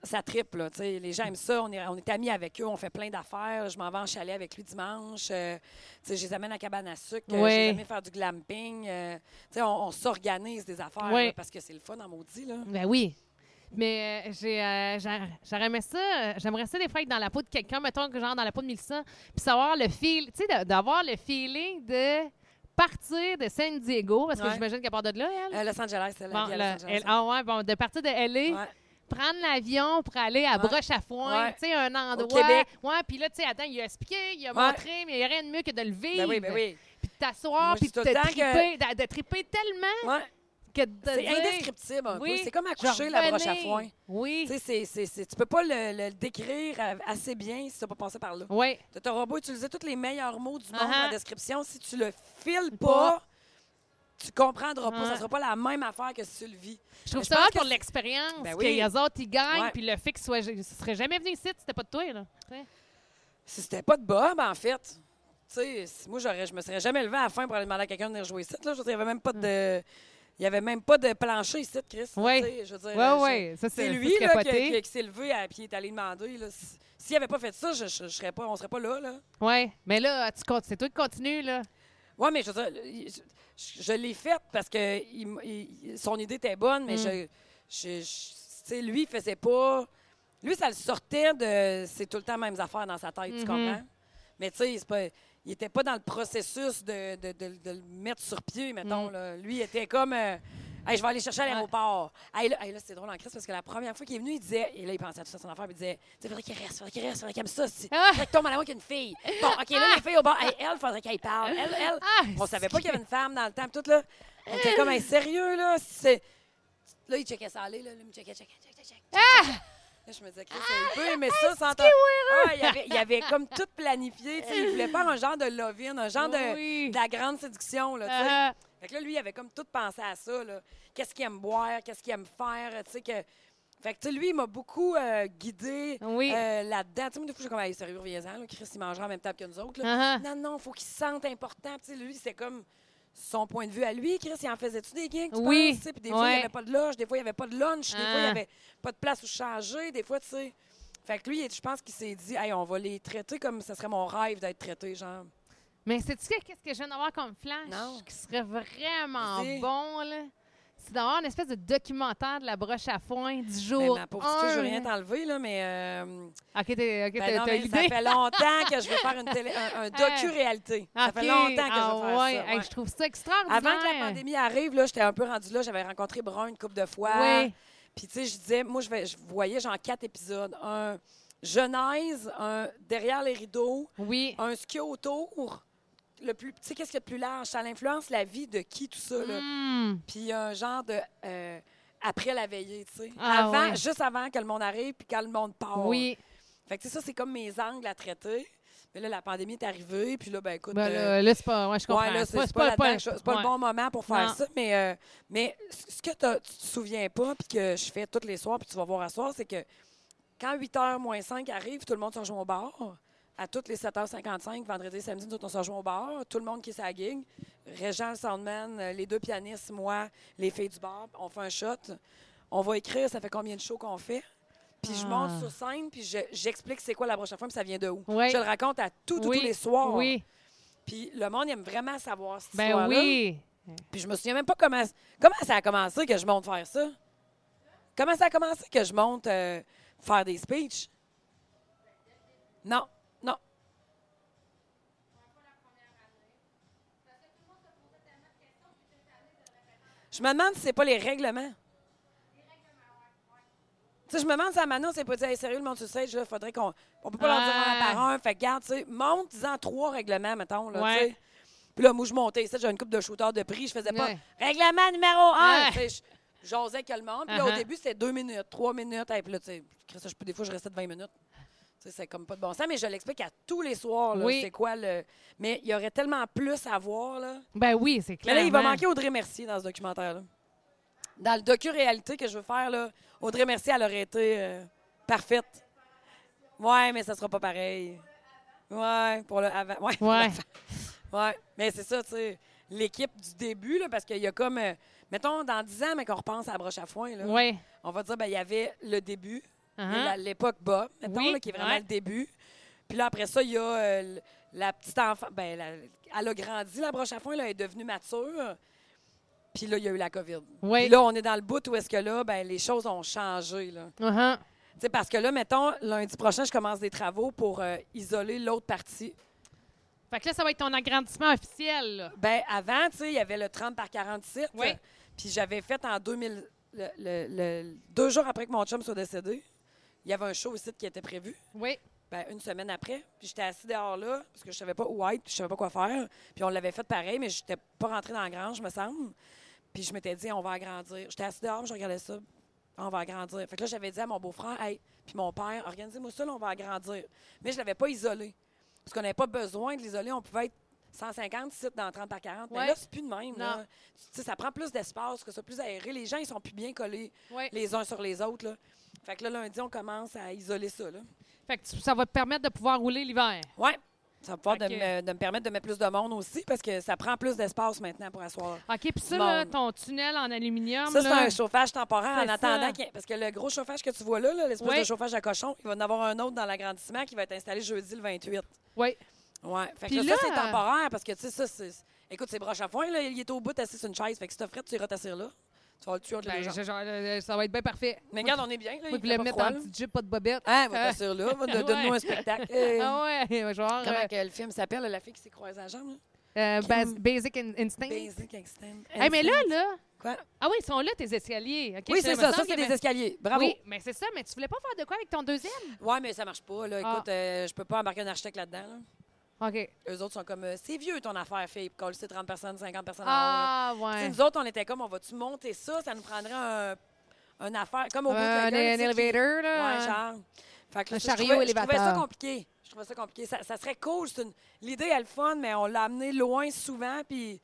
[SPEAKER 1] ça tripe. Là, tu sais. les gens aiment ça. On est, on est amis avec eux. On fait plein d'affaires. Je m'en vais en chalet avec lui dimanche. euh, tu sais, je les amène à cabane à sucre. euh,
[SPEAKER 2] Ouais.
[SPEAKER 1] Je les amène faire du glamping. euh, tu sais, on, on s'organise des affaires
[SPEAKER 2] Ouais.
[SPEAKER 1] là, parce que c'est le fun en maudit. Là.
[SPEAKER 2] Ben oui. Mais euh, j'ai, euh, j'a- j'aurais aimé ça, euh, j'aimerais ça des fois être dans la peau de quelqu'un, mettons que genre dans la peau de Mélissa, puis savoir le feel, tu sais, d'a- d'avoir le feeling de partir de San Diego, parce que
[SPEAKER 1] Ouais.
[SPEAKER 2] j'imagine qu'à part de là, elle.
[SPEAKER 1] Euh, Los Angeles, c'est la
[SPEAKER 2] Bon,
[SPEAKER 1] vie à
[SPEAKER 2] là,
[SPEAKER 1] Los
[SPEAKER 2] elle-
[SPEAKER 1] Angeles.
[SPEAKER 2] ah ouais, bon, de partir de LA,
[SPEAKER 1] Ouais.
[SPEAKER 2] prendre l'avion pour aller à
[SPEAKER 1] Ouais.
[SPEAKER 2] Broche à Foin,
[SPEAKER 1] Ouais.
[SPEAKER 2] tu sais, un endroit.
[SPEAKER 1] Québec.
[SPEAKER 2] Ouais, puis là, tu sais, attends, il a expliqué, il a
[SPEAKER 1] Ouais.
[SPEAKER 2] montré, mais il n'y a rien de mieux que de le vivre.
[SPEAKER 1] Ben oui, ben oui.
[SPEAKER 2] Puis de t'asseoir,
[SPEAKER 1] Moi,
[SPEAKER 2] puis
[SPEAKER 1] je dis
[SPEAKER 2] de
[SPEAKER 1] tout le temps
[SPEAKER 2] triper, de, de triper tellement
[SPEAKER 1] Ouais.
[SPEAKER 2] que de
[SPEAKER 1] C'est
[SPEAKER 2] dire,
[SPEAKER 1] indescriptible un
[SPEAKER 2] Oui,
[SPEAKER 1] peu. C'est comme
[SPEAKER 2] je
[SPEAKER 1] accoucher la broche à
[SPEAKER 2] revenais.
[SPEAKER 1] foin.
[SPEAKER 2] Oui.
[SPEAKER 1] Tu sais, c'est- c'est- c'est- tu peux pas le, le décrire euh, assez bien si tu n'as pas passé par là.
[SPEAKER 2] Oui.
[SPEAKER 1] Tu auras beau utiliser tous les meilleurs mots du monde
[SPEAKER 2] Ah-ha.
[SPEAKER 1] en description. Si tu le files
[SPEAKER 2] Uh-huh. Pas. Uh-huh.
[SPEAKER 1] pas, tu comprendras pas.
[SPEAKER 2] Ouais.
[SPEAKER 1] Ça sera pas la même affaire que si tu le vis.
[SPEAKER 2] Je trouve
[SPEAKER 1] Mais je
[SPEAKER 2] ça
[SPEAKER 1] pense
[SPEAKER 2] hâte
[SPEAKER 1] que
[SPEAKER 2] pour
[SPEAKER 1] c'est-
[SPEAKER 2] l'expérience,
[SPEAKER 1] Ben
[SPEAKER 2] que
[SPEAKER 1] oui.
[SPEAKER 2] les autres, ils gagnent,
[SPEAKER 1] Ouais.
[SPEAKER 2] puis le fait qu'ils soient... Je serais jamais venu ici, c'était pas de toi, là. Ouais.
[SPEAKER 1] Si c'était pas de Bob, en fait, tu sais, si- moi, j'aurais, je me serais jamais levée à la fin pour aller demander à quelqu'un de venir jouer ici. Là. Je veux dire, il n'y avait même pas de... Il y avait même pas de plancher ici, Chris.
[SPEAKER 2] Ouais.
[SPEAKER 1] Tu sais, je veux dire, euh,
[SPEAKER 2] Ouais,
[SPEAKER 1] je-
[SPEAKER 2] ouais, ça, c'est-
[SPEAKER 1] C'est
[SPEAKER 2] ça,
[SPEAKER 1] lui
[SPEAKER 2] c'est
[SPEAKER 1] là, qui,
[SPEAKER 2] capoté.
[SPEAKER 1] qui- qui s'est levé et qui est allé demander. là. Si- S'il n'avait pas fait ça, je, je- je serais pas, on serait pas là. là.
[SPEAKER 2] Ouais. Mais là, tu comptes- c'est toi qui continues, là.
[SPEAKER 1] Oui, mais je, veux dire, je, je l'ai faite parce que il m- il- son idée était bonne, mais
[SPEAKER 2] Mm.
[SPEAKER 1] je, je, je- tu sais, lui, il faisait pas. Lui, ça le sortait de. C'est tout le temps les mêmes affaires dans sa tête,
[SPEAKER 2] Mhm.
[SPEAKER 1] tu comprends? Mais tu sais, c'est pas- il était pas dans le processus de, de- de- de le mettre sur pied, mettons.
[SPEAKER 2] Mm.
[SPEAKER 1] là. Lui, il était comme. euh, Hey, je vais aller chercher à l'aéroport. Hey, là, hey, là, c'est drôle en crise parce que la première fois qu'il est venu, il disait, et là, il pensait à tout ça, son affaire, puis il disait, tu sais, faudrait qu'il reste, faudrait qu'il reste, faudrait qu'il aime ça. si-
[SPEAKER 2] Ah!
[SPEAKER 1] Faudrait qu'il tombe à la main qu'une fille. Bon, OK, là, les filles au bord, hey, elle, faudrait qu'elle parle. Elle, elle.
[SPEAKER 2] Ah,
[SPEAKER 1] on savait pas qu'il y avait une femme dans le temps, puis tout, là. On était comme, hey, sérieux, là. C'est... Là, il checkait ça aller, là. Il me checkait, checkait, checkait, checkait. checkait.
[SPEAKER 2] Ah!
[SPEAKER 1] Là, je me disais, Chris, il peut aimer ça sans t'en- Ah, il, avait, il avait comme tout planifié. tu sais, Il voulait faire un genre de love-in, un genre de,
[SPEAKER 2] Oui.
[SPEAKER 1] de la grande séduction. Là, tu sais.
[SPEAKER 2] Ah,
[SPEAKER 1] Fait que là, lui, il avait comme tout pensé à ça. là. Qu'est-ce qu'il aime boire, qu'est-ce qu'il aime faire, euh, tu sais que. Fait que, tu sais, lui, il m'a beaucoup euh, guidée
[SPEAKER 2] Oui.
[SPEAKER 1] euh, là-dedans. Tu sais, moi, des fois, je suis comme, Hey, sérieux, reviens-en, là. Chris, il mangera en même table que nous autres.
[SPEAKER 2] Ah,
[SPEAKER 1] là.
[SPEAKER 2] ah.
[SPEAKER 1] Non, non, faut qu'il se sente important. Tu sais, lui, c'est comme son point de vue à lui. Chris, il en faisait-tu des gigs, tu
[SPEAKER 2] Oui.
[SPEAKER 1] penses? Tu sais, Puis des fois, il
[SPEAKER 2] Ouais.
[SPEAKER 1] n'y avait pas de loge, des fois, il n'y avait pas de lunch, des fois, il n'y
[SPEAKER 2] Ah.
[SPEAKER 1] avait pas de place où changer, des fois, tu sais. Fait que lui, je pense qu'il s'est dit, hey, on va les traiter comme ça serait mon rêve d'être traité, genre.
[SPEAKER 2] Mais sais-tu que- qu'est-ce que je viens d'avoir comme flash
[SPEAKER 1] Non.
[SPEAKER 2] qui serait vraiment
[SPEAKER 1] Vas-y.
[SPEAKER 2] bon, là? C'est d'avoir une espèce de documentaire de la broche à foin du
[SPEAKER 1] Ben,
[SPEAKER 2] jour.
[SPEAKER 1] ma pauvre petite, fille, je veux
[SPEAKER 2] 1,
[SPEAKER 1] rien
[SPEAKER 2] là.
[SPEAKER 1] t'enlever, là, mais. euh,
[SPEAKER 2] Ok, t'es-
[SPEAKER 1] Ben
[SPEAKER 2] ok,
[SPEAKER 1] non,
[SPEAKER 2] t'as t'as
[SPEAKER 1] mais ça
[SPEAKER 2] l'idée. Ah.
[SPEAKER 1] fait longtemps que je veux faire une télé,
[SPEAKER 2] [LAUGHS]
[SPEAKER 1] un, un docu-réalité. Ça
[SPEAKER 2] Ok.
[SPEAKER 1] fait longtemps que
[SPEAKER 2] Ah
[SPEAKER 1] je veux faire
[SPEAKER 2] ouais.
[SPEAKER 1] ça.
[SPEAKER 2] Hey,
[SPEAKER 1] ouais.
[SPEAKER 2] je trouve ça extraordinaire.
[SPEAKER 1] Avant que la pandémie arrive, là, j'étais un peu rendue là. J'avais rencontré Brun une couple de fois.
[SPEAKER 2] Oui.
[SPEAKER 1] Puis, tu sais, je disais, moi, je, vais, je voyais genre quatre épisodes. Un Genèse, un Derrière les rideaux,
[SPEAKER 2] Oui.
[SPEAKER 1] un ski autour. Le plus, tu sais, qu'est-ce qu'il y a de plus large? Ça influence la vie de qui, tout ça, là?
[SPEAKER 2] Hmm.
[SPEAKER 1] Puis un genre de... euh, après la veillée, tu sais.
[SPEAKER 2] Ah
[SPEAKER 1] avant,
[SPEAKER 2] ouais.
[SPEAKER 1] Juste avant que le monde arrive puis quand le monde part.
[SPEAKER 2] Oui.
[SPEAKER 1] Fait que tu sais, ça, c'est comme mes angles à traiter. Mais là, la pandémie est arrivée, puis là, ben écoute.
[SPEAKER 2] Ben
[SPEAKER 1] euh,
[SPEAKER 2] là, là, c'est pas. Ouais, je comprends.
[SPEAKER 1] ouais, là, c'est c'est pas, là-dedans que je- c'est pas le bon moment pour faire
[SPEAKER 2] Non.
[SPEAKER 1] ça. Mais, euh, mais c- ce que t'as- tu te souviens pas, puis que je fais tous les soirs, puis tu vas voir à soir, c'est que quand 8h moins 5 arrive, tout le monde se rejoint au bar. À toutes les 7h55, vendredi, samedi, nous autres, on se rejoint au bar. Tout le monde qui est sa gig. Régent, le soundman, euh, les deux pianistes, moi, les filles du bar. On fait un shot. On va écrire, ça fait combien de shows qu'on fait. Puis je
[SPEAKER 2] Ah.
[SPEAKER 1] monte sur scène, puis je- j'explique c'est quoi la broche à foin, puis ça vient de où.
[SPEAKER 2] Ouais.
[SPEAKER 1] Je le raconte à tout, tout,
[SPEAKER 2] Oui.
[SPEAKER 1] tous les soirs.
[SPEAKER 2] Oui.
[SPEAKER 1] Puis le monde aime vraiment savoir cette
[SPEAKER 2] Ben
[SPEAKER 1] histoire-là.
[SPEAKER 2] oui.
[SPEAKER 1] Puis je me souviens même pas comment, comment ça a commencé que je monte faire ça. Comment ça a commencé que je monte euh, faire des speeches? Non, non. Je me demande si c'est pas les règlements. Tu sais, je me demande si à Manon, c'est pas dit, Hey, sérieux, le monde sur le stage, là, faudrait qu'on. On peut pas leur dire
[SPEAKER 2] Ah.
[SPEAKER 1] un par un. Fait que, garde, tu sais, monte disant trois règlements, mettons, là,
[SPEAKER 2] Ouais.
[SPEAKER 1] tu sais. Puis là, moi, je montais ça, j'avais une coupe de shooters de prix, je faisais pas
[SPEAKER 2] Ouais.
[SPEAKER 1] règlement numéro un.
[SPEAKER 2] Ouais.
[SPEAKER 1] Tu sais, je- J'osais que le monde. Puis là, au
[SPEAKER 2] Uh-huh.
[SPEAKER 1] début, c'était deux minutes, trois minutes. Et puis là, tu sais, Christ, je peux- des fois, je restais de 20 minutes. Tu sais, c'est comme pas de bon sens, mais je l'explique à tous les soirs, là,
[SPEAKER 2] Oui.
[SPEAKER 1] c'est quoi le... Mais il y aurait tellement plus à voir, là.
[SPEAKER 2] Ben oui, c'est
[SPEAKER 1] Mais
[SPEAKER 2] clair.
[SPEAKER 1] là, il va manquer Audrey Mercier dans ce documentaire-là. Dans le docu-réalité que je veux faire, là, Audrey Mercier, elle aurait été euh, parfaite. Ouais, mais ça sera pas pareil. Ouais, pour le avant. Ouais. pour
[SPEAKER 2] Ouais.
[SPEAKER 1] l'avant. [LAUGHS] Ouais, mais c'est ça, tu sais, l'équipe du début, là, parce qu'il y a comme, euh, mettons, dans 10 ans, mais qu'on repense à la broche à foin, là,
[SPEAKER 2] Oui.
[SPEAKER 1] on va dire, ben, il y avait le début, il y a
[SPEAKER 2] Uh-huh.
[SPEAKER 1] la- l'époque Bob, mettons,
[SPEAKER 2] Oui,
[SPEAKER 1] là, qui est vraiment
[SPEAKER 2] ouais.
[SPEAKER 1] le début. Puis là, après ça, il y a euh, l- la petite enfant, ben, la- elle a grandi, la broche à foin, là, elle est devenue mature. Puis là, il y a eu la COVID.
[SPEAKER 2] Oui.
[SPEAKER 1] Puis là, on est dans le bout où est-ce que là, ben, les choses ont changé, là.
[SPEAKER 2] Uh-huh.
[SPEAKER 1] Tu sais, parce que là, mettons, lundi prochain, je commence des travaux pour euh, isoler l'autre partie
[SPEAKER 2] Fait que là, ça va être ton agrandissement officiel. là.
[SPEAKER 1] Ben avant, tu sais, il y avait le 30 par 47.
[SPEAKER 2] Oui.
[SPEAKER 1] Puis j'avais fait en 2000, le- le- le- deux jours après que mon chum soit décédé, il y avait un show ici qui était prévu.
[SPEAKER 2] Oui.
[SPEAKER 1] Ben, une semaine après, puis j'étais assis dehors là, parce que je savais pas où être, puis je savais pas quoi faire. Puis on l'avait fait pareil, mais j'étais pas rentrée dans la grange, me semble. Puis je m'étais dit, on va agrandir. J'étais assis dehors, je regardais ça. On va agrandir. Fait que là, j'avais dit à mon beau-frère, hey, puis mon père, organisez-moi ça, là, on va agrandir. Mais je l'avais pas isolé. Parce qu'on n'avait pas besoin de l'isoler. On pouvait être 150 sites dans 30 par 40.
[SPEAKER 2] Ouais.
[SPEAKER 1] Mais là, c'est plus de même.
[SPEAKER 2] Non.
[SPEAKER 1] Là. Tu sais, ça prend plus d'espace, que ça, plus aéré. Les gens, ils sont plus bien collés
[SPEAKER 2] Oui.
[SPEAKER 1] les uns sur les autres. Là. Fait que là, lundi, on commence à isoler ça. Là.
[SPEAKER 2] Fait que tu- ça va te permettre de pouvoir rouler l'hiver.
[SPEAKER 1] Oui. Ça va pouvoir
[SPEAKER 2] Fait
[SPEAKER 1] de,
[SPEAKER 2] que-
[SPEAKER 1] me, de me permettre de mettre plus de monde aussi parce que ça prend plus d'espace maintenant pour asseoir.
[SPEAKER 2] OK, puis ça,
[SPEAKER 1] Bon.
[SPEAKER 2] là, ton tunnel en aluminium.
[SPEAKER 1] Ça, c'est
[SPEAKER 2] là,
[SPEAKER 1] un chauffage temporaire
[SPEAKER 2] C'est
[SPEAKER 1] en
[SPEAKER 2] ça.
[SPEAKER 1] attendant. qu'il y ait- Parce que le gros chauffage que tu vois là, là, l'espèce
[SPEAKER 2] Oui.
[SPEAKER 1] de chauffage à cochon, il va en avoir un autre dans l'agrandissement qui va être installé jeudi le 28.
[SPEAKER 2] Oui.
[SPEAKER 1] Ouais. Fait que
[SPEAKER 2] Puis
[SPEAKER 1] là, ça, c'est
[SPEAKER 2] là-
[SPEAKER 1] temporaire parce que, tu sais, ça, c'est. Écoute, c'est broche à foin, là, il est au bout assis sur une chaise. Fait que si t'as frais, tu iras t'asseoir là. Tu vas le tuer entre
[SPEAKER 2] Ben,
[SPEAKER 1] les gens.
[SPEAKER 2] je- genre, euh, ça va être bien parfait.
[SPEAKER 1] Mais regarde, on est bien, là.
[SPEAKER 2] Moi,
[SPEAKER 1] il
[SPEAKER 2] je
[SPEAKER 1] fait
[SPEAKER 2] voulais
[SPEAKER 1] pas
[SPEAKER 2] me mettre
[SPEAKER 1] froid,
[SPEAKER 2] en
[SPEAKER 1] là.
[SPEAKER 2] petit jupe, pas de bobette.
[SPEAKER 1] Ah,
[SPEAKER 2] [LAUGHS] Euh,
[SPEAKER 1] va t'asseoir là. Va
[SPEAKER 2] Ouais.
[SPEAKER 1] de- Donne-nous un spectacle. Euh,
[SPEAKER 2] Ah ouais, [LAUGHS] genre
[SPEAKER 1] Comment que le film s'appelle, la fille qui s'est croisée à la jambe, là?
[SPEAKER 2] euh, euh, bas-
[SPEAKER 1] Kim-
[SPEAKER 2] Basic In- Instinct.
[SPEAKER 1] Basic Instinct.
[SPEAKER 2] Hey, mais là, là,
[SPEAKER 1] Quoi?
[SPEAKER 2] Ah oui, ils sont là, tes escaliers. OK,
[SPEAKER 1] Oui,
[SPEAKER 2] je-
[SPEAKER 1] c'est
[SPEAKER 2] me
[SPEAKER 1] ça. Ça,
[SPEAKER 2] semble
[SPEAKER 1] c'est
[SPEAKER 2] que-
[SPEAKER 1] des
[SPEAKER 2] mais- ben,
[SPEAKER 1] escaliers. Bravo.
[SPEAKER 2] Oui, mais c'est ça. Mais tu voulais pas faire de quoi avec ton deuxième?
[SPEAKER 1] Ouais, mais ça marche pas. Là.
[SPEAKER 2] Ah.
[SPEAKER 1] Écoute, euh, je peux pas embarquer un architecte là-dedans. là.
[SPEAKER 2] OK.
[SPEAKER 1] Eux autres sont comme, euh, c'est vieux ton affaire, fille. Colle, c'est 30 personnes, 50 personnes en haut, là.
[SPEAKER 2] Ah,
[SPEAKER 1] Tu sais,
[SPEAKER 2] ouais.
[SPEAKER 1] nous autres, on était comme, on va-tu monter ça? Ça nous prendrait un, un affaire, comme au bout de la
[SPEAKER 2] Un,
[SPEAKER 1] gueule, tu sais, qui-
[SPEAKER 2] elevator, là.
[SPEAKER 1] Ouais, genre. Fait que
[SPEAKER 2] Un
[SPEAKER 1] ça,
[SPEAKER 2] chariot
[SPEAKER 1] je trouvais, je trouvais ça
[SPEAKER 2] élévateur.
[SPEAKER 1] compliqué. Je trouvais ça compliqué. Ça, ça serait cool. c'est une- L'idée, elle est fun, mais on l'a amené loin souvent, puis...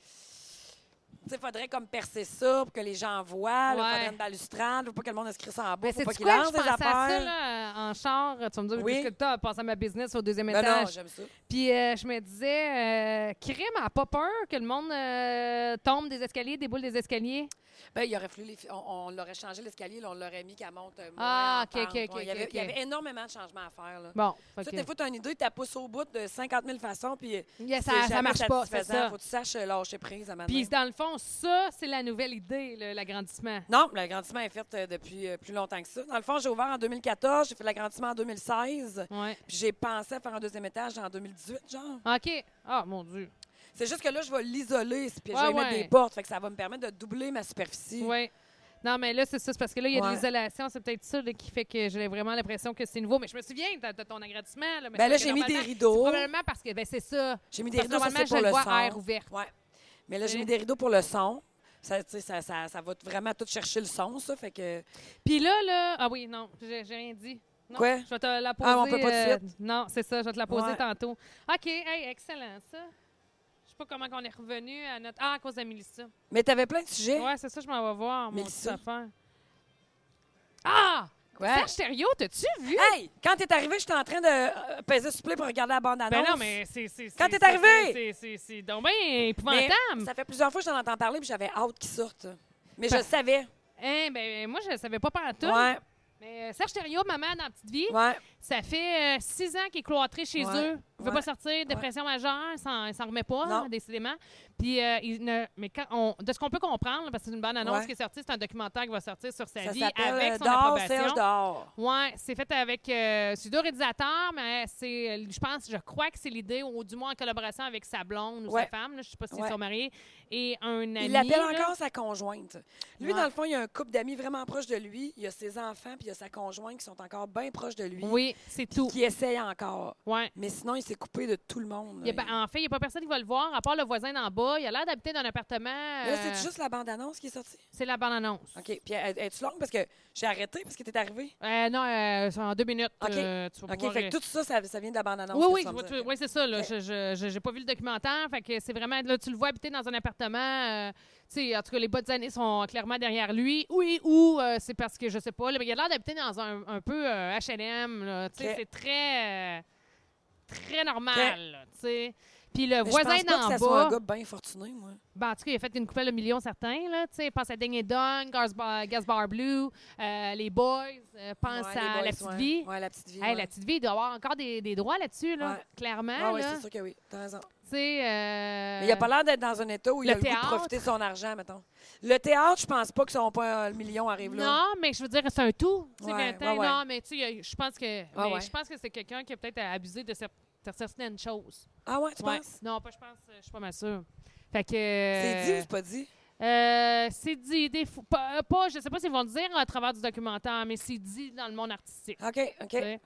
[SPEAKER 1] Il faudrait comme percer ça pour que les gens voient. Il
[SPEAKER 2] Ouais.
[SPEAKER 1] faudrait une balustrade. Faut pas que le monde se crisse en bas.
[SPEAKER 2] Mais
[SPEAKER 1] Faut
[SPEAKER 2] c'est
[SPEAKER 1] pas
[SPEAKER 2] Ben, quoi?
[SPEAKER 1] qu'il lance
[SPEAKER 2] Je
[SPEAKER 1] des
[SPEAKER 2] pensais à ça,
[SPEAKER 1] affaires.
[SPEAKER 2] là, en char. Tu vas me dis,
[SPEAKER 1] Oui.
[SPEAKER 2] oui. que t'as pensé à ma business au deuxième
[SPEAKER 1] Ben non,
[SPEAKER 2] étage.
[SPEAKER 1] j'aime ça.
[SPEAKER 2] Puis euh, je me disais, euh, crime, elle a pas peur que le monde euh, tombe des escaliers, des boules des escaliers?
[SPEAKER 1] Ben, il aurait fallu les fi- on, on l'aurait changé l'escalier, là, on l'aurait mis qu'elle monte. euh, moins
[SPEAKER 2] Ah,
[SPEAKER 1] en
[SPEAKER 2] ok,
[SPEAKER 1] pente.
[SPEAKER 2] ok, ok,
[SPEAKER 1] Ouais, il, y avait,
[SPEAKER 2] ok,
[SPEAKER 1] il y
[SPEAKER 2] ok.
[SPEAKER 1] avait énormément de changements à faire. Là.
[SPEAKER 2] Bon,
[SPEAKER 1] Tu
[SPEAKER 2] OK.
[SPEAKER 1] sais, des fois, tu as une idée, tu la pousses au bout de 50 000 façons, puis euh,
[SPEAKER 2] Yeah,
[SPEAKER 1] c'est
[SPEAKER 2] ça, ça
[SPEAKER 1] jamais
[SPEAKER 2] marche pas, c'est
[SPEAKER 1] satisfaisant.
[SPEAKER 2] ça.
[SPEAKER 1] Faut que tu saches euh, lâcher prise à ma
[SPEAKER 2] Puis dans le fond, ça, c'est la nouvelle idée, le- l'agrandissement.
[SPEAKER 1] Non, l'agrandissement est fait euh, depuis euh, plus longtemps que ça. Dans le fond, j'ai ouvert en 2014, j'ai fait l'agrandissement en 2016,
[SPEAKER 2] Ouais.
[SPEAKER 1] puis j'ai pensé à faire un deuxième étage en 2018, genre.
[SPEAKER 2] OK. Ah, mon Dieu.
[SPEAKER 1] C'est juste que là, je vais l'isoler, puis
[SPEAKER 2] Ouais,
[SPEAKER 1] je vais y mettre
[SPEAKER 2] ouais.
[SPEAKER 1] des portes, fait que ça va me permettre de doubler ma superficie.
[SPEAKER 2] Oui. Non, mais là, c'est ça. C'est parce que là, il y a
[SPEAKER 1] Ouais.
[SPEAKER 2] de l'isolation. C'est peut-être ça là, qui fait que j'ai vraiment l'impression que c'est nouveau. Mais je me souviens de, de ton agrandissement. Là, mais
[SPEAKER 1] Ben là,
[SPEAKER 2] c'est que
[SPEAKER 1] j'ai mis des
[SPEAKER 2] normalement-
[SPEAKER 1] rideaux.
[SPEAKER 2] c'est Probablement parce que ben, c'est ça.
[SPEAKER 1] J'ai mis des
[SPEAKER 2] Parce que
[SPEAKER 1] rideaux, ça,
[SPEAKER 2] normalement,
[SPEAKER 1] c'est pour
[SPEAKER 2] je
[SPEAKER 1] le
[SPEAKER 2] le vois
[SPEAKER 1] son.
[SPEAKER 2] air ouvert.
[SPEAKER 1] Ouais. Mais là, j'ai
[SPEAKER 2] Oui.
[SPEAKER 1] mis des rideaux pour le son. Ça, tu sais, ça, ça, ça va vraiment tout chercher le son, ça. Fait que.
[SPEAKER 2] Puis là, là. Ah oui, non, j'ai j'ai rien dit. Non,
[SPEAKER 1] Quoi?
[SPEAKER 2] Je vais te la poser. euh,
[SPEAKER 1] Ah, on peut pas de suite?
[SPEAKER 2] Non, c'est ça, je vais te la poser
[SPEAKER 1] Ouais.
[SPEAKER 2] tantôt. OK, hey, excellent, ça. Je sais pas comment on est revenu à notre. Ah, à cause de Mélissa.
[SPEAKER 1] Mais t'avais plein de sujets.
[SPEAKER 2] Ouais, c'est ça, je m'en vais voir, mon petit
[SPEAKER 1] Mélissa.
[SPEAKER 2] affaire. Ah!
[SPEAKER 1] Quoi?
[SPEAKER 2] Serge Thériault, t'as-tu vu?
[SPEAKER 1] Hey! Quand t'es arrivé, j'étais en train de euh, peser supplé pour regarder la bande-annonce.
[SPEAKER 2] Ben non, mais c'est. c'est-
[SPEAKER 1] Quand
[SPEAKER 2] c'est-
[SPEAKER 1] t'es arrivé!
[SPEAKER 2] c'est- c'est- C'est c'est donc bien
[SPEAKER 1] Mais
[SPEAKER 2] épouvantable!
[SPEAKER 1] ça fait plusieurs fois que j'en entends parler, puis j'avais hâte qu'ils sortent. Mais je
[SPEAKER 2] Ben-
[SPEAKER 1] le savais.
[SPEAKER 2] Hein, ben, moi, je ne savais pas pantoute.
[SPEAKER 1] Ouais,
[SPEAKER 2] Mais euh, Serge Thériault, maman dans la petite vie,
[SPEAKER 1] ouais.
[SPEAKER 2] ça fait euh, six ans qu'il est cloîtré chez
[SPEAKER 1] Ouais,
[SPEAKER 2] eux. Il ne veut
[SPEAKER 1] ouais,
[SPEAKER 2] pas sortir, dépression majeure, il s'en- il s'en remet pas,
[SPEAKER 1] Non.
[SPEAKER 2] hein, décidément. Puis, euh, il ne- mais quand on, de ce qu'on peut comprendre, parce que c'est une bonne annonce
[SPEAKER 1] Ouais.
[SPEAKER 2] qui est sortie, c'est un documentaire qui va sortir sur sa
[SPEAKER 1] Ça
[SPEAKER 2] vie
[SPEAKER 1] s'appelle
[SPEAKER 2] avec
[SPEAKER 1] euh,
[SPEAKER 2] son
[SPEAKER 1] Dehors,
[SPEAKER 2] approbation.
[SPEAKER 1] Serge Dehors.
[SPEAKER 2] Oui, c'est fait avec euh, c'est deux réalisateurs, mais c'est, euh, je pense, je crois que c'est l'idée, ou du moins en collaboration avec sa blonde ou
[SPEAKER 1] Ouais.
[SPEAKER 2] sa femme, là, je ne sais pas s'ils
[SPEAKER 1] Ouais.
[SPEAKER 2] sont mariés, et un ami.
[SPEAKER 1] Il appelle
[SPEAKER 2] là.
[SPEAKER 1] encore sa conjointe. Lui,
[SPEAKER 2] Ouais.
[SPEAKER 1] dans le fond, il y a un couple d'amis vraiment proches de lui. Il y a ses enfants, puis il y a sa conjointe qui sont encore bien proches de lui.
[SPEAKER 2] Oui, c'est tout.
[SPEAKER 1] Qui essayent encore.
[SPEAKER 2] Ouais.
[SPEAKER 1] Mais sinon, il s'est coupé de tout le monde.
[SPEAKER 2] Il y a
[SPEAKER 1] là.
[SPEAKER 2] pas- en fait, il n'y a pas personne qui va le voir, à part le voisin d'en bas. Il a l'air d'habiter dans un appartement.
[SPEAKER 1] Mais Là,
[SPEAKER 2] euh,
[SPEAKER 1] c'est juste la bande-annonce qui est sortie.
[SPEAKER 2] c'est la bande-annonce.
[SPEAKER 1] OK. Puis, es-tu longue? Parce que j'ai arrêté parce que t'es arrivé.
[SPEAKER 2] Euh, non, euh, c'est en deux minutes.
[SPEAKER 1] OK.
[SPEAKER 2] euh, tu vas
[SPEAKER 1] OK.
[SPEAKER 2] pouvoir,
[SPEAKER 1] Fait
[SPEAKER 2] euh,
[SPEAKER 1] que tout ça, ça, ça vient de la bande-annonce.
[SPEAKER 2] Oui,
[SPEAKER 1] que
[SPEAKER 2] oui,
[SPEAKER 1] tu vas
[SPEAKER 2] je vois-
[SPEAKER 1] me
[SPEAKER 2] tu-
[SPEAKER 1] dire.
[SPEAKER 2] oui, c'est ça. Là,
[SPEAKER 1] Ok.
[SPEAKER 2] je je- je- j'ai pas vu le documentaire. Fait que c'est vraiment là, tu le vois habiter dans un appartement. euh, tu sais, en tout cas, les bonnes années sont clairement derrière lui. Oui, ou euh, c'est parce que je sais pas. là, mais il a l'air d'habiter dans un, un peu euh, H&M. là, tu sais,
[SPEAKER 1] Ok.
[SPEAKER 2] C'est très euh, très normal. là, tu sais. Puis le
[SPEAKER 1] Mais
[SPEAKER 2] voisin
[SPEAKER 1] je pense pas
[SPEAKER 2] d'en
[SPEAKER 1] que ça
[SPEAKER 2] bas.
[SPEAKER 1] soit un gars bien fortuné, moi.
[SPEAKER 2] Ben, en tout cas, il a fait une coupelle de millions, certains. Là, tu sais, pense à Ding et Dong, Gas Bar, Gas Bar Blue, euh, Les Boys, euh, pense
[SPEAKER 1] Ouais, les
[SPEAKER 2] à
[SPEAKER 1] boys,
[SPEAKER 2] La Petite
[SPEAKER 1] ouais.
[SPEAKER 2] Vie.
[SPEAKER 1] Ouais, la petite vie.
[SPEAKER 2] Hey,
[SPEAKER 1] ouais.
[SPEAKER 2] La Petite Vie, il doit avoir encore des, des droits là-dessus, là,
[SPEAKER 1] Ouais.
[SPEAKER 2] clairement.
[SPEAKER 1] Ah, oui,
[SPEAKER 2] là.
[SPEAKER 1] c'est sûr que oui. T'as raison.
[SPEAKER 2] Tu sais, euh,
[SPEAKER 1] Mais il a pas l'air d'être dans un état où il
[SPEAKER 2] le
[SPEAKER 1] a le goût de
[SPEAKER 2] théâtre.
[SPEAKER 1] profiter de son argent, mettons. Le théâtre, je pense pas que son pas, le million arrive là.
[SPEAKER 2] Non, mais je veux dire, c'est un tout. Tu sais,
[SPEAKER 1] Ouais,
[SPEAKER 2] maintenant,
[SPEAKER 1] ouais, ouais.
[SPEAKER 2] non, mais tu sais, il y a- je pense que, mais
[SPEAKER 1] ouais.
[SPEAKER 2] je pense que c'est quelqu'un qui a peut-être abusé de, cer- de certaines choses.
[SPEAKER 1] Ah ouais, tu
[SPEAKER 2] Ouais.
[SPEAKER 1] penses?
[SPEAKER 2] Non, pas je pense, euh, je suis pas mal sûre. Fait que.
[SPEAKER 1] C'est dit ou c'est pas dit?
[SPEAKER 2] Euh, c'est dit, des fou- pas, euh, pas- je sais pas s'ils vont le dire à travers du documentaire, mais c'est dit dans le monde artistique.
[SPEAKER 1] OK,
[SPEAKER 2] tu
[SPEAKER 1] Ah, OK.
[SPEAKER 2] sais.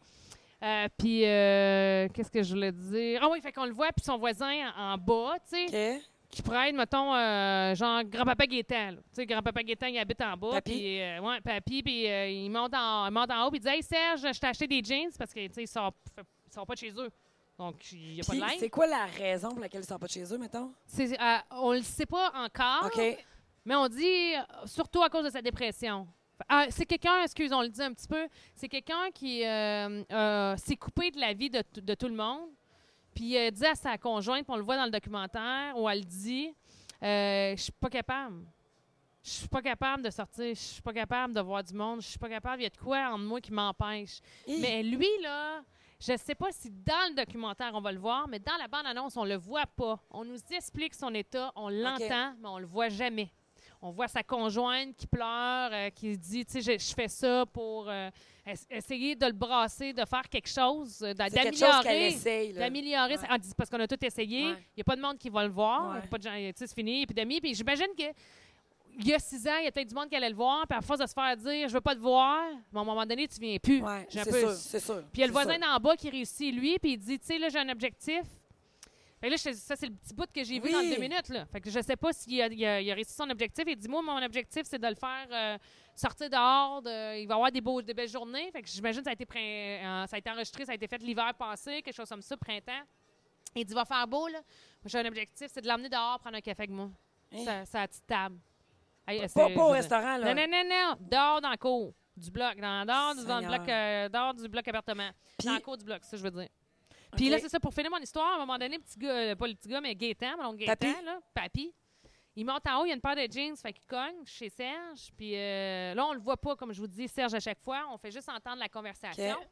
[SPEAKER 2] Euh, puis, euh, qu'est-ce que je voulais dire? Ah oui, fait qu'on le voit, puis son voisin en, en bas, tu sais,
[SPEAKER 1] OK.
[SPEAKER 2] qui prête, mettons, euh, genre grand-papa Gaétan. là. Tu sais, grand-papa Gaétan, il habite en bas.
[SPEAKER 1] Papy.
[SPEAKER 2] Puis, euh, ouais, papy, puis euh, il, monte en, il monte en haut, puis il dit Hey Serge, je t'ai acheté des jeans parce que, tu sais, ils sortent ils sortent pas de chez eux. Donc, il n'y a pas
[SPEAKER 1] Puis,
[SPEAKER 2] de linge.
[SPEAKER 1] c'est quoi la raison pour laquelle il sort pas de chez eux, mettons?
[SPEAKER 2] C'est- euh, on le sait pas encore.
[SPEAKER 1] OK.
[SPEAKER 2] Mais on dit euh, surtout à cause de sa dépression. Ah, c'est quelqu'un, excuse, on le dit un petit peu, c'est quelqu'un qui euh, euh, s'est coupé de la vie de, t- de tout le monde. Puis elle dit à sa conjointe, puis on le voit dans le documentaire, où elle dit euh, Je suis pas capable. Je suis pas capable de sortir. Je suis pas capable de voir du monde. Je suis pas capable. Il y a de quoi en moi qui m'empêche.
[SPEAKER 1] Hi.
[SPEAKER 2] Mais lui, là, je sais pas si dans le documentaire on va le voir, mais dans la bande-annonce, on le voit pas. On nous explique son état, on l'entend, mais on le voit jamais. On voit sa conjointe qui pleure, euh, qui dit, tu sais, je, je fais ça pour euh, es- essayer de le brasser, de faire quelque chose, euh, d'a-
[SPEAKER 1] C'est quelque chose qu'elle
[SPEAKER 2] d'améliorer.
[SPEAKER 1] essaye, là.
[SPEAKER 2] D'améliorer,
[SPEAKER 1] Ouais.
[SPEAKER 2] Ah, dis- parce qu'on a tout essayé. Il
[SPEAKER 1] Ouais.
[SPEAKER 2] n'y a pas de monde qui va le voir.
[SPEAKER 1] Ouais.
[SPEAKER 2] Pas de gens, tu sais, c'est fini. Il n'y a plus d'amis. Puis j'imagine que il y a six ans, il y a peut-être du monde qui allait le voir, puis à force de se faire dire je veux pas te voir, mais à un moment donné, tu viens plus.
[SPEAKER 1] Ouais,
[SPEAKER 2] J'ai un
[SPEAKER 1] c'est
[SPEAKER 2] peu-
[SPEAKER 1] sûr, c'est sûr.
[SPEAKER 2] Puis il y a le
[SPEAKER 1] c'est
[SPEAKER 2] voisin
[SPEAKER 1] sûr.
[SPEAKER 2] d'en bas qui réussit, lui, puis il dit, tu sais, là, j'ai un objectif. Fait que là, je- ça, c'est le petit bout que j'ai vu
[SPEAKER 1] Oui.
[SPEAKER 2] dans deux minutes. Là. Fait que je sais pas s'il a, il a- il a réussi son objectif. Il dit, moi, mon objectif, c'est de le faire euh, sortir dehors. de- il va avoir des, beaux, des belles journées. Fait que j'imagine que ça a, été prin- euh, ça a été enregistré, ça a été fait l'hiver passé, quelque chose comme ça, printemps. Il dit, va faire beau, là. Moi, j'ai un objectif, c'est de l'emmener dehors prendre un café avec moi.
[SPEAKER 1] Hein?
[SPEAKER 2] Ça, ça a petite table. Hey,
[SPEAKER 1] Pas,
[SPEAKER 2] c'est-
[SPEAKER 1] pas au
[SPEAKER 2] je-
[SPEAKER 1] restaurant, là.
[SPEAKER 2] euh, non, non, non, non. Dehors dans le cours du bloc. Dans, dehors, du, dans le
[SPEAKER 1] Seigneur.
[SPEAKER 2] bloc, euh, dehors du bloc appartement.
[SPEAKER 1] Puis-
[SPEAKER 2] dans le cours du bloc, c'est ça que je veux dire. Puis
[SPEAKER 1] OK.
[SPEAKER 2] là, c'est ça, pour finir mon histoire, à un moment donné, le petit gars, euh, pas le petit gars, mais Gaétan, mon oncle Gaétan,
[SPEAKER 1] Papy.
[SPEAKER 2] là, papy, il monte en haut, il y a une paire de jeans, fait qu'il cogne chez Serge. Puis euh, là, on le voit pas, comme je vous dis, Serge, à chaque fois, on fait juste entendre la conversation.
[SPEAKER 1] OK.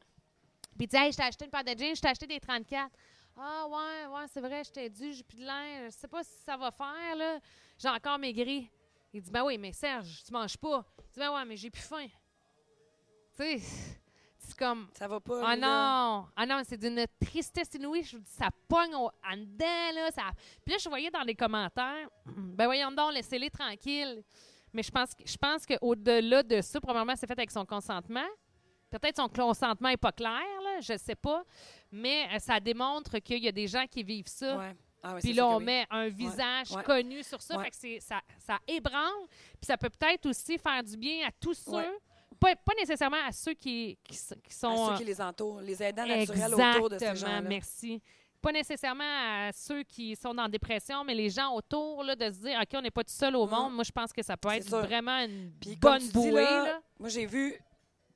[SPEAKER 2] Puis il dit, hey, je t'ai acheté une paire de jeans, je t'ai acheté des 34. Ah, ouais, ouais, c'est vrai, je t'ai dû, j'ai plus de linge, je sais pas si ça va faire, là. J'ai encore maigri. Il dit, ben oui, mais Serge, tu manges pas. Il dit, ben ouais, mais j'ai plus faim. Tu sais, c'est comme,
[SPEAKER 1] Ça va pas.
[SPEAKER 2] ah
[SPEAKER 1] lui, là.
[SPEAKER 2] non! Ah non, c'est d'une tristesse inouïe. Je vous dis, ça pogne au- en dedans, là. Ça... Puis là, je voyais dans les commentaires, [CLEARS THROAT] ben voyons donc, laissez-les tranquilles. Mais je pense, que- je pense qu'au-delà de ça, probablement, c'est fait avec son consentement. Peut-être son consentement n'est pas clair, là, je sais pas. Mais euh, ça démontre qu'il y a des gens qui vivent ça.
[SPEAKER 1] Ouais. Ah, ouais,
[SPEAKER 2] Puis
[SPEAKER 1] c'est
[SPEAKER 2] là,
[SPEAKER 1] sûr que
[SPEAKER 2] on
[SPEAKER 1] oui.
[SPEAKER 2] met un visage
[SPEAKER 1] ouais.
[SPEAKER 2] connu sur ça.
[SPEAKER 1] Ouais.
[SPEAKER 2] Fait que c'est- ça, ça ébranle. Puis ça peut peut-être aussi faire du bien à tous ceux,
[SPEAKER 1] Ouais.
[SPEAKER 2] pas, pas nécessairement à ceux qui, qui, s- qui
[SPEAKER 1] À
[SPEAKER 2] sont.
[SPEAKER 1] ceux
[SPEAKER 2] euh,
[SPEAKER 1] qui les entourent, les aidants naturels autour de ces gens-là.
[SPEAKER 2] Exactement, merci. Pas nécessairement à ceux qui sont en dépression, mais les gens autour, là, de se dire, OK, on n'est pas tout seul au
[SPEAKER 1] Mhm.
[SPEAKER 2] monde. Moi, je pense que ça peut
[SPEAKER 1] C'est
[SPEAKER 2] être
[SPEAKER 1] sûr.
[SPEAKER 2] vraiment une
[SPEAKER 1] Puis comme tu
[SPEAKER 2] bonne
[SPEAKER 1] dis,
[SPEAKER 2] bouée.
[SPEAKER 1] là,
[SPEAKER 2] là.
[SPEAKER 1] Moi, j'ai vu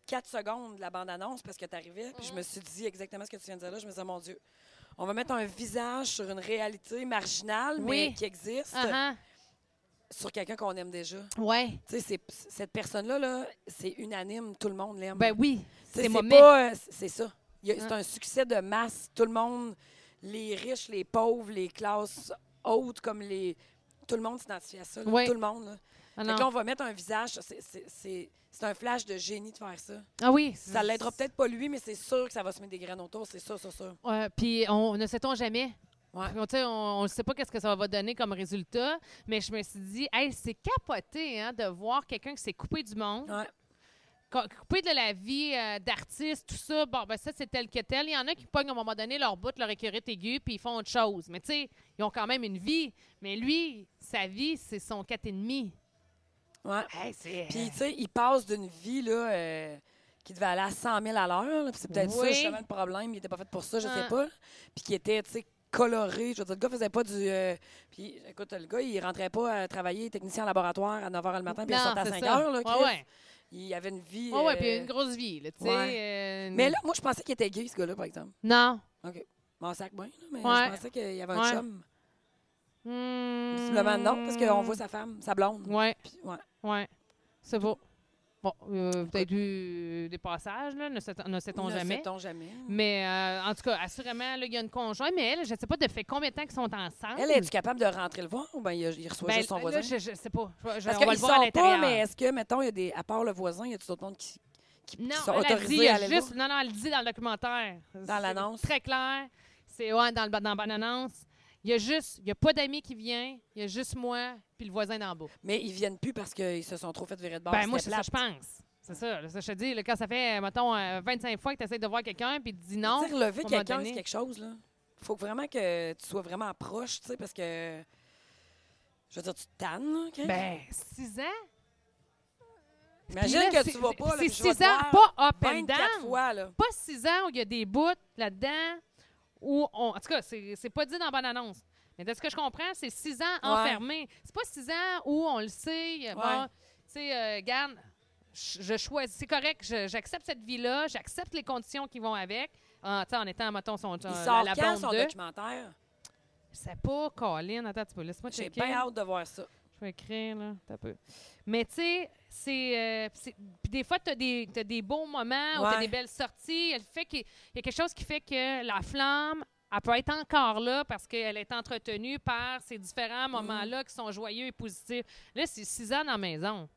[SPEAKER 1] 4 secondes de la bande-annonce parce que tu arrivais, puis je
[SPEAKER 2] Mhm.
[SPEAKER 1] me suis dit exactement ce que tu viens de dire là. Je me disais, mon Dieu, on va mettre un visage sur une réalité marginale, mais
[SPEAKER 2] Oui.
[SPEAKER 1] qui existe,
[SPEAKER 2] Ah,
[SPEAKER 1] sur quelqu'un qu'on aime déjà.
[SPEAKER 2] ah. Ouais.
[SPEAKER 1] Tu sais, c'est- cette personne-là, là, c'est unanime, tout le monde l'aime.
[SPEAKER 2] Ben oui,
[SPEAKER 1] Tu sais,
[SPEAKER 2] c'est moi. mais-
[SPEAKER 1] pas, euh, C'est ça. Il y a-
[SPEAKER 2] Hein.
[SPEAKER 1] C'est un succès de masse. Tout le monde, les riches, les pauvres, les classes hautes comme les. Tout le monde s'identifie à ça. là.
[SPEAKER 2] Ouais.
[SPEAKER 1] Tout le monde. Là.
[SPEAKER 2] Ah,
[SPEAKER 1] Fait
[SPEAKER 2] non.
[SPEAKER 1] que là, on va mettre un visage. C'est- c'est- C'est c'est un flash de génie de faire ça.
[SPEAKER 2] Ah oui.
[SPEAKER 1] Ça l'aidera peut-être pas lui, mais c'est sûr que ça va se mettre des graines autour. C'est sûr, c'est sûr.
[SPEAKER 2] Ouais, Puis on ne sait-on jamais.
[SPEAKER 1] Ouais.
[SPEAKER 2] On- tu sais, On ne sait pas qu'est-ce que ça va donner comme résultat, mais je me suis dit, hey, c'est capoté hein, de voir quelqu'un qui s'est coupé du monde,
[SPEAKER 1] Ouais.
[SPEAKER 2] Co- coupé de la vie euh, d'artiste, tout ça, bon, ben ça, c'est tel que tel. Il y en a qui pognent à un moment donné leur bout, leur écœurite aiguë, puis ils font autre chose. Mais tu sais, ils ont quand même une vie. Mais lui, sa vie, c'est son 4,5.
[SPEAKER 1] ouais.
[SPEAKER 2] Hey, c'est... euh,
[SPEAKER 1] Puis, tu sais, il passe d'une vie là, euh, qui devait aller à 100 000 à l'heure. là, puis C'est peut-être ça,
[SPEAKER 2] Oui.
[SPEAKER 1] justement, le problème. Il n'était pas fait pour ça, je
[SPEAKER 2] Hein.
[SPEAKER 1] sais pas. Puis qui était, tu sais, coloré. Je veux dire, le gars faisait pas du. euh, puis, écoute, le gars, il rentrait pas à travailler technicien en laboratoire à 9 h le matin, puis il
[SPEAKER 2] Non,
[SPEAKER 1] sortait à
[SPEAKER 2] c'est
[SPEAKER 1] 5
[SPEAKER 2] ça.
[SPEAKER 1] h. Là, Chris.
[SPEAKER 2] Ouais, ouais.
[SPEAKER 1] Il avait une vie.
[SPEAKER 2] Ouais, ouais,
[SPEAKER 1] euh,
[SPEAKER 2] puis une grosse vie, là, tu sais. euh,
[SPEAKER 1] Mais là, moi, je pensais qu'il était gay, ce gars-là, par exemple.
[SPEAKER 2] Non.
[SPEAKER 1] Mon sac bien, là, mais
[SPEAKER 2] Ouais.
[SPEAKER 1] je pensais qu'il y avait un
[SPEAKER 2] Ouais.
[SPEAKER 1] chum.
[SPEAKER 2] Hmm.
[SPEAKER 1] Simplement, non, parce qu'on voit sa femme, sa blonde.
[SPEAKER 2] Ouais,
[SPEAKER 1] Puis, ouais.
[SPEAKER 2] ouais. C'est beau. Bon, euh, peut-être eu des passages, là, ne sait- ne sait-on
[SPEAKER 1] Ne
[SPEAKER 2] jamais.
[SPEAKER 1] sait-on jamais.
[SPEAKER 2] Mais euh, en tout cas, assurément, là, il y a une conjointe, mais elle, je ne sais pas de fait combien de temps qu'ils sont ensemble.
[SPEAKER 1] Elle, est-tu capable de rentrer le voir ou bien il, il reçoit
[SPEAKER 2] Ben,
[SPEAKER 1] juste son
[SPEAKER 2] là,
[SPEAKER 1] voisin?
[SPEAKER 2] je, je sais pas. Je,
[SPEAKER 1] Parce
[SPEAKER 2] je- on va
[SPEAKER 1] qu'ils
[SPEAKER 2] le voir à
[SPEAKER 1] sont pas,
[SPEAKER 2] l'intérieur.
[SPEAKER 1] mais est-ce que, mettons, il y a des, à part le voisin, il y a tout d'autres monde qui, qui, qui
[SPEAKER 2] Non,
[SPEAKER 1] sont
[SPEAKER 2] elle a dit,
[SPEAKER 1] autorisés
[SPEAKER 2] il y
[SPEAKER 1] à
[SPEAKER 2] a
[SPEAKER 1] aller le
[SPEAKER 2] juste, non, non, elle le dit dans le documentaire. C'est
[SPEAKER 1] l'annonce.
[SPEAKER 2] Très clair. C'est ouais, dans, le, dans la bonne annonce. Il y a juste, il n'y a pas d'amis qui vient, il y a juste moi puis le voisin d'en bas.
[SPEAKER 1] voir? Mais ils viennent plus parce qu'ils se sont trop fait virer de bord.
[SPEAKER 2] ben
[SPEAKER 1] c'était
[SPEAKER 2] moi, c'est ça
[SPEAKER 1] plate.
[SPEAKER 2] que je pense. C'est ça, là, ça, je te dis, là, quand ça fait, mettons, euh, 25 fois que tu essaies de voir quelqu'un puis tu dis non.
[SPEAKER 1] Tu sais, relever
[SPEAKER 2] à un moment
[SPEAKER 1] quelqu'un,
[SPEAKER 2] donné.
[SPEAKER 1] c'est quelque chose, là. Faut vraiment que tu sois vraiment proche, tu sais, parce que. Je veux dire, tu te tannes, là, Chris.
[SPEAKER 2] Ben, 6 ans?
[SPEAKER 1] Imagine
[SPEAKER 2] Puis là,
[SPEAKER 1] que
[SPEAKER 2] c'est-
[SPEAKER 1] tu vas pas, là,
[SPEAKER 2] C'est
[SPEAKER 1] puis je vais
[SPEAKER 2] 6
[SPEAKER 1] te
[SPEAKER 2] ans,
[SPEAKER 1] voir
[SPEAKER 2] pas ben up and
[SPEAKER 1] 24
[SPEAKER 2] down.
[SPEAKER 1] fois, là.
[SPEAKER 2] Pas 6 ans où il y a des bouts là-dedans où on. En tout cas, c'est c'est pas dit dans la bonne annonce. Mais de ce que je comprends, c'est 6 ans
[SPEAKER 1] Ouais.
[SPEAKER 2] enfermé. C'est pas 6 ans où on le sait. euh, Bon,
[SPEAKER 1] Ouais.
[SPEAKER 2] tu sais, euh, garde, je je choisis. C'est correct, je- j'accepte cette vie-là, j'accepte les conditions qui vont avec. En, tu sais, en étant, mettons, son,
[SPEAKER 1] Il
[SPEAKER 2] euh,
[SPEAKER 1] sort
[SPEAKER 2] la, la
[SPEAKER 1] quand
[SPEAKER 2] bande
[SPEAKER 1] son
[SPEAKER 2] de-
[SPEAKER 1] documentaire?
[SPEAKER 2] Je sais pas, Colin. Attends, tu peux, laisse-moi
[SPEAKER 1] J'ai
[SPEAKER 2] checker.
[SPEAKER 1] bien hâte de voir ça.
[SPEAKER 2] Je vais écrire, là. T'as peu. Mais tu sais, c'est. euh, c'est- puis des fois, tu as, des beaux moments ou tu
[SPEAKER 1] Ouais.
[SPEAKER 2] des belles sorties. Le fait qu'il il y a quelque chose qui fait que la flamme, elle peut être encore là parce qu'elle est entretenue par ces différents
[SPEAKER 1] Mm.
[SPEAKER 2] moments-là qui sont joyeux et positifs. Là, c'est six ans dans la maison.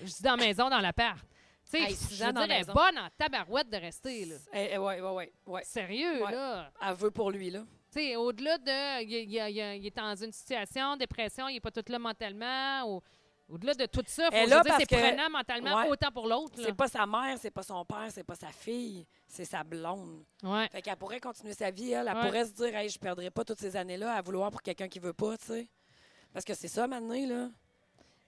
[SPEAKER 2] Je dis dans la maison, dans l'appart. Tu sais,
[SPEAKER 1] Hey,
[SPEAKER 2] je
[SPEAKER 1] six
[SPEAKER 2] veux
[SPEAKER 1] ans
[SPEAKER 2] dire,
[SPEAKER 1] dans la
[SPEAKER 2] elle est
[SPEAKER 1] maison.
[SPEAKER 2] bonne en tabarouette de rester, là.
[SPEAKER 1] Eh, eh, ouais, ouais, ouais, ouais.
[SPEAKER 2] Sérieux,
[SPEAKER 1] Ouais.
[SPEAKER 2] là.
[SPEAKER 1] Aveu pour lui, là.
[SPEAKER 2] Tu sais, au-delà de. Il, il- il- il est dans une situation, dépression, il n'est pas tout là mentalement. Ou, Au-delà de tout ça, faut
[SPEAKER 1] Elle
[SPEAKER 2] je
[SPEAKER 1] là
[SPEAKER 2] veux dire,
[SPEAKER 1] parce
[SPEAKER 2] c'est
[SPEAKER 1] que-
[SPEAKER 2] prenant mentalement
[SPEAKER 1] Ouais.
[SPEAKER 2] autant pour l'autre. là.
[SPEAKER 1] C'est pas sa mère, c'est pas son père, c'est pas sa fille, c'est sa blonde.
[SPEAKER 2] Ouais.
[SPEAKER 1] Fait qu'elle pourrait continuer sa vie, elle. Elle
[SPEAKER 2] Ouais.
[SPEAKER 1] pourrait se dire, hey, je perdrai pas toutes ces années-là à vouloir pour quelqu'un qui veut pas, tu sais. Parce que c'est ça, maintenant, là.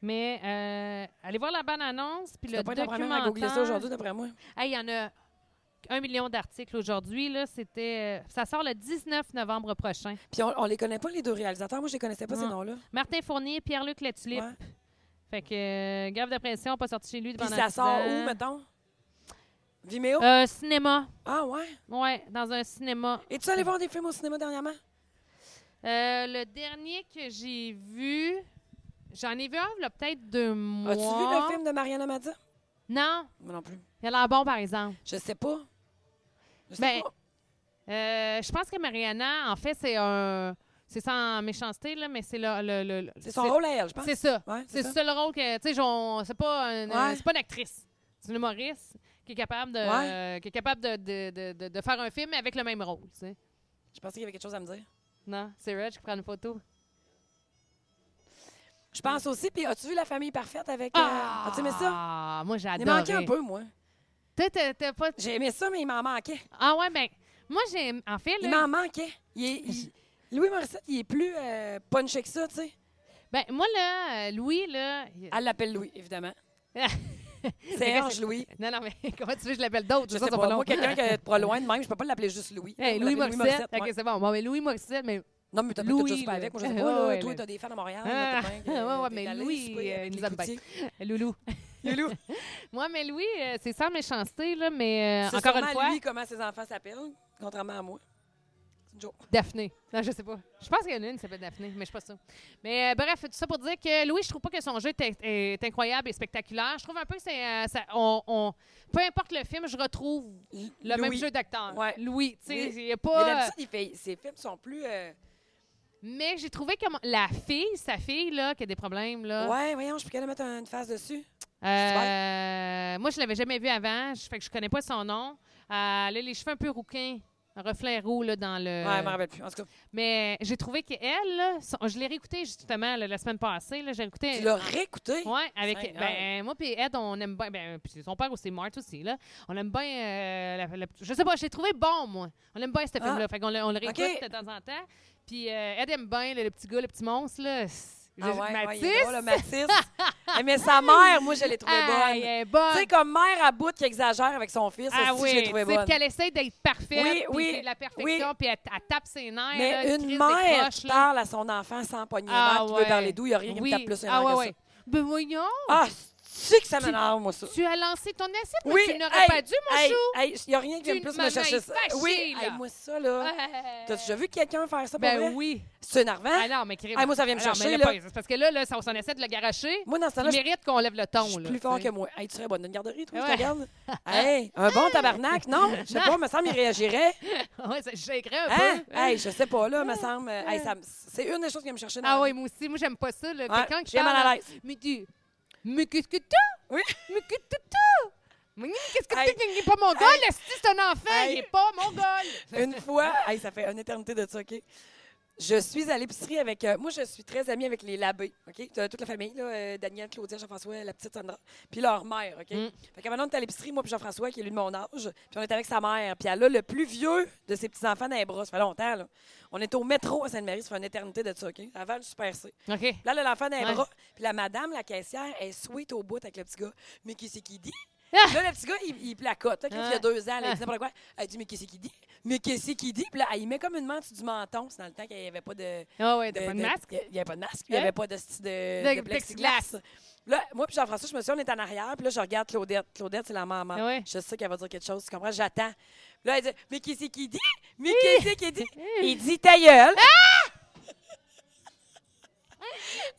[SPEAKER 2] Mais euh, allez voir la bonne annonce, puis
[SPEAKER 1] Tu vas
[SPEAKER 2] le
[SPEAKER 1] pas être la première à googler ça
[SPEAKER 2] documentaire.
[SPEAKER 1] aujourd'hui, d'après moi.
[SPEAKER 2] Hey, il y en a un million d'articles aujourd'hui. Là, c'était, euh, ça sort le 19 novembre prochain.
[SPEAKER 1] Puis on, on les connaît pas, les deux réalisateurs. Moi, je les connaissais pas, ces
[SPEAKER 2] Non.
[SPEAKER 1] noms-là.
[SPEAKER 2] Martin Fournier, Pierre-Luc Latulippe.
[SPEAKER 1] Ouais.
[SPEAKER 2] Fait que euh, grave de pression, pas sorti chez lui
[SPEAKER 1] Puis
[SPEAKER 2] pendant
[SPEAKER 1] ça
[SPEAKER 2] dix
[SPEAKER 1] sort
[SPEAKER 2] ans.
[SPEAKER 1] où, mettons? Vimeo?
[SPEAKER 2] Euh, cinéma.
[SPEAKER 1] Ah, ouais?
[SPEAKER 2] Ouais, dans un cinéma.
[SPEAKER 1] Es-tu allé voir des films au cinéma dernièrement?
[SPEAKER 2] Euh, le dernier que j'ai vu, j'en ai vu un, là, peut-être deux mois.
[SPEAKER 1] As-tu vu le film de Mariana Mazza?
[SPEAKER 2] Non,
[SPEAKER 1] Moi non plus.
[SPEAKER 2] il a l'air bon, par exemple.
[SPEAKER 1] Je sais pas. Je sais
[SPEAKER 2] Ben,
[SPEAKER 1] pas.
[SPEAKER 2] Euh, je pense que Mariana, en fait, c'est un. C'est sans méchanceté, là, mais c'est le. le- le- le-
[SPEAKER 1] C'est son rôle à elle, je pense.
[SPEAKER 2] C'est ça.
[SPEAKER 1] Ouais,
[SPEAKER 2] C'est ça le rôle que. Tu sais, on- c'est pas, un-
[SPEAKER 1] Ouais.
[SPEAKER 2] euh, c'est pas une actrice. C'est une humoriste qui est capable de,
[SPEAKER 1] Ouais.
[SPEAKER 2] euh, qui est capable de, de- de- de- de faire un film avec le même rôle, tu sais.
[SPEAKER 1] Je pensais qu'il y avait quelque chose à me dire.
[SPEAKER 2] Non, c'est Reg qui prend une photo.
[SPEAKER 1] Je pense aussi. Puis as-tu vu La Famille Parfaite avec... euh,
[SPEAKER 2] Ah!
[SPEAKER 1] As-tu aimé ça?
[SPEAKER 2] Moi, j'adore.
[SPEAKER 1] Il manquait un peu, moi.
[SPEAKER 2] pas.
[SPEAKER 1] J'ai aimé ça, mais il m'en manquait.
[SPEAKER 2] Ah, ouais, ben. Moi, j'ai. En fait,
[SPEAKER 1] Il
[SPEAKER 2] là,
[SPEAKER 1] m'en manquait. Il est- il- Louis Morissette, il est plus euh, punché que ça, tu sais.
[SPEAKER 2] ben, moi, là, euh, Louis, là. il-
[SPEAKER 1] Elle l'appelle Louis, [LAUGHS] évidemment. C'est
[SPEAKER 2] Mais quand
[SPEAKER 1] Ange Louis.
[SPEAKER 2] Non, non, mais [LAUGHS] comment tu veux que je l'appelle d'autres?
[SPEAKER 1] Je
[SPEAKER 2] Ça,
[SPEAKER 1] sais
[SPEAKER 2] c'est
[SPEAKER 1] pas,
[SPEAKER 2] long.
[SPEAKER 1] moi, quelqu'un qui est trop loin de même, je peux pas l'appeler juste Louis.
[SPEAKER 2] Hey,
[SPEAKER 1] On
[SPEAKER 2] Louis
[SPEAKER 1] l'appelle
[SPEAKER 2] Morissette.
[SPEAKER 1] ouais.
[SPEAKER 2] OK, c'est bon. Bon, mais Louis Morissette, mais.
[SPEAKER 1] Non, mais t'as peut-être
[SPEAKER 2] Louis,
[SPEAKER 1] juste pas
[SPEAKER 2] là.
[SPEAKER 1] avec. Moi, je sais pas, là,
[SPEAKER 2] Ouais,
[SPEAKER 1] toi,
[SPEAKER 2] mais-
[SPEAKER 1] t'as des fans à Montréal.
[SPEAKER 2] Ah,
[SPEAKER 1] là, t'es bien, euh,
[SPEAKER 2] ouais, ouais,
[SPEAKER 1] t'es
[SPEAKER 2] mais
[SPEAKER 1] allé
[SPEAKER 2] Louis,
[SPEAKER 1] souper
[SPEAKER 2] euh,
[SPEAKER 1] avec
[SPEAKER 2] il
[SPEAKER 1] les
[SPEAKER 2] nous aime bien.
[SPEAKER 1] coutiers.
[SPEAKER 2] Loulou.
[SPEAKER 1] Loulou.
[SPEAKER 2] Moi, mais Louis, euh, c'est sans méchanceté, là, mais euh,
[SPEAKER 1] C'est
[SPEAKER 2] encore une
[SPEAKER 1] sûrement
[SPEAKER 2] fois,
[SPEAKER 1] lui comment ses enfants s'appellent, contrairement à moi. C'est une joke.
[SPEAKER 2] Daphné. Non, je sais pas. Je pense qu'il y en a une qui s'appelle Daphné, mais je suis pas sûre. Mais euh, bref, tout ça pour dire que Louis, je trouve pas que son jeu est, est incroyable et spectaculaire. Je trouve un peu que c'est. euh, ça- on, on- peu importe le film, je retrouve
[SPEAKER 1] L-
[SPEAKER 2] le même
[SPEAKER 1] Louis.
[SPEAKER 2] jeu d'acteur.
[SPEAKER 1] Ouais.
[SPEAKER 2] Louis, tu sais,
[SPEAKER 1] Oui.
[SPEAKER 2] il y
[SPEAKER 1] Mais
[SPEAKER 2] a pas.
[SPEAKER 1] d'habitude, il fait- ses films sont plus. euh,
[SPEAKER 2] Mais j'ai trouvé que mon- la fille, sa fille, là, qui a des problèmes, là.
[SPEAKER 1] Ouais, voyons, je peux qu'elle mettre un- une face dessus.
[SPEAKER 2] Euh, moi, je l'avais jamais vue avant. Je, fait que je connais pas son nom. Euh, elle a les cheveux un peu rouquins, un reflet roux là, dans le.
[SPEAKER 1] Ouais, je m'en rappelle plus. En tout cas,
[SPEAKER 2] mais j'ai trouvé qu'elle, là, son- je l'ai réécoutée justement là, la semaine passée. là, j'ai écouté.
[SPEAKER 1] tu l'as réécouté.
[SPEAKER 2] Ouais, avec
[SPEAKER 1] Seigneur.
[SPEAKER 2] ben, moi puis Ed, on aime bien ben puis son père aussi Mart aussi là. On aime bien euh, la- la- je sais pas, je l'ai trouvé bon moi. On aime bien ce
[SPEAKER 1] Ah.
[SPEAKER 2] film là, fait qu'on le, on le réécoute
[SPEAKER 1] OK.
[SPEAKER 2] de temps en temps. Puis euh, Ed aime bien le, le petit gars, le petit monstre là.
[SPEAKER 1] Ah ouais, ouais, il est
[SPEAKER 2] Mathis,
[SPEAKER 1] drôle, le Matisse.
[SPEAKER 2] [LAUGHS]
[SPEAKER 1] Ah, mais sa mère, moi, je l'ai trouvée
[SPEAKER 2] ah,
[SPEAKER 1] bonne.
[SPEAKER 2] il est
[SPEAKER 1] Tu
[SPEAKER 2] bonne.
[SPEAKER 1] sais, comme mère à bout qui exagère avec son fils,
[SPEAKER 2] Ah
[SPEAKER 1] aussi,
[SPEAKER 2] oui,
[SPEAKER 1] je l'ai trouvée
[SPEAKER 2] tu sais,
[SPEAKER 1] bonne.
[SPEAKER 2] qu'elle essaie d'être parfaite,
[SPEAKER 1] Oui,
[SPEAKER 2] puis
[SPEAKER 1] oui,
[SPEAKER 2] c'est de la perfection,
[SPEAKER 1] oui.
[SPEAKER 2] puis elle, elle tape ses nerfs. là,
[SPEAKER 1] Mais une
[SPEAKER 2] crise
[SPEAKER 1] mère
[SPEAKER 2] décroche,
[SPEAKER 1] qui
[SPEAKER 2] là.
[SPEAKER 1] parle à son enfant sans poignée
[SPEAKER 2] Ah
[SPEAKER 1] mère, qui veut
[SPEAKER 2] ouais.
[SPEAKER 1] parler doux, il n'y a rien qui me
[SPEAKER 2] Oui.
[SPEAKER 1] tape plus sur
[SPEAKER 2] ah, ouais,
[SPEAKER 1] langue
[SPEAKER 2] ouais.
[SPEAKER 1] que ça.
[SPEAKER 2] Ben voyons,
[SPEAKER 1] Ah, c'est que ça m'énerve, moi, ça.
[SPEAKER 2] tu as lancé ton assiette, mais
[SPEAKER 1] Oui,
[SPEAKER 2] tu n'aurais
[SPEAKER 1] hey,
[SPEAKER 2] pas dû, mon
[SPEAKER 1] hey,
[SPEAKER 2] chou.
[SPEAKER 1] hey, Il n'y a rien qui vient
[SPEAKER 2] Tu-
[SPEAKER 1] plus
[SPEAKER 2] maman
[SPEAKER 1] me chercher
[SPEAKER 2] est
[SPEAKER 1] ça.
[SPEAKER 2] fâchée,
[SPEAKER 1] oui,
[SPEAKER 2] là.
[SPEAKER 1] hey, moi, ça, là. T'as-tu déjà vu quelqu'un faire ça pour
[SPEAKER 2] Ben
[SPEAKER 1] vrai?
[SPEAKER 2] oui.
[SPEAKER 1] C'est énervant.
[SPEAKER 2] Ah non, mais crime.
[SPEAKER 1] Ah, moi, ça vient me
[SPEAKER 2] Ah non, mais
[SPEAKER 1] chercher,
[SPEAKER 2] là,
[SPEAKER 1] là.
[SPEAKER 2] pas- Parce que là, là ça- on s'en essaie de le garacher.
[SPEAKER 1] Moi, dans ce temps-là,
[SPEAKER 2] Il
[SPEAKER 1] je
[SPEAKER 2] mérite qu'on lève le ton.
[SPEAKER 1] je suis
[SPEAKER 2] là,
[SPEAKER 1] plus
[SPEAKER 2] tu
[SPEAKER 1] fort
[SPEAKER 2] sais.
[SPEAKER 1] que moi. Hey, tu serais bonne d'une garderie, toi, je
[SPEAKER 2] Ouais. Hein?
[SPEAKER 1] te regarde. Hey, un bon tabarnak,
[SPEAKER 2] [LAUGHS]
[SPEAKER 1] non? Je sais pas, me semble, il réagirait.
[SPEAKER 2] [LAUGHS] ouais, ça- je shakerais un
[SPEAKER 1] Hein?
[SPEAKER 2] peu.
[SPEAKER 1] Hey, je sais pas, là, me semble. Hey, ça me- c'est une des choses qui vient me chercher. dans
[SPEAKER 2] Ah
[SPEAKER 1] la
[SPEAKER 2] oui,
[SPEAKER 1] vie.
[SPEAKER 2] moi aussi. Moi, j'aime pas ça. là.
[SPEAKER 1] Ouais,
[SPEAKER 2] Quelqu'un qui
[SPEAKER 1] j'ai mal à
[SPEAKER 2] parle,
[SPEAKER 1] l'aise.
[SPEAKER 2] Mais tu. Mais qu'est-ce que t'as?
[SPEAKER 1] Oui.
[SPEAKER 2] Mais qu'est-ce que t'as? Mais qu'est-ce que t'as?
[SPEAKER 1] Hey.
[SPEAKER 2] Il est pas mongol. esti, C'est un enfant.
[SPEAKER 1] Hey.
[SPEAKER 2] Il est pas mongol.
[SPEAKER 1] [LAUGHS] Une fois, hey, ça fait une éternité de ça, OK? Je suis à l'épicerie avec. euh, moi, je suis très amie avec les labés, OK? T'as Toute la famille, là, euh, Daniel, Claudia, Jean-François, la petite Sandra, puis leur mère, OK?
[SPEAKER 2] Mm.
[SPEAKER 1] Fait que maintenant, on est à l'épicerie, moi, puis Jean-François, qui est lui de mon âge, puis on est avec sa mère, puis elle a le plus vieux de ses petits-enfants dans les bras. Ça fait longtemps, là. On est au métro à Sainte-Marie, ça fait une éternité de ça, OK? Avant le Super C.
[SPEAKER 2] OK.
[SPEAKER 1] Puis Là, elle a l'enfant dans les
[SPEAKER 2] Ouais.
[SPEAKER 1] bras. Puis la madame, la caissière, elle est sweet au bout avec le petit gars. Mais qui c'est qui dit?
[SPEAKER 2] Ah!
[SPEAKER 1] Puis là, le petit gars, il, il placote. Là, quand il y a deux ans, elle dit n'importe quoi. Elle dit, mais qui c'est qui dit? Mais qui c'est qui dit? Puis là, elle y met comme une main en dessous du menton. C'est dans le temps qu'il n'y avait pas de.
[SPEAKER 2] Ah ouais, t'as pas de masque?
[SPEAKER 1] Il n'y avait pas de masque. puis Il n'y
[SPEAKER 2] Hein?
[SPEAKER 1] avait pas de, sti- de,
[SPEAKER 2] De
[SPEAKER 1] de
[SPEAKER 2] plexiglas.
[SPEAKER 1] plexiglas. Là, moi, puis Jean-François, je me suis on est en arrière. Puis là, je regarde Claudette. Claudette, c'est la maman.
[SPEAKER 2] Ah ouais.
[SPEAKER 1] Je sais qu'elle va dire quelque chose. Tu comprends? J'attends. Puis Là, elle dit, mais qui c'est qui dit? Mais qui c'est qui
[SPEAKER 2] [LAUGHS]
[SPEAKER 1] dit? Il dit ta gueule. [LAUGHS]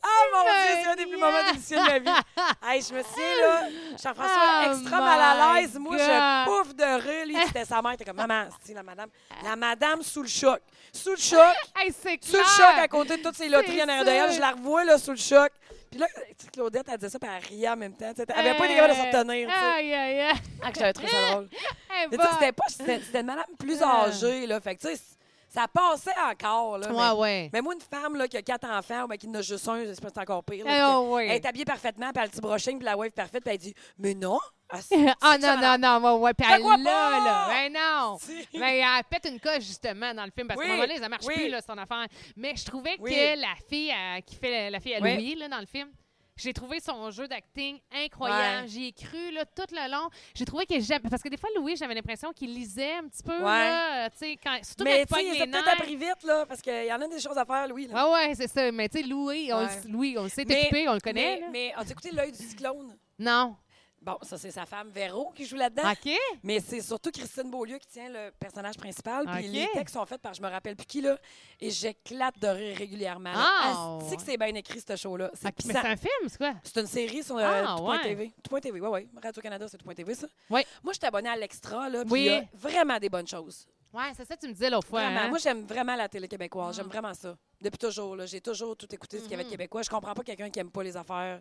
[SPEAKER 1] Ah mon Dieu, c'est un des plus moments délicieux de ma vie. Hey, je me souviens, là, Jean-François,
[SPEAKER 2] Oh
[SPEAKER 1] extra
[SPEAKER 2] my
[SPEAKER 1] mal à l'aise. Moi, je
[SPEAKER 2] God.
[SPEAKER 1] pouffe de rire. Lui, c'était sa mère. T'es
[SPEAKER 2] [LAUGHS]
[SPEAKER 1] comme, maman, c'est la madame. La madame sous le choc. Sous le choc.
[SPEAKER 2] Hey, c'est
[SPEAKER 1] Sous le
[SPEAKER 2] clair.
[SPEAKER 1] choc à côté de toutes ces loteries
[SPEAKER 2] Ah! C'est
[SPEAKER 1] en arrière de elle.
[SPEAKER 2] ça.
[SPEAKER 1] Je la revois, là, sous le choc. Puis là, tu sais, Claudette, elle disait ça, puis elle riait en même temps. tu sais. Elle avait pas été capable de se retenir. tu sais.
[SPEAKER 2] Aïe, aïe, aïe.
[SPEAKER 1] Ah, que j'avais trouvé ça drôle.
[SPEAKER 2] [LAUGHS] Hey,
[SPEAKER 1] Mais tu
[SPEAKER 2] va.
[SPEAKER 1] sais, c'était pas, c'était c'était une madame plus
[SPEAKER 2] Ah.
[SPEAKER 1] âgée, là. Fait que, tu sais, ça passait encore. Là,
[SPEAKER 2] Ouais,
[SPEAKER 1] mais,
[SPEAKER 2] ouais.
[SPEAKER 1] mais moi, une femme là, qui a quatre enfants, mais qui en a juste un, c'est c'est encore pire. là,
[SPEAKER 2] Eh,
[SPEAKER 1] puis
[SPEAKER 2] oh, oui.
[SPEAKER 1] Elle est habillée parfaitement, puis elle a le petit brushing, puis la wave parfaite, puis elle dit Mais non Ah, c'est-
[SPEAKER 2] [LAUGHS] Ah
[SPEAKER 1] c'est ça,
[SPEAKER 2] non, non,
[SPEAKER 1] madame.
[SPEAKER 2] non, ouais, ouais. Puis
[SPEAKER 1] Ça
[SPEAKER 2] elle
[SPEAKER 1] quoi
[SPEAKER 2] là,
[SPEAKER 1] pas?
[SPEAKER 2] là. Ben non.
[SPEAKER 1] [LAUGHS] Si.
[SPEAKER 2] Mais elle pète une coche, justement, dans le film, parce qu'à un
[SPEAKER 1] Oui,
[SPEAKER 2] moment donné, ça marche
[SPEAKER 1] oui.
[SPEAKER 2] plus, là, son affaire. Mais je trouvais
[SPEAKER 1] Oui.
[SPEAKER 2] que la fille euh, qui fait la, la fille à
[SPEAKER 1] Oui.
[SPEAKER 2] Louis, là, dans le film, j'ai trouvé son jeu d'acting incroyable.
[SPEAKER 1] Ouais.
[SPEAKER 2] J'y ai cru, là, tout le long. J'ai trouvé que j'aime. Parce que des fois, Louis, j'avais l'impression qu'il lisait un petit peu,
[SPEAKER 1] Ouais.
[SPEAKER 2] là. euh, Tu sais, quand. Surtout quand
[SPEAKER 1] Mais
[SPEAKER 2] il
[SPEAKER 1] tu sais,
[SPEAKER 2] pogne
[SPEAKER 1] il
[SPEAKER 2] les
[SPEAKER 1] s'est
[SPEAKER 2] nerfs.
[SPEAKER 1] peut-être appris vite, là, parce qu'il y en a des choses à faire, Louis. là.
[SPEAKER 2] Ah ouais, c'est ça. Mais tu sais, Louis, on, le-
[SPEAKER 1] Ouais.
[SPEAKER 2] Louis, on le sait,
[SPEAKER 1] Mais-
[SPEAKER 2] t'es occupé, on le connaît.
[SPEAKER 1] Mais,
[SPEAKER 2] là.
[SPEAKER 1] mais ah, as-tu écouté l'œil du cyclone?
[SPEAKER 2] Non.
[SPEAKER 1] Bon, ça, c'est sa femme Véro qui joue là-dedans.
[SPEAKER 2] OK.
[SPEAKER 1] Mais c'est surtout Christine Beaulieu qui tient le personnage principal. Puis
[SPEAKER 2] Ok.
[SPEAKER 1] les textes sont faits par je me rappelle plus qui, là. Et j'éclate de rire régulièrement.
[SPEAKER 2] Ah,
[SPEAKER 1] Tu
[SPEAKER 2] ouais.
[SPEAKER 1] sais que c'est bien écrit, ce show-là. C'est
[SPEAKER 2] Ok, Mais
[SPEAKER 1] puissant.
[SPEAKER 2] c'est un film, c'est quoi?
[SPEAKER 1] C'est une série sur
[SPEAKER 2] Ah,
[SPEAKER 1] euh, tout.tv.
[SPEAKER 2] ouais.
[SPEAKER 1] Tout.tv, oui, oui. Radio-Canada, c'est tout.tv, ça.
[SPEAKER 2] Ouais.
[SPEAKER 1] Moi, je suis abonnée à l'Extra, là. Puis
[SPEAKER 2] Oui.
[SPEAKER 1] il y a vraiment des bonnes choses.
[SPEAKER 2] Ouais, c'est ça, tu me disais l'autre fois.
[SPEAKER 1] Vraiment.
[SPEAKER 2] hein? Ah.
[SPEAKER 1] Moi, j'aime vraiment la télé québécoise. J'aime vraiment ça. Depuis toujours, là. J'ai toujours tout écouté ce qu'il y
[SPEAKER 2] Mhm.
[SPEAKER 1] avait de québécois. Je comprends pas quelqu'un qui aime pas les affaires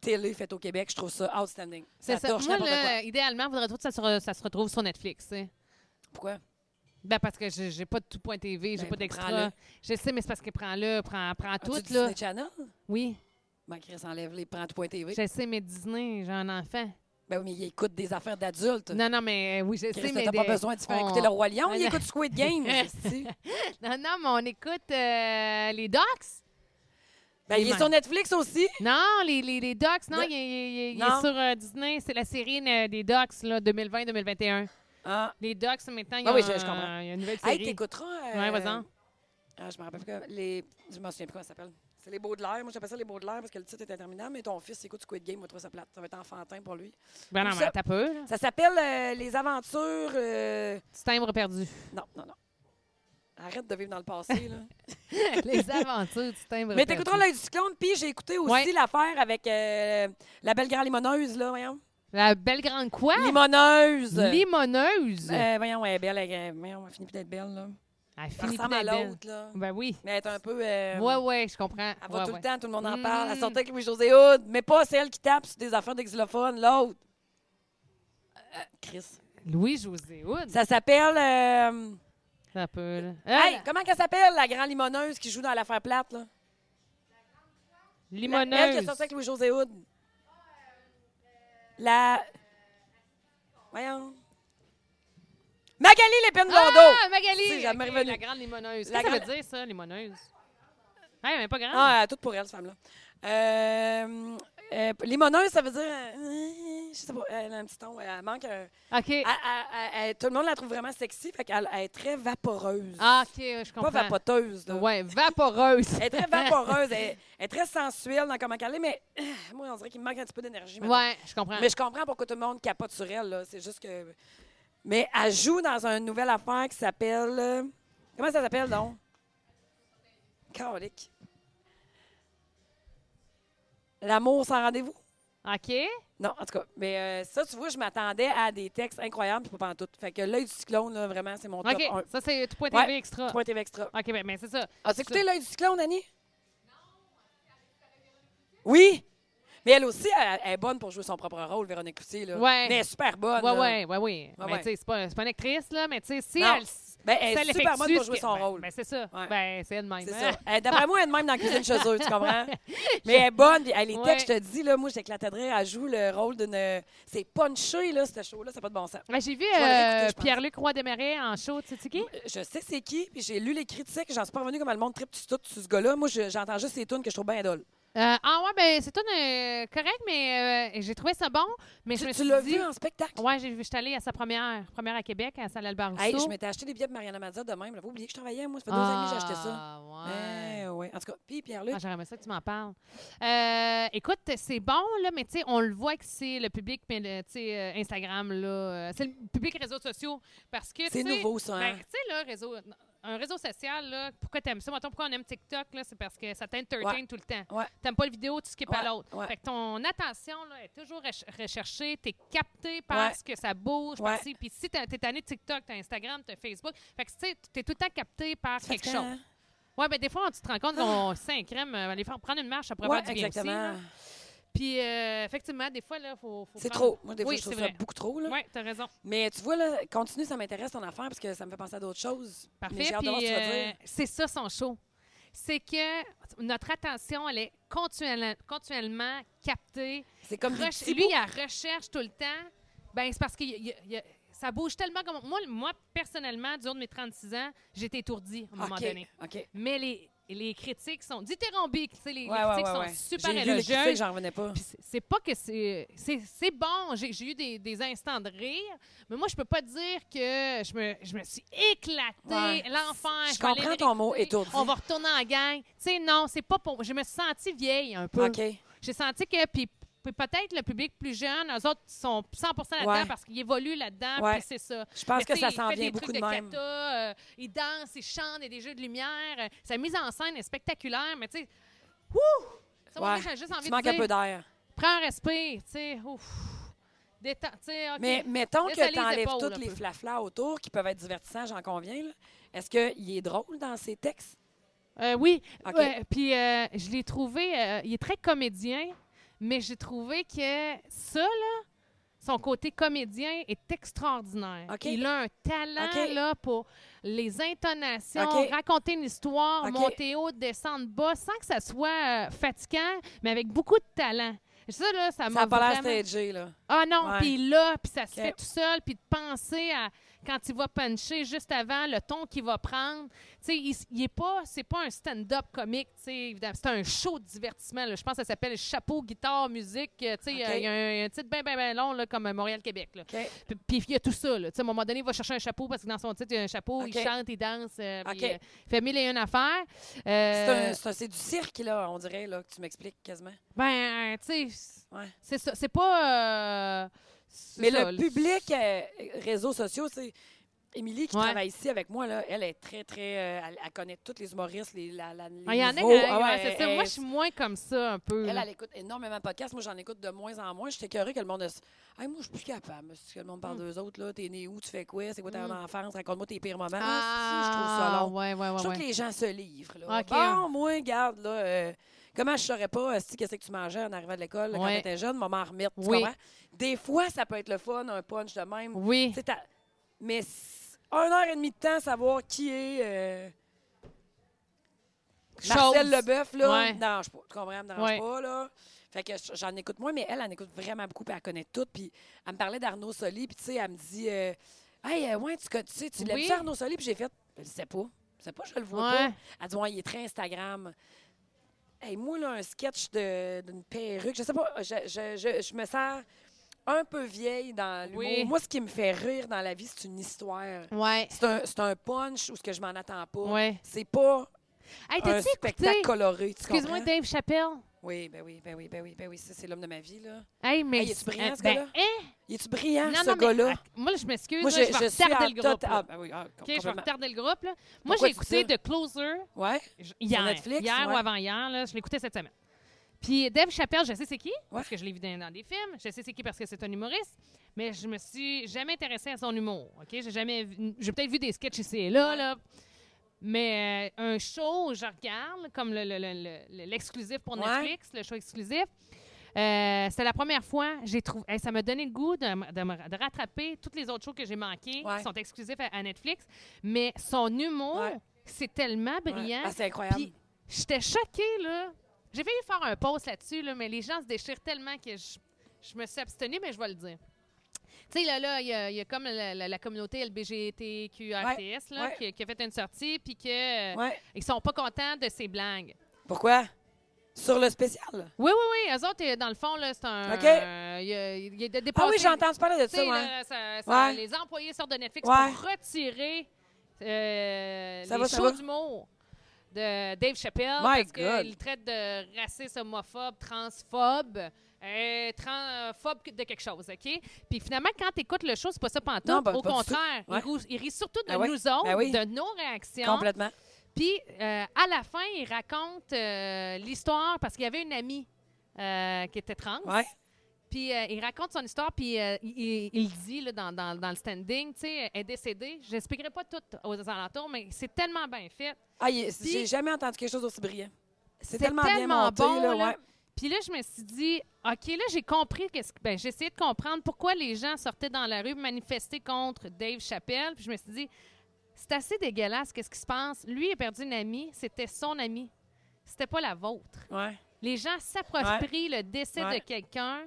[SPEAKER 1] télé faites au Québec. Je trouve ça outstanding.
[SPEAKER 2] C'est
[SPEAKER 1] Ça,
[SPEAKER 2] ça.
[SPEAKER 1] torche
[SPEAKER 2] Moi,
[SPEAKER 1] n'importe
[SPEAKER 2] là,
[SPEAKER 1] quoi.
[SPEAKER 2] idéalement, voudrais trop que ça se, re- ça se retrouve sur Netflix. tu sais.
[SPEAKER 1] Pourquoi?
[SPEAKER 2] Ben parce que j'ai j'ai pas de tout point TV, j'ai
[SPEAKER 1] Ben,
[SPEAKER 2] pas d'extra.
[SPEAKER 1] prends-le.
[SPEAKER 2] Je sais, mais c'est parce que prends-le, prends, prends
[SPEAKER 1] As-tu
[SPEAKER 2] tout
[SPEAKER 1] du
[SPEAKER 2] là.
[SPEAKER 1] Ah, Disney Channel?
[SPEAKER 2] Oui,
[SPEAKER 1] Ben, Chris, enlève les prends tout.tv.
[SPEAKER 2] je sais, mais Disney, j'ai un enfant.
[SPEAKER 1] Ben oui, mais il écoute des affaires d'adultes.
[SPEAKER 2] Non, non, mais euh, oui, je sais,
[SPEAKER 1] Chris,
[SPEAKER 2] mais
[SPEAKER 1] t'as pas
[SPEAKER 2] des-
[SPEAKER 1] besoin de faire
[SPEAKER 2] on-
[SPEAKER 1] écouter le Roi Lion. Il
[SPEAKER 2] Non.
[SPEAKER 1] écoute Squid Game. esti.
[SPEAKER 2] [LAUGHS] Non, non, mais on écoute euh, les docs.
[SPEAKER 1] ben, il est sur Netflix aussi.
[SPEAKER 2] Non, les, les, les docs, non,
[SPEAKER 1] Non.
[SPEAKER 2] il, est- il est- il est
[SPEAKER 1] Non.
[SPEAKER 2] sur euh, Disney. C'est la série euh, des docs là, 2020-2021.
[SPEAKER 1] Ah.
[SPEAKER 2] Les docs, maintenant, il y a,
[SPEAKER 1] Ah oui, je-
[SPEAKER 2] un-
[SPEAKER 1] je comprends.
[SPEAKER 2] il y a une nouvelle série.
[SPEAKER 1] Hey, t'écouteras. euh,
[SPEAKER 2] Ouais, vas-y.
[SPEAKER 1] Ah, je me rappelle plus. comment- Les... Je m'en souviens plus comment ça s'appelle. C'est les Baudelaire. Moi, j'appelle ça les Baudelaire parce que le titre est interminable. Mais ton fils écoute Squid Game, il va trouver ça plate. Ça va être enfantin pour lui.
[SPEAKER 2] Ben non,
[SPEAKER 1] Ou
[SPEAKER 2] mais
[SPEAKER 1] ça-
[SPEAKER 2] t'as peu, là.
[SPEAKER 1] Ça s'appelle euh, Les Aventures. euh,
[SPEAKER 2] Du timbre perdu.
[SPEAKER 1] Non, non, non. Arrête de vivre dans le passé, là.
[SPEAKER 2] [LAUGHS] les aventures du timbre
[SPEAKER 1] Mais
[SPEAKER 2] perdu.
[SPEAKER 1] t'écouteras l'œil du cyclone, puis j'ai écouté aussi
[SPEAKER 2] Ouais.
[SPEAKER 1] l'affaire avec euh, la belle grande limoneuse, là, voyons.
[SPEAKER 2] La belle grande quoi?
[SPEAKER 1] Limoneuse!
[SPEAKER 2] Limoneuse.
[SPEAKER 1] Euh, voyons, elle est belle, elle, elle- voyons, elle finit plus d'être belle, là.
[SPEAKER 2] Elle
[SPEAKER 1] Elle
[SPEAKER 2] finit
[SPEAKER 1] ressemble
[SPEAKER 2] plus
[SPEAKER 1] à
[SPEAKER 2] d'être belle.
[SPEAKER 1] l'autre, là.
[SPEAKER 2] Ben oui.
[SPEAKER 1] Mais elle est un peu... euh,
[SPEAKER 2] ouais, ouais, je comprends.
[SPEAKER 1] Elle va
[SPEAKER 2] Ouais,
[SPEAKER 1] tout
[SPEAKER 2] ouais.
[SPEAKER 1] le temps, tout le monde en
[SPEAKER 2] Mm.
[SPEAKER 1] parle. Elle sortait avec Louis-José Hood, mais pas celle qui tape sur des affaires d'exylophone, l'autre. Euh, Chris.
[SPEAKER 2] Louis-José Hood. Ça,
[SPEAKER 1] Ça s'appelle... euh,
[SPEAKER 2] peut, là. Ah,
[SPEAKER 1] hey,
[SPEAKER 2] Elle,
[SPEAKER 1] comment qu'elle s'appelle, la grande limoneuse qui joue dans l'affaire plate, là? La- Elle qui est
[SPEAKER 2] Limoneuse.
[SPEAKER 1] sortie avec Louis-José Hood. La. Voyons. Magali Lépine Blondeau.
[SPEAKER 2] Ah, Magali!
[SPEAKER 1] C'est jamais
[SPEAKER 2] ok,
[SPEAKER 1] revenu.
[SPEAKER 2] La grande limoneuse.
[SPEAKER 1] La
[SPEAKER 2] Qu'est-ce que ça
[SPEAKER 1] grande-
[SPEAKER 2] veut dire, ça, limoneuse? Hey, mais pas grande.
[SPEAKER 1] Ah, elle a tout pour elle, cette femme-là. Euh, euh, limoneuse, ça veut dire. euh, je sais pas, elle a un petit ton. Elle manque. un-
[SPEAKER 2] OK.
[SPEAKER 1] Ah, elle- elle- elle- elle- tout le monde la trouve vraiment sexy, fait qu'elle elle est très vaporeuse.
[SPEAKER 2] Ah, OK, je comprends.
[SPEAKER 1] pas vapoteuse, là.
[SPEAKER 2] Ouais, vaporeuse.
[SPEAKER 1] Elle est très
[SPEAKER 2] [LAUGHS]
[SPEAKER 1] vaporeuse, elle, elle est très sensuelle dans comment elle est, mais euh, moi, on dirait qu'il me manque un petit peu d'énergie. maintenant.
[SPEAKER 2] ouais, je comprends.
[SPEAKER 1] Mais je comprends pourquoi tout le monde capote sur elle. là. C'est juste que. Mais elle joue dans une nouvelle affaire qui s'appelle. euh, Comment ça s'appelle, donc? Calique. L'amour sans rendez-vous?
[SPEAKER 2] OK.
[SPEAKER 1] Non, en tout cas. Mais euh, ça, tu vois, je m'attendais à des textes incroyables, puis pas en tout. Fait que l'œil du cyclone, là, vraiment, c'est mon top
[SPEAKER 2] OK.
[SPEAKER 1] 1.
[SPEAKER 2] Ça, c'est tout point
[SPEAKER 1] Ouais.
[SPEAKER 2] TV extra.
[SPEAKER 1] Point Ah, TV extra.
[SPEAKER 2] OK, ben, mais c'est ça.
[SPEAKER 1] As-tu écouté l'œil du cyclone, Annie? Oui! Mais elle aussi, elle, elle est bonne pour jouer son propre rôle, Véronique Coutier. Là.
[SPEAKER 2] Ouais.
[SPEAKER 1] Mais elle est super bonne.
[SPEAKER 2] Ouais,
[SPEAKER 1] là.
[SPEAKER 2] ouais, ouais, oui.
[SPEAKER 1] Ouais,
[SPEAKER 2] mais
[SPEAKER 1] ouais.
[SPEAKER 2] tu sais, c'est pas, c'est pas une actrice, là, mais tu sais, si
[SPEAKER 1] Non.
[SPEAKER 2] elle. s-
[SPEAKER 1] Ben, elle
[SPEAKER 2] si
[SPEAKER 1] est super
[SPEAKER 2] effectue
[SPEAKER 1] bonne pour
[SPEAKER 2] ce
[SPEAKER 1] jouer
[SPEAKER 2] que-
[SPEAKER 1] son
[SPEAKER 2] ben,
[SPEAKER 1] rôle.
[SPEAKER 2] Ben, c'est ça.
[SPEAKER 1] Ouais.
[SPEAKER 2] Ben, c'est elle-même.
[SPEAKER 1] C'est
[SPEAKER 2] hein.
[SPEAKER 1] ça. Euh, D'après moi, elle est de même dans la
[SPEAKER 2] [LAUGHS]
[SPEAKER 1] cuisine chez eux, tu comprends? Mais elle est bonne. puis, Elle, les
[SPEAKER 2] Ouais.
[SPEAKER 1] textes, je te dis, là, moi, j'éclaterais. Elle joue le rôle d'une. C'est punché, là, ce show-là. Ça n'a pas de bon sens.
[SPEAKER 2] Ben, j'ai vu
[SPEAKER 1] Je vais la
[SPEAKER 2] euh,
[SPEAKER 1] réécouter, je pense.
[SPEAKER 2] Pierre-Luc Roy Desmarais en show, tu sais c'est qui?
[SPEAKER 1] Euh, Je sais c'est qui, puis j'ai lu les critiques. J'en suis pas revenue comme le monde trip sur tout sur ce gars-là. Moi, je- j'entends juste ses tunes que je trouve bien idole.
[SPEAKER 2] Euh, ah ouais, ben c'est tout euh, correct, mais euh, j'ai trouvé ça bon. Mais je
[SPEAKER 1] Tu,
[SPEAKER 2] me
[SPEAKER 1] tu
[SPEAKER 2] suis
[SPEAKER 1] l'as
[SPEAKER 2] dit,
[SPEAKER 1] vu en spectacle?
[SPEAKER 2] Ouais, j'ai vu, j'étais allée à sa première, première à Québec, à salle Albert Rousseau.
[SPEAKER 1] Hey, je m'étais acheté des billets de Mariana Mazza de même. J'avais oublié que je travaillais. Moi, ça fait deux ans et demi que j'ai acheté ça.
[SPEAKER 2] Ah, ouais.
[SPEAKER 1] Eh, ouais. En tout cas, puis Pierre-Luc,
[SPEAKER 2] Ah, J'aurais aimé ça que tu m'en parles. Euh, écoute, c'est bon, là, mais tu sais, on le voit que c'est le public mais le, tu sais, euh, Instagram, là, euh, c'est le public réseaux sociaux. Parce que,
[SPEAKER 1] c'est
[SPEAKER 2] tu sais,
[SPEAKER 1] nouveau, ça.
[SPEAKER 2] Ben,
[SPEAKER 1] hein?
[SPEAKER 2] tu sais, là, réseau, un réseau social, là, pourquoi t'aimes ça? Mettons, pourquoi on aime TikTok, là, c'est parce que ça t'entertain
[SPEAKER 1] Ouais.
[SPEAKER 2] tout le temps.
[SPEAKER 1] Ouais.
[SPEAKER 2] T'aimes pas le vidéo, tu skippes à
[SPEAKER 1] Ouais,
[SPEAKER 2] l'autre.
[SPEAKER 1] ouais.
[SPEAKER 2] Fait que ton attention, là, est toujours rech- recherchée, t'es capté par
[SPEAKER 1] Ouais.
[SPEAKER 2] ce que ça bouge,
[SPEAKER 1] Ouais.
[SPEAKER 2] par ci. Puis si t'es t'es tanné de TikTok, t'as Instagram, t'as Facebook, fait que, tu sais, t'es tout le temps capté par
[SPEAKER 1] C'est
[SPEAKER 2] quelque
[SPEAKER 1] fatigant,
[SPEAKER 2] chose.
[SPEAKER 1] hein?
[SPEAKER 2] Ouais, ben des fois, tu te rend compte qu'on s'incrème, euh, aller faire prendre une marche, ça pourrait
[SPEAKER 1] Ah. Ouais,
[SPEAKER 2] faire du bien aussi,
[SPEAKER 1] exactement.
[SPEAKER 2] là. Puis, euh, effectivement, des fois, là, faut. faut
[SPEAKER 1] C'est
[SPEAKER 2] prendre-
[SPEAKER 1] trop. Moi, des fois,
[SPEAKER 2] Oui,
[SPEAKER 1] je trouve
[SPEAKER 2] c'est
[SPEAKER 1] ça
[SPEAKER 2] vrai.
[SPEAKER 1] beaucoup trop. Là.
[SPEAKER 2] Oui, t'as raison.
[SPEAKER 1] Mais tu vois, là, continue, ça m'intéresse ton affaire parce que ça me fait penser à d'autres choses. Mais
[SPEAKER 2] Parfait.
[SPEAKER 1] j'ai hâte de voir ce
[SPEAKER 2] Puis,
[SPEAKER 1] que tu vas
[SPEAKER 2] euh,
[SPEAKER 1] dire.
[SPEAKER 2] c'est ça son show. C'est que notre attention, elle est continuelle- continuellement captée.
[SPEAKER 1] Ah, C'est comme des
[SPEAKER 2] Reche-
[SPEAKER 1] petits
[SPEAKER 2] lui,
[SPEAKER 1] bouts.
[SPEAKER 2] il la recherche tout le temps. Ben, c'est parce que il- il- il- ça bouge tellement comme. Moi, moi, personnellement, durant mes 36 ans, j'étais étourdie à un moment
[SPEAKER 1] OK,
[SPEAKER 2] donné.
[SPEAKER 1] OK.
[SPEAKER 2] Mais les, les critiques sont dithyrambiques. tu sais, Les, les
[SPEAKER 1] Ouais, ouais,
[SPEAKER 2] critiques
[SPEAKER 1] ouais,
[SPEAKER 2] sont
[SPEAKER 1] ouais.
[SPEAKER 2] super
[SPEAKER 1] J'ai vu les critiques,
[SPEAKER 2] élogieuses.
[SPEAKER 1] j'en revenais pas.
[SPEAKER 2] Puis c'est- c'est pas que c'est c'est c'est bon, j'ai j'ai eu des, des instants de rire, mais moi je peux pas dire que je me, je me suis éclatée,
[SPEAKER 1] Ouais.
[SPEAKER 2] l'enfer.
[SPEAKER 1] Je
[SPEAKER 2] vais aller
[SPEAKER 1] comprends ton mot,
[SPEAKER 2] réécouter,
[SPEAKER 1] étourdi.
[SPEAKER 2] On va retourner en gang. Tu sais non, c'est pas pour je me suis sentie vieille un peu.
[SPEAKER 1] OK.
[SPEAKER 2] J'ai senti que puis puis peut-être le public plus jeune, eux autres sont 100 là-dedans
[SPEAKER 1] Ouais.
[SPEAKER 2] parce qu'ils évoluent là-dedans,
[SPEAKER 1] Ouais.
[SPEAKER 2] puis c'est ça.
[SPEAKER 1] Je pense
[SPEAKER 2] Mais
[SPEAKER 1] que
[SPEAKER 2] tu sais,
[SPEAKER 1] ça
[SPEAKER 2] il
[SPEAKER 1] s'en
[SPEAKER 2] fait
[SPEAKER 1] vient
[SPEAKER 2] des
[SPEAKER 1] beaucoup
[SPEAKER 2] trucs
[SPEAKER 1] de
[SPEAKER 2] de
[SPEAKER 1] même.
[SPEAKER 2] kata, euh, il danse, il chante, il y a des jeux de lumière. euh, sa mise en scène est spectaculaire, mais tu sais, wouh! Ça, moi,
[SPEAKER 1] Ouais.
[SPEAKER 2] j'ai juste envie
[SPEAKER 1] Tu
[SPEAKER 2] de
[SPEAKER 1] manques un
[SPEAKER 2] dire-
[SPEAKER 1] peu d'air.
[SPEAKER 2] prends un respire, tu sais, ouf. Détends, tu sais, OK.
[SPEAKER 1] Mais mettons
[SPEAKER 2] Laisse
[SPEAKER 1] que
[SPEAKER 2] aller
[SPEAKER 1] tu
[SPEAKER 2] les
[SPEAKER 1] enlèves
[SPEAKER 2] épaules
[SPEAKER 1] toutes
[SPEAKER 2] un
[SPEAKER 1] les
[SPEAKER 2] peu.
[SPEAKER 1] flaflas autour qui peuvent être divertissants, j'en conviens. là. Est-ce qu'il est drôle dans ses textes?
[SPEAKER 2] Euh, oui,
[SPEAKER 1] OK.
[SPEAKER 2] ouais, puis euh, je l'ai trouvé, euh, il est très comédien, mais j'ai trouvé que ça, là, son côté comédien est extraordinaire.
[SPEAKER 1] OK.
[SPEAKER 2] Il a un talent,
[SPEAKER 1] OK.
[SPEAKER 2] là, pour les intonations,
[SPEAKER 1] OK.
[SPEAKER 2] raconter une histoire,
[SPEAKER 1] OK.
[SPEAKER 2] monter haut, descendre bas, sans que ça soit euh, fatigant, mais avec beaucoup de talent. Ça, là, ça
[SPEAKER 1] Ça
[SPEAKER 2] m'a
[SPEAKER 1] n'a pas l'air
[SPEAKER 2] vraiment-
[SPEAKER 1] stagé, là.
[SPEAKER 2] Ah non,
[SPEAKER 1] Ouais.
[SPEAKER 2] puis là, puis ça se
[SPEAKER 1] Ok.
[SPEAKER 2] fait tout seul, puis de penser à quand il va puncher juste avant, le ton qu'il va prendre. Tu sais, il, s- il est pas, c'est pas un stand-up comique, tu sais, évidemment. C'est un show de divertissement, là. Je pense que ça s'appelle Chapeau, guitare, musique. euh, Tu sais,
[SPEAKER 1] Ok.
[SPEAKER 2] euh, il y a un, un titre bien, bien, bien long, là, comme euh, Montréal-Québec, là.
[SPEAKER 1] OK.
[SPEAKER 2] Puis- Puis il y a tout ça, là. Tu sais, à un moment donné, il va chercher un chapeau parce que dans son titre, il y a un chapeau,
[SPEAKER 1] Ok.
[SPEAKER 2] il chante, il danse, euh, puis,
[SPEAKER 1] Ok.
[SPEAKER 2] euh, il fait mille et une affaires.
[SPEAKER 1] C'est
[SPEAKER 2] Euh,
[SPEAKER 1] un- c'est un- c'est du cirque, là, on dirait, là, que tu m'expliques quasiment.
[SPEAKER 2] Ben, tu sais,
[SPEAKER 1] Ouais.
[SPEAKER 2] c'est ça. C'est pas. euh, c'est
[SPEAKER 1] Mais
[SPEAKER 2] ça,
[SPEAKER 1] le
[SPEAKER 2] là.
[SPEAKER 1] public, euh, réseaux sociaux, c'est. Émilie, qui
[SPEAKER 2] Ouais.
[SPEAKER 1] travaille ici avec moi, là, elle est très, très. euh, elle, elle connaît tous les humoristes, les, la, la- les
[SPEAKER 2] Ah, Il y en a
[SPEAKER 1] nouveaux.
[SPEAKER 2] qui-
[SPEAKER 1] Ah ouais,
[SPEAKER 2] ouais, c'est ça.
[SPEAKER 1] elle-
[SPEAKER 2] Moi, je suis moins comme ça un peu.
[SPEAKER 1] Elle,
[SPEAKER 2] là.
[SPEAKER 1] elle écoute énormément de podcasts. Moi, j'en écoute de moins en moins. Je suis écœurée que le monde. a- Hey, moi, je suis plus capable. Si que le monde parle d'eux autres, là, t'es né où, tu fais quoi, c'est quoi ta
[SPEAKER 2] Mm.
[SPEAKER 1] enfance, raconte-moi tes pires moments. Ah, si, je trouve ça
[SPEAKER 2] Ah,
[SPEAKER 1] long.
[SPEAKER 2] Ouais, ouais,
[SPEAKER 1] Je
[SPEAKER 2] ouais.
[SPEAKER 1] trouve
[SPEAKER 2] ouais.
[SPEAKER 1] que les gens se livrent. Là.
[SPEAKER 2] Ok.
[SPEAKER 1] Bon, moi, regarde, là, euh, comment je saurais pas euh, si qu'est-ce que tu mangeais en arrivant de l'école là, quand
[SPEAKER 2] Ouais.
[SPEAKER 1] t'étais jeune, maman remettre, tu
[SPEAKER 2] Oui.
[SPEAKER 1] comprends? Des fois, ça peut être le fun, un punch de même.
[SPEAKER 2] Oui.
[SPEAKER 1] Tu sais, t'as- Mais s- un heure et demie de temps, savoir qui est euh, Marcel
[SPEAKER 2] Chose.
[SPEAKER 1] Leboeuf, là,
[SPEAKER 2] Ouais.
[SPEAKER 1] me dérange pas. Tu comprends? Me dérange
[SPEAKER 2] Ouais.
[SPEAKER 1] pas, là. Fait que j- j'en écoute moins, mais elle, elle en écoute vraiment beaucoup, puis elle connaît tout. Puis elle me parlait d'Arnaud Soli, puis tu sais, elle me dit euh, Hey, euh, ouais, tu, co- tu sais, tu l'aimes
[SPEAKER 2] Oui.
[SPEAKER 1] ça, Arnaud Soli? Puis j'ai fait Je le sais pas. Je sais pas, je le vois
[SPEAKER 2] Ouais.
[SPEAKER 1] pas. Elle dit Ouais, il est très Instagram. Hey, moi, là, un sketch de- d'une perruque, je sais pas, je, je- je- je me sers un peu vieille dans l'humour.
[SPEAKER 2] Oui.
[SPEAKER 1] Moi, ce qui me fait rire dans la vie, c'est une histoire.
[SPEAKER 2] Ouais.
[SPEAKER 1] C'est un, c'est un punch ou ce que je m'en attends pas.
[SPEAKER 2] Ouais.
[SPEAKER 1] C'est pas
[SPEAKER 2] Hey,
[SPEAKER 1] un
[SPEAKER 2] t'as-tu
[SPEAKER 1] spectacle
[SPEAKER 2] écouté?
[SPEAKER 1] coloré. tu
[SPEAKER 2] Excuse-moi,
[SPEAKER 1] comprends?
[SPEAKER 2] Dave Chappelle.
[SPEAKER 1] Oui, ben oui, ben oui, ben oui, ben oui, ça, c'est l'homme de ma vie, là.
[SPEAKER 2] Hey, mais.
[SPEAKER 1] Hey, il est-tu brillant, ce
[SPEAKER 2] ben,
[SPEAKER 1] gars-là?
[SPEAKER 2] hein?
[SPEAKER 1] Il est-tu brillant,
[SPEAKER 2] Non,
[SPEAKER 1] ce
[SPEAKER 2] non, mais,
[SPEAKER 1] gars-là?
[SPEAKER 2] ah, Moi, je m'excuse.
[SPEAKER 1] Moi,
[SPEAKER 2] là, je, vais
[SPEAKER 1] suis en
[SPEAKER 2] retarder le groupe.
[SPEAKER 1] tot-
[SPEAKER 2] là.
[SPEAKER 1] Ah, ben oui, ah, com-
[SPEAKER 2] OK, je vais
[SPEAKER 1] complètement.
[SPEAKER 2] retarder le groupe. là. Moi,
[SPEAKER 1] Pourquoi
[SPEAKER 2] j'ai
[SPEAKER 1] tu dis
[SPEAKER 2] écouté
[SPEAKER 1] ça?
[SPEAKER 2] The Closer
[SPEAKER 1] Ouais,
[SPEAKER 2] je- hier.
[SPEAKER 1] Netflix,
[SPEAKER 2] hier
[SPEAKER 1] ouais.
[SPEAKER 2] ou avant-hier. là, Je l'ai écouté cette semaine. Puis Dave Chappelle, je sais c'est qui, parce que je l'ai vu dans, dans des films. Je sais c'est qui parce que c'est un humoriste. Mais je me suis jamais intéressée à son humour. OK? J'ai jamais vu- J'ai peut-être vu des sketchs ici et là,
[SPEAKER 1] Ouais.
[SPEAKER 2] là. Mais euh, un show, je regarde, comme le- le- le- le- le- l'exclusif pour
[SPEAKER 1] Ouais.
[SPEAKER 2] Netflix, le show exclusif. Euh, C'était la première fois, j'ai trouvé, hey, ça m'a donné le goût de, m- de me- de rattraper toutes les autres shows que j'ai manquées,
[SPEAKER 1] Ouais.
[SPEAKER 2] qui sont exclusifs à, à Netflix. Mais son humour,
[SPEAKER 1] Ouais.
[SPEAKER 2] c'est tellement
[SPEAKER 1] ouais.
[SPEAKER 2] brillant.
[SPEAKER 1] Ah, c'est incroyable.
[SPEAKER 2] Puis, J'étais choquée, là. J'ai failli faire un post là-dessus, là, mais les gens se déchirent tellement que je, je me suis abstenue, mais je vais le dire. Tu sais, là, là, il y, a- il y a comme la, la- la communauté LBGTQRTS là,
[SPEAKER 1] ouais.
[SPEAKER 2] qui, qui a fait une sortie, puis que euh,
[SPEAKER 1] Ouais.
[SPEAKER 2] ils sont pas contents de ces blagues.
[SPEAKER 1] Pourquoi? Sur le spécial? Ah
[SPEAKER 2] Oui, oui, oui. Eux autres, euh, dans le fond, là, c'est un...
[SPEAKER 1] OK.
[SPEAKER 2] euh, Il y a, il y a de-
[SPEAKER 1] Ah oui,
[SPEAKER 2] dépassé-
[SPEAKER 1] j'entends parler de
[SPEAKER 2] tu
[SPEAKER 1] ça,
[SPEAKER 2] sais,
[SPEAKER 1] ouais.
[SPEAKER 2] là, ça- ça-
[SPEAKER 1] Ouais.
[SPEAKER 2] Les employés sortent de Netflix
[SPEAKER 1] Ouais.
[SPEAKER 2] pour retirer euh,
[SPEAKER 1] Ça
[SPEAKER 2] les
[SPEAKER 1] va, ça
[SPEAKER 2] shows
[SPEAKER 1] va?
[SPEAKER 2] d'humour de Dave Chappelle
[SPEAKER 1] My
[SPEAKER 2] parce
[SPEAKER 1] God.
[SPEAKER 2] qu'il traite de raciste, homophobe, transphobe, euh, transphobe de quelque chose, OK? Puis finalement, quand tu écoutes le show, c'est pas ça pantoute.
[SPEAKER 1] Non, ben,
[SPEAKER 2] Au
[SPEAKER 1] pas du tout.
[SPEAKER 2] contraire, il
[SPEAKER 1] Ouais.
[SPEAKER 2] rou- il rit surtout de
[SPEAKER 1] Ah ouais?
[SPEAKER 2] nous autres,
[SPEAKER 1] Ben oui.
[SPEAKER 2] de nos réactions.
[SPEAKER 1] Complètement.
[SPEAKER 2] Puis euh, à la fin, il raconte euh, l'histoire parce qu'il y avait une amie euh, qui était trans.
[SPEAKER 1] Ouais.
[SPEAKER 2] Puis euh, il raconte son histoire, puis euh, il- il, il dit là, dans, dans- dans le standing, tu sais, elle est décédée. Je n'expliquerai pas tout aux alentours, mais c'est tellement bien fait.
[SPEAKER 1] Ah, il est-
[SPEAKER 2] Puis-
[SPEAKER 1] j'ai jamais entendu quelque chose d'aussi brillant. C'est
[SPEAKER 2] C'est
[SPEAKER 1] tellement, bien
[SPEAKER 2] tellement
[SPEAKER 1] monté,
[SPEAKER 2] bon,
[SPEAKER 1] là,
[SPEAKER 2] là.
[SPEAKER 1] ouais.
[SPEAKER 2] Puis là, je me suis dit, OK, là, j'ai compris. Qu'est-ce que, ben, j'ai essayé de comprendre pourquoi les gens sortaient dans la rue manifester contre Dave Chappelle. Puis je me suis dit, c'est assez dégueulasse, qu'est-ce qui se passe? Lui il a perdu une amie, c'était son amie. C'était pas la vôtre.
[SPEAKER 1] Ouais.
[SPEAKER 2] Les gens s'approprient le décès
[SPEAKER 1] Ouais.
[SPEAKER 2] de quelqu'un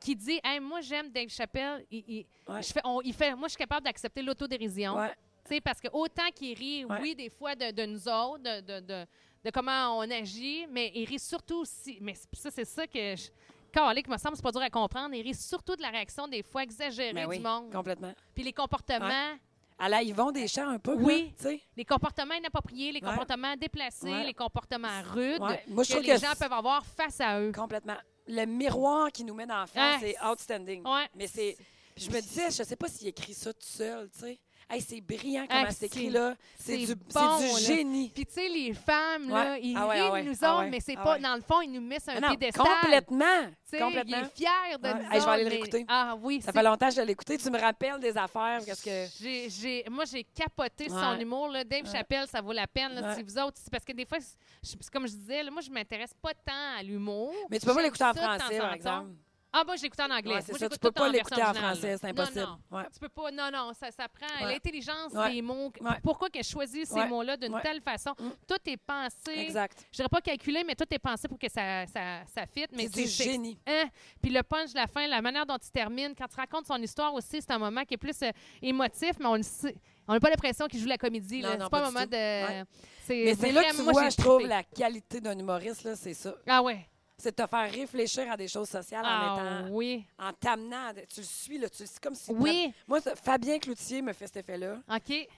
[SPEAKER 2] qui dit hey, moi j'aime Dave Chappelle, il, il-
[SPEAKER 1] Ouais.
[SPEAKER 2] je fais, on- il fait, moi je suis capable d'accepter l'autodérision.
[SPEAKER 1] Ouais.
[SPEAKER 2] Tu sais, Parce que autant qu'il rit,
[SPEAKER 1] Ouais.
[SPEAKER 2] oui, des fois de, de nous autres, de, de- de- de comment on agit, mais il rit surtout aussi. Mais c'est- ça, c'est ça que je. Calique, me semble, c'est pas dur à comprendre. Il rit surtout de la réaction des fois exagérée
[SPEAKER 1] Ben oui,
[SPEAKER 2] du monde.
[SPEAKER 1] complètement. Ah,
[SPEAKER 2] Puis les comportements,
[SPEAKER 1] À la Yvon Deschamps, un peu.
[SPEAKER 2] Oui.
[SPEAKER 1] là, tu sais.
[SPEAKER 2] les comportements inappropriés, les
[SPEAKER 1] Ouais.
[SPEAKER 2] comportements déplacés,
[SPEAKER 1] Ouais.
[SPEAKER 2] les comportements rudes
[SPEAKER 1] Ouais. Moi, je
[SPEAKER 2] que
[SPEAKER 1] trouve
[SPEAKER 2] les
[SPEAKER 1] que
[SPEAKER 2] gens
[SPEAKER 1] c'est-
[SPEAKER 2] peuvent avoir face à eux.
[SPEAKER 1] Complètement. Le miroir qui nous met dans la face,
[SPEAKER 2] Ah,
[SPEAKER 1] c'est outstanding.
[SPEAKER 2] Ouais.
[SPEAKER 1] Mais c'est. Puis je me disais, je sais pas s'il écrit ça tout seul, tu sais. Hey, c'est brillant
[SPEAKER 2] Ah,
[SPEAKER 1] comment c'est
[SPEAKER 2] c'est-
[SPEAKER 1] écrit là. C'est du,
[SPEAKER 2] c'est bon,
[SPEAKER 1] c'est
[SPEAKER 2] là.
[SPEAKER 1] du génie.
[SPEAKER 2] Puis, tu sais, les femmes, là,
[SPEAKER 1] Ouais.
[SPEAKER 2] ils
[SPEAKER 1] Ah ouais,
[SPEAKER 2] rient
[SPEAKER 1] ah ouais,
[SPEAKER 2] de nous
[SPEAKER 1] ah
[SPEAKER 2] autres,
[SPEAKER 1] ouais,
[SPEAKER 2] mais c'est
[SPEAKER 1] ah
[SPEAKER 2] pas,
[SPEAKER 1] ouais.
[SPEAKER 2] dans le fond, ils nous mettent sur un
[SPEAKER 1] Ah non,
[SPEAKER 2] piédestal.
[SPEAKER 1] complètement.
[SPEAKER 2] Tu sais, Il
[SPEAKER 1] Complètement.
[SPEAKER 2] est fier de
[SPEAKER 1] Ouais.
[SPEAKER 2] nous
[SPEAKER 1] Hey, je vais aller
[SPEAKER 2] autres,
[SPEAKER 1] le
[SPEAKER 2] mais-
[SPEAKER 1] réécouter.
[SPEAKER 2] Ah oui,
[SPEAKER 1] Ça
[SPEAKER 2] c'est-
[SPEAKER 1] fait longtemps que je l'ai écouté. Tu me rappelles des affaires. Parce que.
[SPEAKER 2] J'ai- j'ai- moi, j'ai capoté son
[SPEAKER 1] Ouais.
[SPEAKER 2] humour. Là. Dave
[SPEAKER 1] Ouais.
[SPEAKER 2] Chappelle, ça vaut la peine. là,
[SPEAKER 1] Ouais.
[SPEAKER 2] Si vous autres, c'est parce que des fois, c'est- je- c'est comme je disais, là, moi, je m'intéresse pas tant à l'humour.
[SPEAKER 1] Mais tu peux pas
[SPEAKER 2] J'aime
[SPEAKER 1] l'écouter en
[SPEAKER 2] ça de temps
[SPEAKER 1] français,
[SPEAKER 2] en
[SPEAKER 1] par
[SPEAKER 2] temps.
[SPEAKER 1] exemple.
[SPEAKER 2] Ah, moi, je l'écoute en anglais.
[SPEAKER 1] Ouais, c'est
[SPEAKER 2] Moi,
[SPEAKER 1] ça. Tu
[SPEAKER 2] j'écoute
[SPEAKER 1] peux
[SPEAKER 2] tout le
[SPEAKER 1] pas
[SPEAKER 2] temps
[SPEAKER 1] l'écouter en
[SPEAKER 2] version originale,
[SPEAKER 1] français,
[SPEAKER 2] là.
[SPEAKER 1] c'est
[SPEAKER 2] Non,
[SPEAKER 1] impossible.
[SPEAKER 2] non.
[SPEAKER 1] Ouais.
[SPEAKER 2] Tu peux pas. Non, non, ça, ça prend
[SPEAKER 1] Ouais.
[SPEAKER 2] l'intelligence
[SPEAKER 1] Ouais.
[SPEAKER 2] des mots. que-
[SPEAKER 1] Ouais.
[SPEAKER 2] Pourquoi qu'elle choisit ces
[SPEAKER 1] Ouais.
[SPEAKER 2] mots-là d'une
[SPEAKER 1] Ouais.
[SPEAKER 2] telle façon?
[SPEAKER 1] Mm.
[SPEAKER 2] Tout est pensé.
[SPEAKER 1] Exact.
[SPEAKER 2] Je dirais pas calculé, mais tout est pensé pour que ça, ça, ça fitte. Mais
[SPEAKER 1] C'est du
[SPEAKER 2] c'est-
[SPEAKER 1] génie.
[SPEAKER 2] Hein? Puis le punch de la fin, la manière dont il termine, quand il raconte son histoire aussi, c'est un moment qui est plus euh, émotif, mais on le sait. On n'a pas l'impression qu'il joue la comédie. là.
[SPEAKER 1] Non,
[SPEAKER 2] C'est
[SPEAKER 1] non,
[SPEAKER 2] pas
[SPEAKER 1] pas
[SPEAKER 2] un
[SPEAKER 1] du
[SPEAKER 2] moment de.
[SPEAKER 1] tout. Ouais.
[SPEAKER 2] C'est
[SPEAKER 1] Mais c'est là que
[SPEAKER 2] vraiment-
[SPEAKER 1] tu
[SPEAKER 2] moi,
[SPEAKER 1] vois,
[SPEAKER 2] j'ai
[SPEAKER 1] je trouve,
[SPEAKER 2] trippé.
[SPEAKER 1] la qualité d'un humoriste, là, c'est ça.
[SPEAKER 2] Ah ouais.
[SPEAKER 1] C'est de te faire réfléchir à des choses sociales en
[SPEAKER 2] Ah
[SPEAKER 1] étant.
[SPEAKER 2] oui.
[SPEAKER 1] En t'amenant. à- Tu le suis, là. Tu le suis comme si.
[SPEAKER 2] Oui.
[SPEAKER 1] Moi, ça- Fabien Cloutier me fait cet effet-là.
[SPEAKER 2] OK.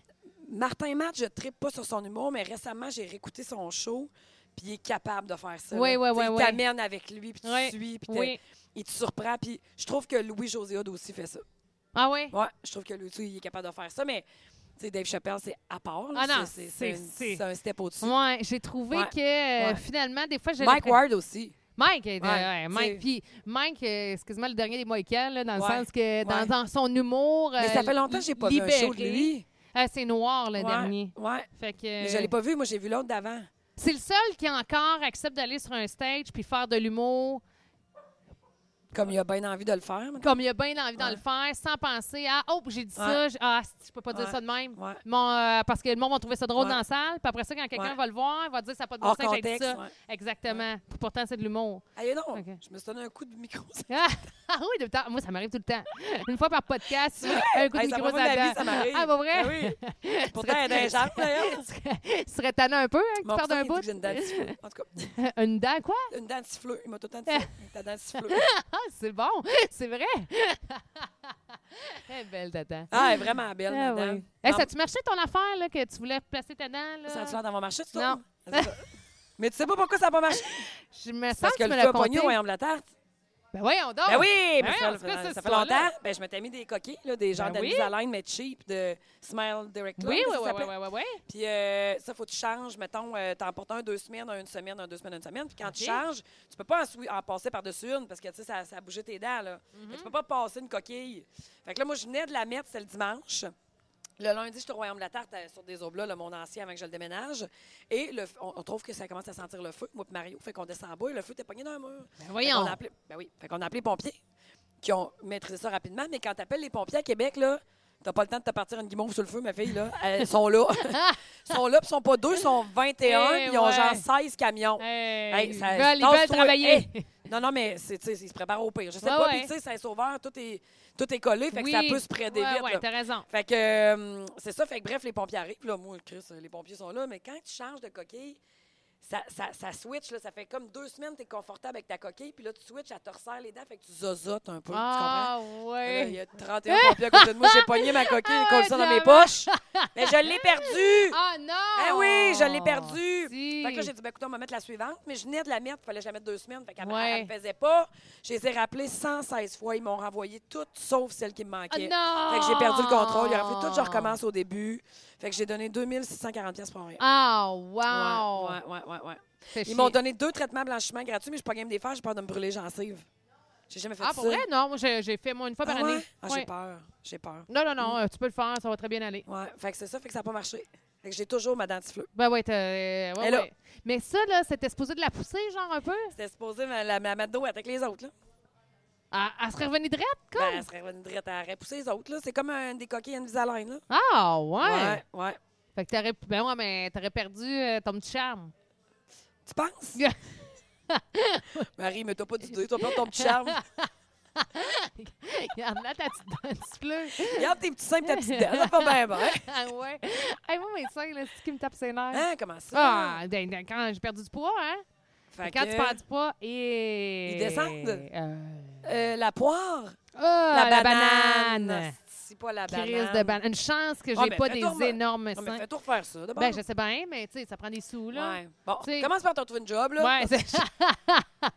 [SPEAKER 1] Martin Matt, je ne tripe pas sur son humour, mais récemment, j'ai réécouté son show, puis il est capable de faire ça.
[SPEAKER 2] Oui,
[SPEAKER 1] là.
[SPEAKER 2] oui,
[SPEAKER 1] Tu sais,
[SPEAKER 2] oui,
[SPEAKER 1] Il
[SPEAKER 2] oui.
[SPEAKER 1] t'amène avec lui, puis tu
[SPEAKER 2] Oui,
[SPEAKER 1] suis, puis t'es-
[SPEAKER 2] Oui.
[SPEAKER 1] il te surprend. Puis je trouve que Louis-José Hood aussi fait ça.
[SPEAKER 2] Ah ouais.
[SPEAKER 1] Ouais, je trouve que lui aussi, il est capable de faire ça, mais tu sais, Dave Chappelle, c'est à part. là.
[SPEAKER 2] Ah non,
[SPEAKER 1] c'est,
[SPEAKER 2] c'est-
[SPEAKER 1] c'est- c'est
[SPEAKER 2] c'est-
[SPEAKER 1] un- c'est un step au-dessus.
[SPEAKER 2] Ouais, j'ai trouvé
[SPEAKER 1] Ouais.
[SPEAKER 2] que euh,
[SPEAKER 1] Ouais.
[SPEAKER 2] finalement, des fois, j'ai
[SPEAKER 1] Mike
[SPEAKER 2] l'impression-
[SPEAKER 1] Ward aussi.
[SPEAKER 2] Mike, est-
[SPEAKER 1] Ouais,
[SPEAKER 2] ouais, Mike.
[SPEAKER 1] c'est-
[SPEAKER 2] Puis Mike, euh, excuse-moi, le dernier des Mohicans, là, dans le
[SPEAKER 1] Ouais,
[SPEAKER 2] sens que dans,
[SPEAKER 1] ouais.
[SPEAKER 2] dans son humour.
[SPEAKER 1] Mais
[SPEAKER 2] euh,
[SPEAKER 1] ça fait longtemps que j'ai pas vu un show de
[SPEAKER 2] libéré.
[SPEAKER 1] lui.
[SPEAKER 2] Ah, c'est noir, le
[SPEAKER 1] Ouais,
[SPEAKER 2] dernier. Euh,
[SPEAKER 1] Ouais.
[SPEAKER 2] Fait que.
[SPEAKER 1] Mais je l'ai pas vu, moi j'ai vu l'autre d'avant.
[SPEAKER 2] C'est le seul qui encore accepte d'aller sur un stage puis faire de l'humour
[SPEAKER 1] Comme il a bien envie de le faire. maintenant.
[SPEAKER 2] comme il a bien envie d'en
[SPEAKER 1] Ouais.
[SPEAKER 2] le faire, sans penser à oh j'ai dit ça,
[SPEAKER 1] Ouais.
[SPEAKER 2] je- ah si, je peux pas dire
[SPEAKER 1] Ouais.
[SPEAKER 2] ça de même.
[SPEAKER 1] Ouais.
[SPEAKER 2] Mon, euh, parce que le monde va trouver ça drôle
[SPEAKER 1] Ouais.
[SPEAKER 2] dans la salle, puis après ça quand quelqu'un
[SPEAKER 1] Ouais.
[SPEAKER 2] va le voir, il va dire ça n'a pas de bon
[SPEAKER 1] Hors
[SPEAKER 2] sens que j'ai dit
[SPEAKER 1] contexte,
[SPEAKER 2] ça.
[SPEAKER 1] ouais.
[SPEAKER 2] Exactement. Pourtant c'est de l'humour. [LAUGHS]
[SPEAKER 1] Allez non,
[SPEAKER 2] Ok.
[SPEAKER 1] je me suis donné un coup de micro.
[SPEAKER 2] Ah ah oui, de temps. Moi, ça m'arrive tout le temps. Une fois
[SPEAKER 1] [LAUGHS]
[SPEAKER 2] par podcast, un coup de
[SPEAKER 1] Hey, ça
[SPEAKER 2] micro
[SPEAKER 1] m'a
[SPEAKER 2] ça
[SPEAKER 1] pas la vie, ça m'arrive.
[SPEAKER 2] Ah, pas vrai?
[SPEAKER 1] [LAUGHS] Ah oui. Pourtant, elle est injable, d'ailleurs.
[SPEAKER 2] Tu serais tannant un peu, hein, que tu
[SPEAKER 1] Mon petit
[SPEAKER 2] parles d'un
[SPEAKER 1] il dit
[SPEAKER 2] bout.
[SPEAKER 1] que j'ai une dentifleuse. En tout cas,
[SPEAKER 2] [LAUGHS] Une dent, quoi?
[SPEAKER 1] une dentifleuse. Il m'a tout le temps dit ça. Ta dentifleuse.
[SPEAKER 2] Ah, c'est bon, [LAUGHS] c'est vrai. [LAUGHS] Eh, belle tata.
[SPEAKER 1] Ah, elle est vraiment belle,
[SPEAKER 2] Ah,
[SPEAKER 1] madame.
[SPEAKER 2] oui. Eh,
[SPEAKER 1] Non,
[SPEAKER 2] ça tu marchait ton affaire là, que tu voulais placer ta dent? Là?
[SPEAKER 1] Ça a-tu l'air d'avoir marché, tu [LAUGHS]
[SPEAKER 2] Non.
[SPEAKER 1] trouves? Ah, c'est ça. Mais tu sais pas pourquoi ça n'a pas marché?
[SPEAKER 2] Je me sens
[SPEAKER 1] Parce que
[SPEAKER 2] que tu
[SPEAKER 1] le
[SPEAKER 2] me
[SPEAKER 1] feu
[SPEAKER 2] l'as
[SPEAKER 1] a pogné
[SPEAKER 2] conté.
[SPEAKER 1] au royaume de la tarte.
[SPEAKER 2] Ben voyons donc.
[SPEAKER 1] Oh! Ben oui, mais ça,
[SPEAKER 2] voyons, c'est quoi
[SPEAKER 1] ça-
[SPEAKER 2] cette
[SPEAKER 1] ça fait
[SPEAKER 2] histoire-là?
[SPEAKER 1] longtemps. Ben, je m'étais mis des coquilles, là, des genres
[SPEAKER 2] Ben oui.
[SPEAKER 1] d'Anise Alain, mais cheap, de Smile Direct Club,
[SPEAKER 2] Oui,
[SPEAKER 1] que ça
[SPEAKER 2] oui, oui, oui,
[SPEAKER 1] s'appelait.
[SPEAKER 2] oui, oui, oui.
[SPEAKER 1] Puis euh, ça, faut que tu changes. Mettons, euh, t'en portes un deux semaines, un une semaine, un deux semaines, une semaine. Puis quand tu
[SPEAKER 2] OK.
[SPEAKER 1] changes, tu peux pas en, sou- en passer par-dessus une parce que, tu sais, ça, ça a bougé tes dents, là.
[SPEAKER 2] Mhm.
[SPEAKER 1] Fait que tu peux pas passer une coquille. Fait que là, moi, je venais de la mettre, c'est le dimanche. Le lundi, j'étais au Royaume de la Tarte euh, sur des oblats, là, mon ancien, avant que je le déménage. Et le f- on, on trouve que ça commence à sentir le feu, moi et Mario. Fait qu'on descend en bas et le feu était pogné dans un mur.
[SPEAKER 2] Ben voyons.
[SPEAKER 1] Fait qu'on a appelé, ben oui. Fait qu'on a appelé les pompiers qui ont maîtrisé ça rapidement. Mais quand t'appelles les pompiers à Québec, là, t'as pas le temps de te partir une guimauve sur le feu, ma fille,
[SPEAKER 2] [LAUGHS]
[SPEAKER 1] là. Elles sont là. Ils sont là, puis ils sont pas deux, ils sont 21,
[SPEAKER 2] Eh
[SPEAKER 1] puis ils ont
[SPEAKER 2] ouais.
[SPEAKER 1] genre 16 camions.
[SPEAKER 2] Hey,
[SPEAKER 1] Hey,
[SPEAKER 2] ils
[SPEAKER 1] ça- Eh,
[SPEAKER 2] veulent, ils
[SPEAKER 1] tasse-toi.
[SPEAKER 2] veulent travailler.
[SPEAKER 1] Hey, Non, non, mais c'est, tu sais, ils se préparent au pire. Je sais
[SPEAKER 2] Ouais,
[SPEAKER 1] pas,
[SPEAKER 2] ouais.
[SPEAKER 1] puis tu sais, Saint-Sauveur, tout est, tout est collé, fait
[SPEAKER 2] oui.
[SPEAKER 1] que ça peut se prêter
[SPEAKER 2] ouais,
[SPEAKER 1] vite.
[SPEAKER 2] Ouais,
[SPEAKER 1] là.
[SPEAKER 2] t'as raison.
[SPEAKER 1] Fait que euh, c'est ça, fait que bref, les pompiers arrivent. Là, moi, Chris, les pompiers sont là, mais quand tu changes de coquille, ça, ça, ça switch, là, ça fait comme deux semaines que tu es confortable avec ta coquille, puis là, tu switches, elle te resserre les dents, fait que tu zozotes un peu,
[SPEAKER 2] Ah,
[SPEAKER 1] tu comprends? Là, Il
[SPEAKER 2] ouais.
[SPEAKER 1] y a 31 pompiers à côté de moi, j'ai pogné ma coquille,
[SPEAKER 2] [LAUGHS] Ah,
[SPEAKER 1] collé ça dans
[SPEAKER 2] ouais,
[SPEAKER 1] mes poches, mais je
[SPEAKER 2] [LAUGHS]
[SPEAKER 1] l'ai perdue!
[SPEAKER 2] Ah, non.
[SPEAKER 1] Ah oui, je l'ai perdue!
[SPEAKER 2] Si.
[SPEAKER 1] Fait que là, j'ai dit, ben, écoute, on va mettre la suivante, mais je venais de la mettre, il fallait que je la mette deux semaines, fait qu'elle
[SPEAKER 2] Ouais.
[SPEAKER 1] ne me faisait pas. Je les ai rappelés 116 fois, ils m'ont renvoyé toutes, sauf celle qui me
[SPEAKER 2] Ah,
[SPEAKER 1] manquait.
[SPEAKER 2] non.
[SPEAKER 1] Fait que j'ai perdu le contrôle. Il aurait fallu tout que
[SPEAKER 2] Ah.
[SPEAKER 1] je recommence au début. Fait que j'ai donné 2640 pièces pour rien.
[SPEAKER 2] Ah, wow.
[SPEAKER 1] Ouais, ouais, ouais, ouais.
[SPEAKER 2] Fait chier.
[SPEAKER 1] Ils m'ont donné deux traitements blanchiment gratuits, mais je suis pas game des faire, j'ai peur de me brûler les gencives. J'ai jamais fait
[SPEAKER 2] Ah,
[SPEAKER 1] ça.
[SPEAKER 2] pour vrai? Non, moi, j'ai j'ai fait moi une fois
[SPEAKER 1] Ah
[SPEAKER 2] par
[SPEAKER 1] ouais?
[SPEAKER 2] année.
[SPEAKER 1] Ah,
[SPEAKER 2] Ouais.
[SPEAKER 1] j'ai peur. J'ai peur. Mm.
[SPEAKER 2] Non, non, non, euh, tu peux le faire, ça va très bien aller.
[SPEAKER 1] Ouais, fait que c'est ça, fait que ça n'a pas marché. Fait que j'ai toujours ma dentifleuse.
[SPEAKER 2] Ben ouais, t'as- euh, ouais,
[SPEAKER 1] Elle a-
[SPEAKER 2] ouais. Mais ça, là, c'était supposé de la pousser, genre, un peu?
[SPEAKER 1] C'était supposé me la, me la mettre d'eau avec les autres. Là.
[SPEAKER 2] Elle, elle serait revenue drette, comme?
[SPEAKER 1] Ben, elle serait revenue droite, elle aurait poussé les autres. là. C'est comme un, des coquilles Invisalign. Là.
[SPEAKER 2] Ah, ouais.
[SPEAKER 1] ouais, ouais.
[SPEAKER 2] Fait que t'aurais, ben ouais, mais t'aurais perdu euh, ton petit charme. [LAUGHS]
[SPEAKER 1] Tu penses? Marie, mais t'as pas d'idée. Toi, prends ton petit charme.
[SPEAKER 2] Regarde-la, ta petite dentifleuse.
[SPEAKER 1] [LAUGHS] Regarde tes petits seins et ta petite dent. Ça va bien, bien.
[SPEAKER 2] ah, ouais. Hey, moi, mes seins, là, c'est qui me tape ses nerfs.
[SPEAKER 1] Hein, comment ça?
[SPEAKER 2] Ah, ben, ben, quand j'ai perdu du poids, hein?
[SPEAKER 1] Fait
[SPEAKER 2] quand
[SPEAKER 1] que,
[SPEAKER 2] tu perds du poids, et...
[SPEAKER 1] Ils descendent?
[SPEAKER 2] Euh,
[SPEAKER 1] euh, la poire,
[SPEAKER 2] Ah,
[SPEAKER 1] la,
[SPEAKER 2] la,
[SPEAKER 1] banane.
[SPEAKER 2] banane.
[SPEAKER 1] C'est pas la
[SPEAKER 2] Crise
[SPEAKER 1] banane.
[SPEAKER 2] de banane. Une chance que j'ai
[SPEAKER 1] Ah, mais
[SPEAKER 2] pas
[SPEAKER 1] fais
[SPEAKER 2] des
[SPEAKER 1] donc, mais-
[SPEAKER 2] énormes
[SPEAKER 1] Non, mais
[SPEAKER 2] seins.
[SPEAKER 1] fais tout refaire ça. D'abord.
[SPEAKER 2] Ben, je sais bien, mais tu sais, ça prend des sous, là.
[SPEAKER 1] Ouais. Bon,
[SPEAKER 2] Tu sais-
[SPEAKER 1] commence par te trouver une job, là.
[SPEAKER 2] Ouais, [LAUGHS] c'est
[SPEAKER 1] [LAUGHS] Ah,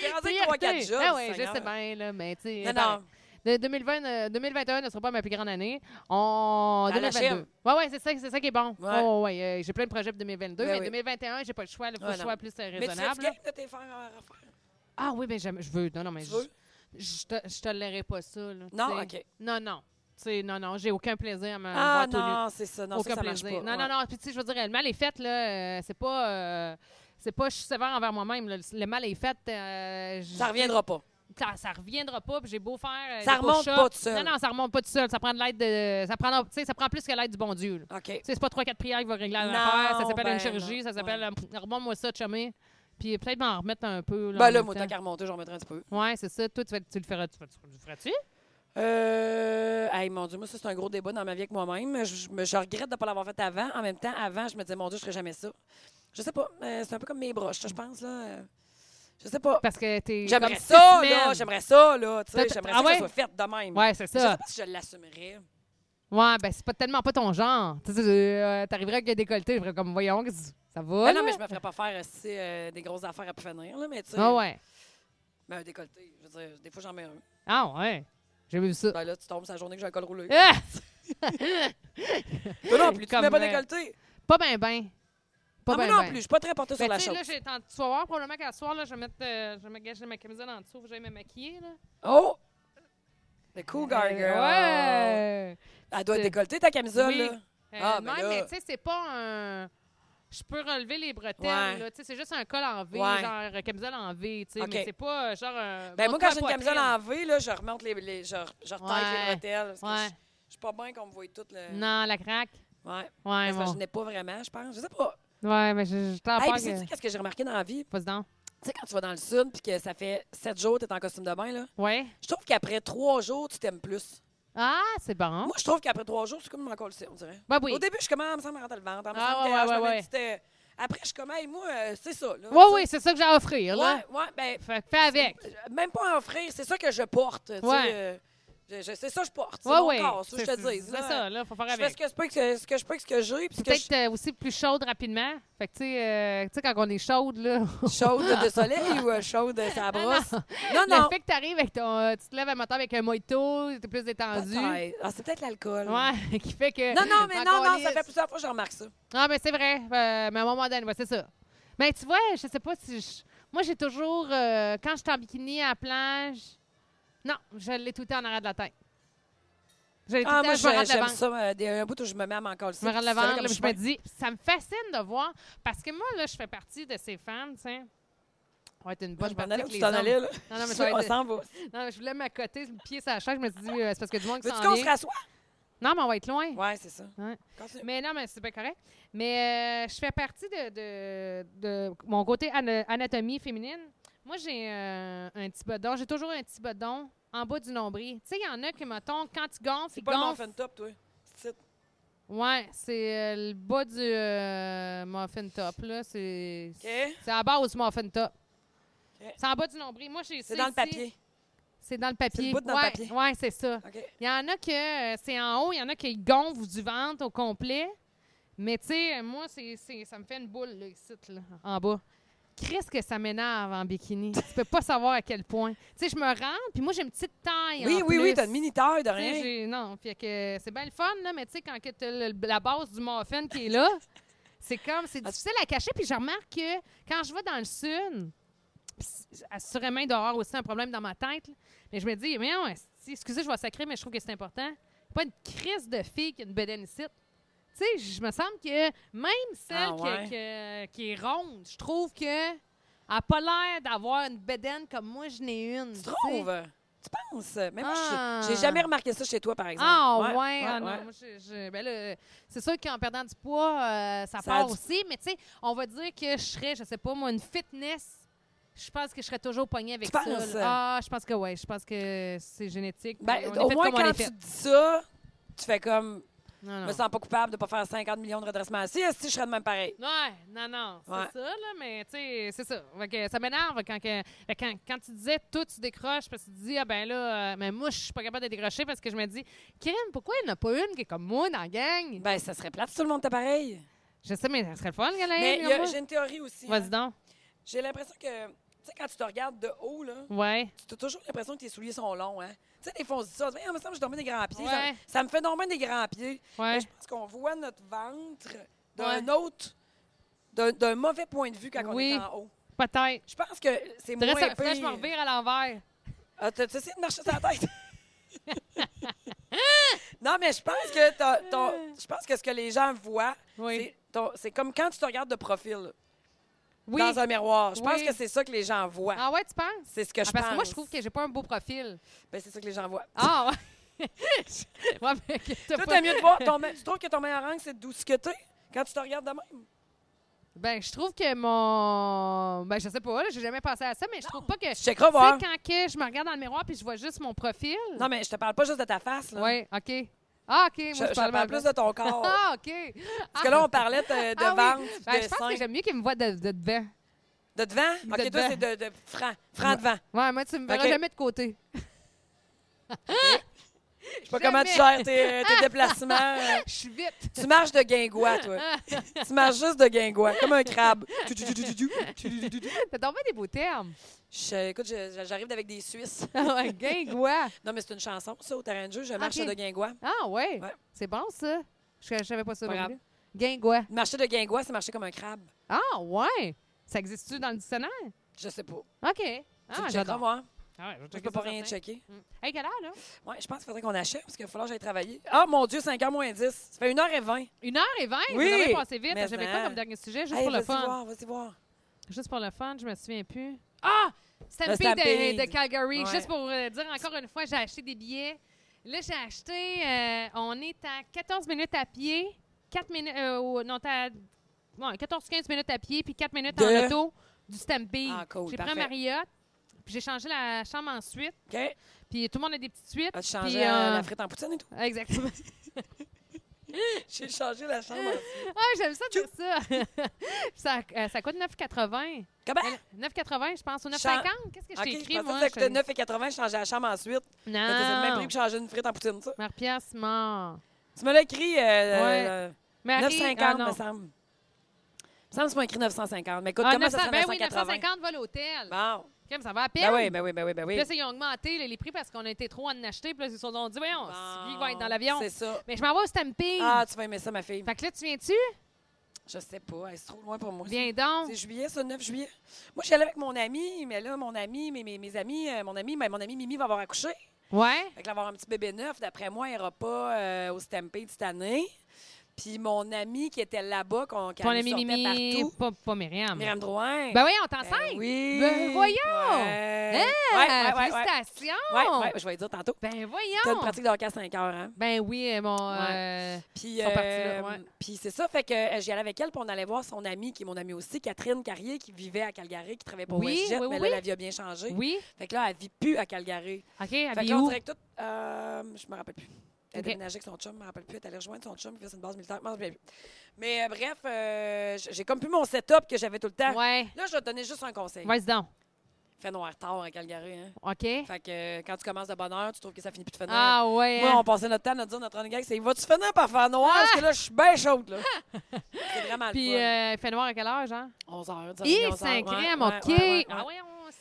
[SPEAKER 1] t'es rendu avec 3-4
[SPEAKER 2] priorité.
[SPEAKER 1] jobs.
[SPEAKER 2] Ah ouais, je
[SPEAKER 1] Seigneur.
[SPEAKER 2] sais bien, là, mais tu sais.
[SPEAKER 1] Non,
[SPEAKER 2] pareil.
[SPEAKER 1] non.
[SPEAKER 2] De 2020, euh, 2021 ne sera pas ma plus grande année. On...
[SPEAKER 1] À la
[SPEAKER 2] 2022.
[SPEAKER 1] chaîne.
[SPEAKER 2] Ouais, ouais, c'est ça, c'est ça qui est bon.
[SPEAKER 1] Ouais.
[SPEAKER 2] Oh, ouais, euh, j'ai plein de projets pour 2022,
[SPEAKER 1] Ben
[SPEAKER 2] mais
[SPEAKER 1] oui.
[SPEAKER 2] 2021, j'ai pas le choix. Il faut
[SPEAKER 1] Ouais,
[SPEAKER 2] que je
[SPEAKER 1] non.
[SPEAKER 2] sois plus euh,
[SPEAKER 1] Mais tu sais,
[SPEAKER 2] raisonnable.
[SPEAKER 1] tu
[SPEAKER 2] là.
[SPEAKER 1] gagnes de tes faire à refaire.
[SPEAKER 2] ah oui, mais j'aime- je veux. Non, non, mais
[SPEAKER 1] Tu
[SPEAKER 2] je,
[SPEAKER 1] veux?
[SPEAKER 2] je, te- je tolérerais pas ça. là, tu
[SPEAKER 1] Non,
[SPEAKER 2] Ben, sais.
[SPEAKER 1] OK.
[SPEAKER 2] Non, non. Tu sais, non, non, j'ai aucun plaisir à me
[SPEAKER 1] Ah
[SPEAKER 2] me voir tout nu.
[SPEAKER 1] non, c'est ça. Non,
[SPEAKER 2] aucun
[SPEAKER 1] ça, ça marche
[SPEAKER 2] plaisir.
[SPEAKER 1] pas.
[SPEAKER 2] Non,
[SPEAKER 1] Ouais.
[SPEAKER 2] non, non. Puis tu sais, je veux dire, le mal est fait, là. euh, c'est pas. euh, c'est pas, je suis sévère envers moi-même. là. Le, le mal est fait. euh, je-
[SPEAKER 1] Ça reviendra pas.
[SPEAKER 2] ça, ça reviendra pas, puis j'ai beau faire. euh,
[SPEAKER 1] Ça
[SPEAKER 2] des
[SPEAKER 1] remonte
[SPEAKER 2] push-ups.
[SPEAKER 1] pas tout seul.
[SPEAKER 2] Non, non, ça remonte pas tout seul. Ça prend de l'aide de. Ça prend, tu sais, ça prend plus que l'aide du bon Dieu. là. Tu
[SPEAKER 1] OK.
[SPEAKER 2] sais, c'est pas trois, quatre prières qui vont régler
[SPEAKER 1] Non,
[SPEAKER 2] l'affaire. Ça s'appelle
[SPEAKER 1] ben
[SPEAKER 2] une chirurgie,
[SPEAKER 1] non.
[SPEAKER 2] ça s'appelle.
[SPEAKER 1] Ouais.
[SPEAKER 2] euh, pff, Remonte-moi ça, chumé. Puis peut-être m'en remettre un peu. Là,
[SPEAKER 1] Ben
[SPEAKER 2] en
[SPEAKER 1] là,
[SPEAKER 2] même
[SPEAKER 1] moi,
[SPEAKER 2] temps.
[SPEAKER 1] t'as qu'à remonter, j'en remettrai un petit peu.
[SPEAKER 2] Ouais, c'est ça. Toi, tu, vas- tu le feras. Tu, vas- tu le feras-tu?
[SPEAKER 1] Euh. Hey, mon Dieu, moi, ça, c'est un gros débat dans ma vie avec moi-même. Je, je me- je regrette de ne pas l'avoir fait avant. En même temps, avant, je me disais, mon Dieu, je ne ferais jamais ça. Je sais pas. euh, c'est un peu comme mes broches, ça, je pense, là. Euh, Je sais pas.
[SPEAKER 2] Parce que t'es.
[SPEAKER 1] J'aimerais
[SPEAKER 2] comme
[SPEAKER 1] ça,
[SPEAKER 2] six
[SPEAKER 1] là.
[SPEAKER 2] semaines.
[SPEAKER 1] J'aimerais ça, là. Tu
[SPEAKER 2] T'as-
[SPEAKER 1] sais,
[SPEAKER 2] t'as-
[SPEAKER 1] j'aimerais
[SPEAKER 2] ah
[SPEAKER 1] ça que
[SPEAKER 2] ouais?
[SPEAKER 1] ça soit fait de même.
[SPEAKER 2] Ouais, c'est
[SPEAKER 1] Je sais
[SPEAKER 2] ça.
[SPEAKER 1] pas si je l'assumerais.
[SPEAKER 2] Ouais, ben c'est pas tellement pas ton genre. Tu sais, euh, t'arriverais avec un décolleté, je ferais comme voyons, qu'est-ce que- ça va.
[SPEAKER 1] Ben non,
[SPEAKER 2] là?
[SPEAKER 1] mais je me ferais pas faire euh, si, euh, des grosses affaires à pu finir, là. Mais tu sais,
[SPEAKER 2] Ah ouais.
[SPEAKER 1] ben, un décolleté. Je veux dire, des fois, j'en mets un.
[SPEAKER 2] Ah ouais. J'ai vu ça.
[SPEAKER 1] Ben là, tu tombes, c'est la journée que j'ai un col
[SPEAKER 2] [LAUGHS]
[SPEAKER 1] roulé.
[SPEAKER 2] Ah!
[SPEAKER 1] Non, non, plus tu
[SPEAKER 2] Comme,
[SPEAKER 1] mets pas
[SPEAKER 2] euh,
[SPEAKER 1] décolleté.
[SPEAKER 2] Pas ben ben. Pas
[SPEAKER 1] Non, Ah, moi
[SPEAKER 2] ben
[SPEAKER 1] non
[SPEAKER 2] ben.
[SPEAKER 1] plus, je suis pas très portée
[SPEAKER 2] Ben,
[SPEAKER 1] sur la
[SPEAKER 2] tu sais,
[SPEAKER 1] chose.
[SPEAKER 2] là, j'ai tant- tu vas voir probablement qu'à soir, là, je vais mettre, euh, je vais me gager ma camisole en dessous, je vais me maquiller, là.
[SPEAKER 1] Oh! The cougar
[SPEAKER 2] Euh,
[SPEAKER 1] girl.
[SPEAKER 2] Ouais!
[SPEAKER 1] Elle doit
[SPEAKER 2] C'est-
[SPEAKER 1] être décolletée, ta camisole,
[SPEAKER 2] Oui.
[SPEAKER 1] là.
[SPEAKER 2] Euh,
[SPEAKER 1] Ah, ben
[SPEAKER 2] non,
[SPEAKER 1] là.
[SPEAKER 2] mais tu sais, c'est pas un... Je peux relever les bretelles,
[SPEAKER 1] Ouais.
[SPEAKER 2] là. Tu sais, c'est juste un col en V,
[SPEAKER 1] Ouais.
[SPEAKER 2] genre euh, camisole en V, tu sais.
[SPEAKER 1] Ok.
[SPEAKER 2] Mais c'est pas euh, genre un...
[SPEAKER 1] Ben, moi,
[SPEAKER 2] montre-toi
[SPEAKER 1] quand j'ai une
[SPEAKER 2] la
[SPEAKER 1] camisole
[SPEAKER 2] poitrine.
[SPEAKER 1] en V, là, je remonte les... les je, re- je retente
[SPEAKER 2] Ouais.
[SPEAKER 1] les bretelles. parce que
[SPEAKER 2] Ouais.
[SPEAKER 1] je- Je suis pas bien qu'on me voie toutes. Le...
[SPEAKER 2] Non, la craque.
[SPEAKER 1] Ouais. Mais
[SPEAKER 2] Ouais, bon.
[SPEAKER 1] Je n'ai pas vraiment, je pense. Je sais pas.
[SPEAKER 2] Ouais, mais je, je t'en
[SPEAKER 1] Hey,
[SPEAKER 2] parle
[SPEAKER 1] puis sais-tu
[SPEAKER 2] que...
[SPEAKER 1] qu'est-ce que j'ai remarqué dans la vie?
[SPEAKER 2] Pas dedans.
[SPEAKER 1] Tu sais, quand tu vas dans le sud puis que ça fait sept jours que t'es en costume de bain, là,
[SPEAKER 2] Ouais.
[SPEAKER 1] je trouve qu'après trois jours, tu t'aimes plus.
[SPEAKER 2] Ah, c'est bon.
[SPEAKER 1] Moi, je trouve qu'après trois jours, c'est comme encore le on dirait.
[SPEAKER 2] Ben oui.
[SPEAKER 1] Au début, je suis comme, ah, me semble rentrer le ventre. me
[SPEAKER 2] Ah,
[SPEAKER 1] semble que,
[SPEAKER 2] ouais,
[SPEAKER 1] ah, je
[SPEAKER 2] ouais,
[SPEAKER 1] m'en
[SPEAKER 2] ouais,
[SPEAKER 1] mets
[SPEAKER 2] ouais.
[SPEAKER 1] une petite, euh, Après, je suis comme, hey, moi, euh, c'est ça. Là,
[SPEAKER 2] Ouais,
[SPEAKER 1] Tu
[SPEAKER 2] oui, c'est ça que j'ai à offrir,
[SPEAKER 1] sais.
[SPEAKER 2] là.
[SPEAKER 1] ouais, ouais, ben,
[SPEAKER 2] Fait que fais avec.
[SPEAKER 1] même pas à offrir, c'est ça que je porte. tu sais,
[SPEAKER 2] Ouais.
[SPEAKER 1] euh, je- je- c'est ça que je porte. C'est
[SPEAKER 2] Ouais,
[SPEAKER 1] mon
[SPEAKER 2] ouais.
[SPEAKER 1] corps, c'est ce que je te
[SPEAKER 2] C'est-
[SPEAKER 1] dis.
[SPEAKER 2] C'est ça, là, faut faire
[SPEAKER 1] Je fais
[SPEAKER 2] avec.
[SPEAKER 1] ce que je peux, que- ce que je peux, ce que j'ai, puis ce
[SPEAKER 2] C'est
[SPEAKER 1] que je
[SPEAKER 2] peut-être euh, aussi plus chaude rapidement. Fait que, tu sais, euh, tu sais, quand on est chaude, là.
[SPEAKER 1] chaude de soleil ou euh, chaude de
[SPEAKER 2] [LAUGHS]
[SPEAKER 1] sa brosse. Non, non.
[SPEAKER 2] Le fait que t'arrives avec ton. euh, tu te lèves un matin avec un mojito, t'es plus détendu.
[SPEAKER 1] Peut-être. Ah, c'est peut-être l'alcool.
[SPEAKER 2] Ouais, [LAUGHS] qui fait que.
[SPEAKER 1] Non, non, mais
[SPEAKER 2] Quand
[SPEAKER 1] non,
[SPEAKER 2] on
[SPEAKER 1] non,
[SPEAKER 2] est-
[SPEAKER 1] ça fait plusieurs fois que je remarque ça.
[SPEAKER 2] Ah, mais c'est vrai. euh, mais à un moment donné, ouais, c'est ça. Mais tu vois, je sais pas si. je- Moi, j'ai toujours. euh, quand je suis en bikini à la plage. Non, je l'ai tout le temps en arrière de la tête. Je l'ai tout
[SPEAKER 1] Ah,
[SPEAKER 2] le temps,
[SPEAKER 1] moi,
[SPEAKER 2] je me rends
[SPEAKER 1] je-
[SPEAKER 2] de l'avant.
[SPEAKER 1] j'aime ça. euh, des- Un bout où je me mets à m'en coller.
[SPEAKER 2] Je me rends de l'avant, là, je me dis, ça me fascine de voir, parce que moi, là, je fais partie de ces femmes, tu sais. On va être une bonne
[SPEAKER 1] Je m'en
[SPEAKER 2] partie
[SPEAKER 1] allais
[SPEAKER 2] avec
[SPEAKER 1] où tu
[SPEAKER 2] les
[SPEAKER 1] t'en
[SPEAKER 2] hommes.
[SPEAKER 1] allais, là.
[SPEAKER 2] Non, non, mais ça va
[SPEAKER 1] on
[SPEAKER 2] être-
[SPEAKER 1] s'en va.
[SPEAKER 2] Non, mais je voulais m'accoter, le pied sur la chaise, je me suis dit, euh, c'est parce que du monde qui
[SPEAKER 1] Veux-tu
[SPEAKER 2] s'en
[SPEAKER 1] qu'on se
[SPEAKER 2] vient.
[SPEAKER 1] rassoie?
[SPEAKER 2] Non, mais on va être loin.
[SPEAKER 1] Ouais, c'est ça.
[SPEAKER 2] Ouais.
[SPEAKER 1] Continue.
[SPEAKER 2] Mais non, mais c'est bien correct. Mais euh, je fais partie de, de- de mon côté ana- anatomie féminine. Moi, j'ai euh, un petit bedon. J'ai toujours un petit bedon en bas du nombril. Tu sais, il y en a qui, mettons, quand ils gonflent,
[SPEAKER 1] C'est
[SPEAKER 2] ils
[SPEAKER 1] pas le
[SPEAKER 2] gonflent.
[SPEAKER 1] muffin top, toi. C'est ça.
[SPEAKER 2] Ouais, c'est euh, le bas du euh, muffin top, là. C'est
[SPEAKER 1] OK?
[SPEAKER 2] c'est à la base du muffin top.
[SPEAKER 1] Ok.
[SPEAKER 2] C'est en bas du nombril. Moi, j'ai ça
[SPEAKER 1] C'est dans le
[SPEAKER 2] ici.
[SPEAKER 1] papier.
[SPEAKER 2] C'est dans le papier.
[SPEAKER 1] bout dans le
[SPEAKER 2] ouais,
[SPEAKER 1] papier.
[SPEAKER 2] ouais, c'est ça.
[SPEAKER 1] OK.
[SPEAKER 2] Il y en a que euh, c'est en haut, il y en a qui gonflent du ventre au complet. Mais tu sais, moi, c'est, c'est- ça me fait une boule, là, ici, là, en bas. Chris, que ça m'énerve en bikini. tu peux pas savoir à quel point. Tu sais, je me rends, puis moi, j'ai une petite taille.
[SPEAKER 1] Oui,
[SPEAKER 2] en
[SPEAKER 1] oui, oui,
[SPEAKER 2] plus.
[SPEAKER 1] t'as une mini taille de
[SPEAKER 2] Tu sais,
[SPEAKER 1] rien.
[SPEAKER 2] j'ai- Non, fait que c'est bien le fun, là, mais tu sais, quand que t'as le- la base du muffin qui
[SPEAKER 1] [LAUGHS]
[SPEAKER 2] est là, c'est comme,
[SPEAKER 1] Ah,
[SPEAKER 2] c'est difficile à cacher. Puis je remarque que quand je vais dans le sud, puis c'est- assurément, il doit y avoir aussi un problème dans ma tête, là, mais je me dis, mais non, esti, excusez, je vais sacrer, mais je trouve que c'est important. Pas une crise de fille qui a une bedaine ici. Tu Tu sais, je me semble que même celle
[SPEAKER 1] Ah
[SPEAKER 2] qui-
[SPEAKER 1] ouais.
[SPEAKER 2] que- qui est ronde, je trouve que elle a pas l'air d'avoir une bédaine comme moi, je n'ai une.
[SPEAKER 1] Tu
[SPEAKER 2] sais.
[SPEAKER 1] trouves? Tu penses? Mais moi,
[SPEAKER 2] Ah.
[SPEAKER 1] je j'ai jamais remarqué ça chez toi, par exemple.
[SPEAKER 2] Ah, ouais,
[SPEAKER 1] Ouais, ouais,
[SPEAKER 2] ah non,
[SPEAKER 1] ouais.
[SPEAKER 2] moi, je- je- ben là, c'est sûr qu'en perdant du poids, euh, ça,
[SPEAKER 1] Ça a
[SPEAKER 2] part
[SPEAKER 1] du-
[SPEAKER 2] aussi, mais tu sais, on va dire que je serais, je sais pas moi, une fitness. Je pense que je serais toujours pognée avec
[SPEAKER 1] Tu
[SPEAKER 2] ça.
[SPEAKER 1] penses?
[SPEAKER 2] là. Ah, je pense que oui, je pense que c'est génétique. puis
[SPEAKER 1] Ben,
[SPEAKER 2] on est
[SPEAKER 1] au
[SPEAKER 2] fait
[SPEAKER 1] moins,
[SPEAKER 2] comme on
[SPEAKER 1] quand
[SPEAKER 2] est
[SPEAKER 1] tu
[SPEAKER 2] fait.
[SPEAKER 1] te dis ça, tu fais comme,
[SPEAKER 2] Non,
[SPEAKER 1] je
[SPEAKER 2] non.
[SPEAKER 1] me sens pas coupable de pas faire 50 millions de redressements. Si, si, je serais de même pareil.
[SPEAKER 2] Ouais, non, non, c'est
[SPEAKER 1] Ouais.
[SPEAKER 2] ça, là, mais tu sais, c'est ça. Fait que ça m'énerve quand, que- fait que quand, quand tu disais tout, tu décroches, parce que tu dis, ah ben là, euh, mais moi, je suis pas capable de décrocher parce que je me dis, Kim, pourquoi il n'y en a pas une qui est comme moi dans la gang?
[SPEAKER 1] Ben, ça serait plate si tout le monde était pareil.
[SPEAKER 2] Je sais, mais ça serait le fun, Galaïne.
[SPEAKER 1] Mais il y a- j'ai une théorie aussi. hein.
[SPEAKER 2] Vas-y donc.
[SPEAKER 1] J'ai l'impression que, tu sais, quand tu te regardes de haut, là,
[SPEAKER 2] Ouais.
[SPEAKER 1] tu as toujours l'impression que tes souliers sont longs, hein. Tu sais, des fois, on se dit ça, on se dit, Ah, me semble que j'ai tombé des grands pieds. Ça-
[SPEAKER 2] Ouais.
[SPEAKER 1] Ça, me fait dormir des grands pieds.
[SPEAKER 2] Ouais.
[SPEAKER 1] Mais je pense qu'on voit notre ventre d'un autre, d'un- d'un mauvais point de vue quand
[SPEAKER 2] Oui.
[SPEAKER 1] on est en haut.
[SPEAKER 2] Peut-être.
[SPEAKER 1] Je pense que c'est
[SPEAKER 2] Je
[SPEAKER 1] moins
[SPEAKER 2] dirais ça, faudrait
[SPEAKER 1] pire.
[SPEAKER 2] que je me revire à l'envers.
[SPEAKER 1] Ah, t'as t'as essayé de marcher sur la tête? [LAUGHS] non, mais je pense que t'as- ton- je pense que ce que les gens voient,
[SPEAKER 2] Oui.
[SPEAKER 1] c'est ton- c'est comme quand tu te regardes de profil
[SPEAKER 2] Oui.
[SPEAKER 1] dans un miroir. Je pense
[SPEAKER 2] Oui.
[SPEAKER 1] que c'est ça que les gens voient.
[SPEAKER 2] Ah ouais, tu penses?
[SPEAKER 1] C'est ce que je
[SPEAKER 2] Ah, parce
[SPEAKER 1] pense.
[SPEAKER 2] que moi, je trouve que j'ai pas un beau profil.
[SPEAKER 1] Ben, c'est ça que les gens voient.
[SPEAKER 2] Ah ouais. [LAUGHS] ouais, mais que t'as
[SPEAKER 1] Toi,
[SPEAKER 2] pas-
[SPEAKER 1] t'as mieux de voir. ton me- tu trouves que ton meilleur angle, c'est de doucequeter quand tu te regardes de même?
[SPEAKER 2] Ben, je trouve que mon. Ben, je sais pas, là, j'ai jamais pensé à ça, mais je trouve pas que.
[SPEAKER 1] Tu checkeras voir.
[SPEAKER 2] Tu sais, quand que je me regarde dans le miroir puis je vois juste mon profil.
[SPEAKER 1] Non, mais je te parle pas juste de ta face. Là.
[SPEAKER 2] Ouais, OK. Ah, OK. Moi,
[SPEAKER 1] Je,
[SPEAKER 2] je,
[SPEAKER 1] je te
[SPEAKER 2] parle
[SPEAKER 1] parle
[SPEAKER 2] mal.
[SPEAKER 1] plus de ton
[SPEAKER 2] [LAUGHS]
[SPEAKER 1] corps.
[SPEAKER 2] Ah, OK.
[SPEAKER 1] Parce que là, on parlait de, de
[SPEAKER 2] Ah oui.
[SPEAKER 1] ventre,
[SPEAKER 2] Ben,
[SPEAKER 1] de
[SPEAKER 2] je pense
[SPEAKER 1] sein.
[SPEAKER 2] que j'aime mieux qu'il me voit de, de devant.
[SPEAKER 1] De devant? OK,
[SPEAKER 2] De
[SPEAKER 1] toi,
[SPEAKER 2] devant.
[SPEAKER 1] c'est de, de franc. Franc devant.
[SPEAKER 2] Ouais, moi, tu me verras
[SPEAKER 1] Ok.
[SPEAKER 2] jamais de
[SPEAKER 1] [LAUGHS]
[SPEAKER 2] côté.
[SPEAKER 1] Je sais pas comment tu gères tes, euh,
[SPEAKER 2] [LAUGHS]
[SPEAKER 1] tes déplacements. euh.
[SPEAKER 2] Je suis vite. [LAUGHS]
[SPEAKER 1] Tu marches de guingois, toi. tu marches juste de guingois, comme un crabe. Tu, tu, tu, tu, tu, tu, tu, tu, tu, tu.
[SPEAKER 2] T'as tombé des beaux termes.
[SPEAKER 1] Je- écoute, je- j'arrive avec des Suisses.
[SPEAKER 2] [LAUGHS] Un Ah guingois.
[SPEAKER 1] Non, mais c'est une chanson, ça, au terrain de jeu. Je marche
[SPEAKER 2] Ok.
[SPEAKER 1] de guingois.
[SPEAKER 2] Ah, ouais.
[SPEAKER 1] Ouais.
[SPEAKER 2] C'est bon, ça. Je je savais pas ça.
[SPEAKER 1] Pas
[SPEAKER 2] non
[SPEAKER 1] grave.
[SPEAKER 2] plus. Guingois.
[SPEAKER 1] Marcher de guingois, c'est marcher comme un crabe.
[SPEAKER 2] Ah, ouais. Ça existe-tu dans le dictionnaire?
[SPEAKER 1] Je sais pas.
[SPEAKER 2] OK.
[SPEAKER 1] Tu
[SPEAKER 2] Ah,
[SPEAKER 1] le checkeras,
[SPEAKER 2] j'adore.
[SPEAKER 1] moi.
[SPEAKER 2] Ah, ouais, je vais
[SPEAKER 1] Je
[SPEAKER 2] checker
[SPEAKER 1] peux pas
[SPEAKER 2] ça
[SPEAKER 1] rien
[SPEAKER 2] certain.
[SPEAKER 1] checker.
[SPEAKER 2] Mm. Hey, quelle heure, là?
[SPEAKER 1] Ouais, je pense qu'il faudrait qu'on achète parce qu'il va falloir que j'aille travailler. Ah, mon Dieu, 5h moins 10. Ça fait 1h20.
[SPEAKER 2] Une heure et vingt?
[SPEAKER 1] Oui.
[SPEAKER 2] Vous avez passé vite.
[SPEAKER 1] Mais
[SPEAKER 2] J'avais
[SPEAKER 1] ça.
[SPEAKER 2] quoi comme dernier sujet? Juste
[SPEAKER 1] Hey,
[SPEAKER 2] pour le
[SPEAKER 1] vas-y
[SPEAKER 2] fun.
[SPEAKER 1] voir, vas-y voir.
[SPEAKER 2] Juste pour le fun, je me souviens plus. Ah!
[SPEAKER 1] Euh,
[SPEAKER 2] Stampede
[SPEAKER 1] Stampede.
[SPEAKER 2] de, de Calgary.
[SPEAKER 1] Ouais.
[SPEAKER 2] Juste pour euh, dire encore une fois, j'ai acheté des billets. Là, j'ai acheté. euh, on est à 14 minutes à pied. 4 minutes. euh, au- non, t'es à- ouais, 14-15 minutes à pied, puis 4 minutes en
[SPEAKER 1] De-
[SPEAKER 2] auto du Stampede.
[SPEAKER 1] Ah, cool,
[SPEAKER 2] j'ai pris un
[SPEAKER 1] parfait.
[SPEAKER 2] Marriott, puis j'ai changé la chambre en suite.
[SPEAKER 1] OK?
[SPEAKER 2] Puis tout le monde a des petites suites.
[SPEAKER 1] As-tu changé
[SPEAKER 2] puis,
[SPEAKER 1] euh,
[SPEAKER 2] euh,
[SPEAKER 1] la frite en poutine et tout? [LAUGHS]
[SPEAKER 2] Exactement. [LAUGHS]
[SPEAKER 1] J'ai changé la chambre.
[SPEAKER 2] Ah, j'aime ça dire ça. [LAUGHS] ça, euh, ça coûte 9,80.
[SPEAKER 1] Comment?
[SPEAKER 2] 9,80, je pense, ou 9,50. Qu'est-ce que je
[SPEAKER 1] OK,
[SPEAKER 2] t'ai
[SPEAKER 1] je
[SPEAKER 2] écrit,
[SPEAKER 1] pensais
[SPEAKER 2] moi?
[SPEAKER 1] que ça coûtait
[SPEAKER 2] Je- Ah!
[SPEAKER 1] 9,80, changer la chambre ensuite. Mais C'est le même prix
[SPEAKER 2] Non.
[SPEAKER 1] que changer une frite en poutine, ça.
[SPEAKER 2] Marpias mort.
[SPEAKER 1] Tu me l'as écrit euh,
[SPEAKER 2] Ouais.
[SPEAKER 1] euh,
[SPEAKER 2] Marie-
[SPEAKER 1] 950,
[SPEAKER 2] ah,
[SPEAKER 1] me
[SPEAKER 2] non.
[SPEAKER 1] semble. Il me semble que c'est pas écrit 950. Mais écoute,
[SPEAKER 2] Ah,
[SPEAKER 1] comment
[SPEAKER 2] 900
[SPEAKER 1] ça serait
[SPEAKER 2] ben oui,
[SPEAKER 1] 980?
[SPEAKER 2] 950 va l'hôtel.
[SPEAKER 1] Bon.
[SPEAKER 2] Comme ça va à peine.
[SPEAKER 1] Ben oui, ben oui, ben oui, ben
[SPEAKER 2] Puis
[SPEAKER 1] oui.
[SPEAKER 2] Là, c'est- ils ont augmenté là, les prix parce qu'on a été trop à en acheter. Puis là, ils se sont dit, voyons, c'est lui qui va être dans l'avion.
[SPEAKER 1] C'est ça.
[SPEAKER 2] Mais je m'en vais au Stampede.
[SPEAKER 1] Ah, tu vas aimer ça, ma fille.
[SPEAKER 2] Fait que là, tu viens-tu?
[SPEAKER 1] Je sais pas, elle, c'est trop loin pour moi.
[SPEAKER 2] Viens
[SPEAKER 1] C'est
[SPEAKER 2] donc.
[SPEAKER 1] juillet, ça, le 9 juillet. Moi, je suis allée avec mon ami, mais là, mon ami, mes, mes, mes amis, euh, mon ami, ben, mon ami Mimi va avoir accouché.
[SPEAKER 2] Ouais.
[SPEAKER 1] Fait que d'avoir un petit bébé neuf, d'après moi, il n'ira pas euh, au Stampede cette année. Puis mon ami qui était là-bas, qu'on qui
[SPEAKER 2] Ton
[SPEAKER 1] nous
[SPEAKER 2] ami
[SPEAKER 1] sortait
[SPEAKER 2] Mimi.
[SPEAKER 1] partout,
[SPEAKER 2] Pas, pas Myriam.
[SPEAKER 1] Myriam Drouin.
[SPEAKER 2] Ben voyons, t'en
[SPEAKER 1] Ben
[SPEAKER 2] cinq.
[SPEAKER 1] oui.
[SPEAKER 2] Ben voyons.
[SPEAKER 1] Ouais.
[SPEAKER 2] Ah,
[SPEAKER 1] Ouais, ouais, ouais, ouais.
[SPEAKER 2] félicitations.
[SPEAKER 1] Ouais, ouais, je vais le dire tantôt.
[SPEAKER 2] Ben
[SPEAKER 1] T'as une
[SPEAKER 2] voyons.
[SPEAKER 1] pratique de hockey à 5 heures, hein?
[SPEAKER 2] Ben oui, euh, mon.
[SPEAKER 1] Ouais.
[SPEAKER 2] euh,
[SPEAKER 1] Puis,
[SPEAKER 2] Ils sont partis là, ouais.
[SPEAKER 1] puis c'est ça, fait que euh, j'y allais avec elle, puis on allait voir son amie, qui est mon amie aussi, Catherine Carrier, qui vivait à Calgary, qui travaillait pour
[SPEAKER 2] Oui,
[SPEAKER 1] WestJet,
[SPEAKER 2] oui,
[SPEAKER 1] mais
[SPEAKER 2] oui.
[SPEAKER 1] là, la vie a bien changé.
[SPEAKER 2] Oui.
[SPEAKER 1] Fait que là, elle vit plus à Calgary.
[SPEAKER 2] OK,
[SPEAKER 1] fait que
[SPEAKER 2] habillé
[SPEAKER 1] là, on
[SPEAKER 2] où?
[SPEAKER 1] dirait que tout... euh, je me rappelle plus. Elle
[SPEAKER 2] Ok.
[SPEAKER 1] déménageait avec son chum, je me rappelle plus. Elle est allée rejoindre son chum, il faisait une base militaire, je me rappelle plus. Mais euh, bref, euh, j- j'ai comme plus mon setup que j'avais tout le temps.
[SPEAKER 2] Ouais.
[SPEAKER 1] Là, je vais te donner juste un conseil.
[SPEAKER 2] Vas-y donc.
[SPEAKER 1] Fait noir tard à Calgary, hein?
[SPEAKER 2] OK.
[SPEAKER 1] Fait que euh, quand tu commences de bonne heure, tu trouves que ça finit plus de fenêtre.
[SPEAKER 2] Ah ouais.
[SPEAKER 1] Moi,
[SPEAKER 2] hein.
[SPEAKER 1] on passait notre temps à notre dire notre running gag, c'est « Vas-tu finir par faire noir? Parce que là, je suis bien chaude,
[SPEAKER 2] [LAUGHS]
[SPEAKER 1] là. » C'est vraiment
[SPEAKER 2] Puis
[SPEAKER 1] le fun.
[SPEAKER 2] euh, il fait noir à quelle heure, genre?
[SPEAKER 1] 11 h 10
[SPEAKER 2] Et
[SPEAKER 1] 11
[SPEAKER 2] 5 crème,
[SPEAKER 1] ouais,
[SPEAKER 2] OK.
[SPEAKER 1] ouais, ouais, ouais.
[SPEAKER 2] Ah ouais, on s'est-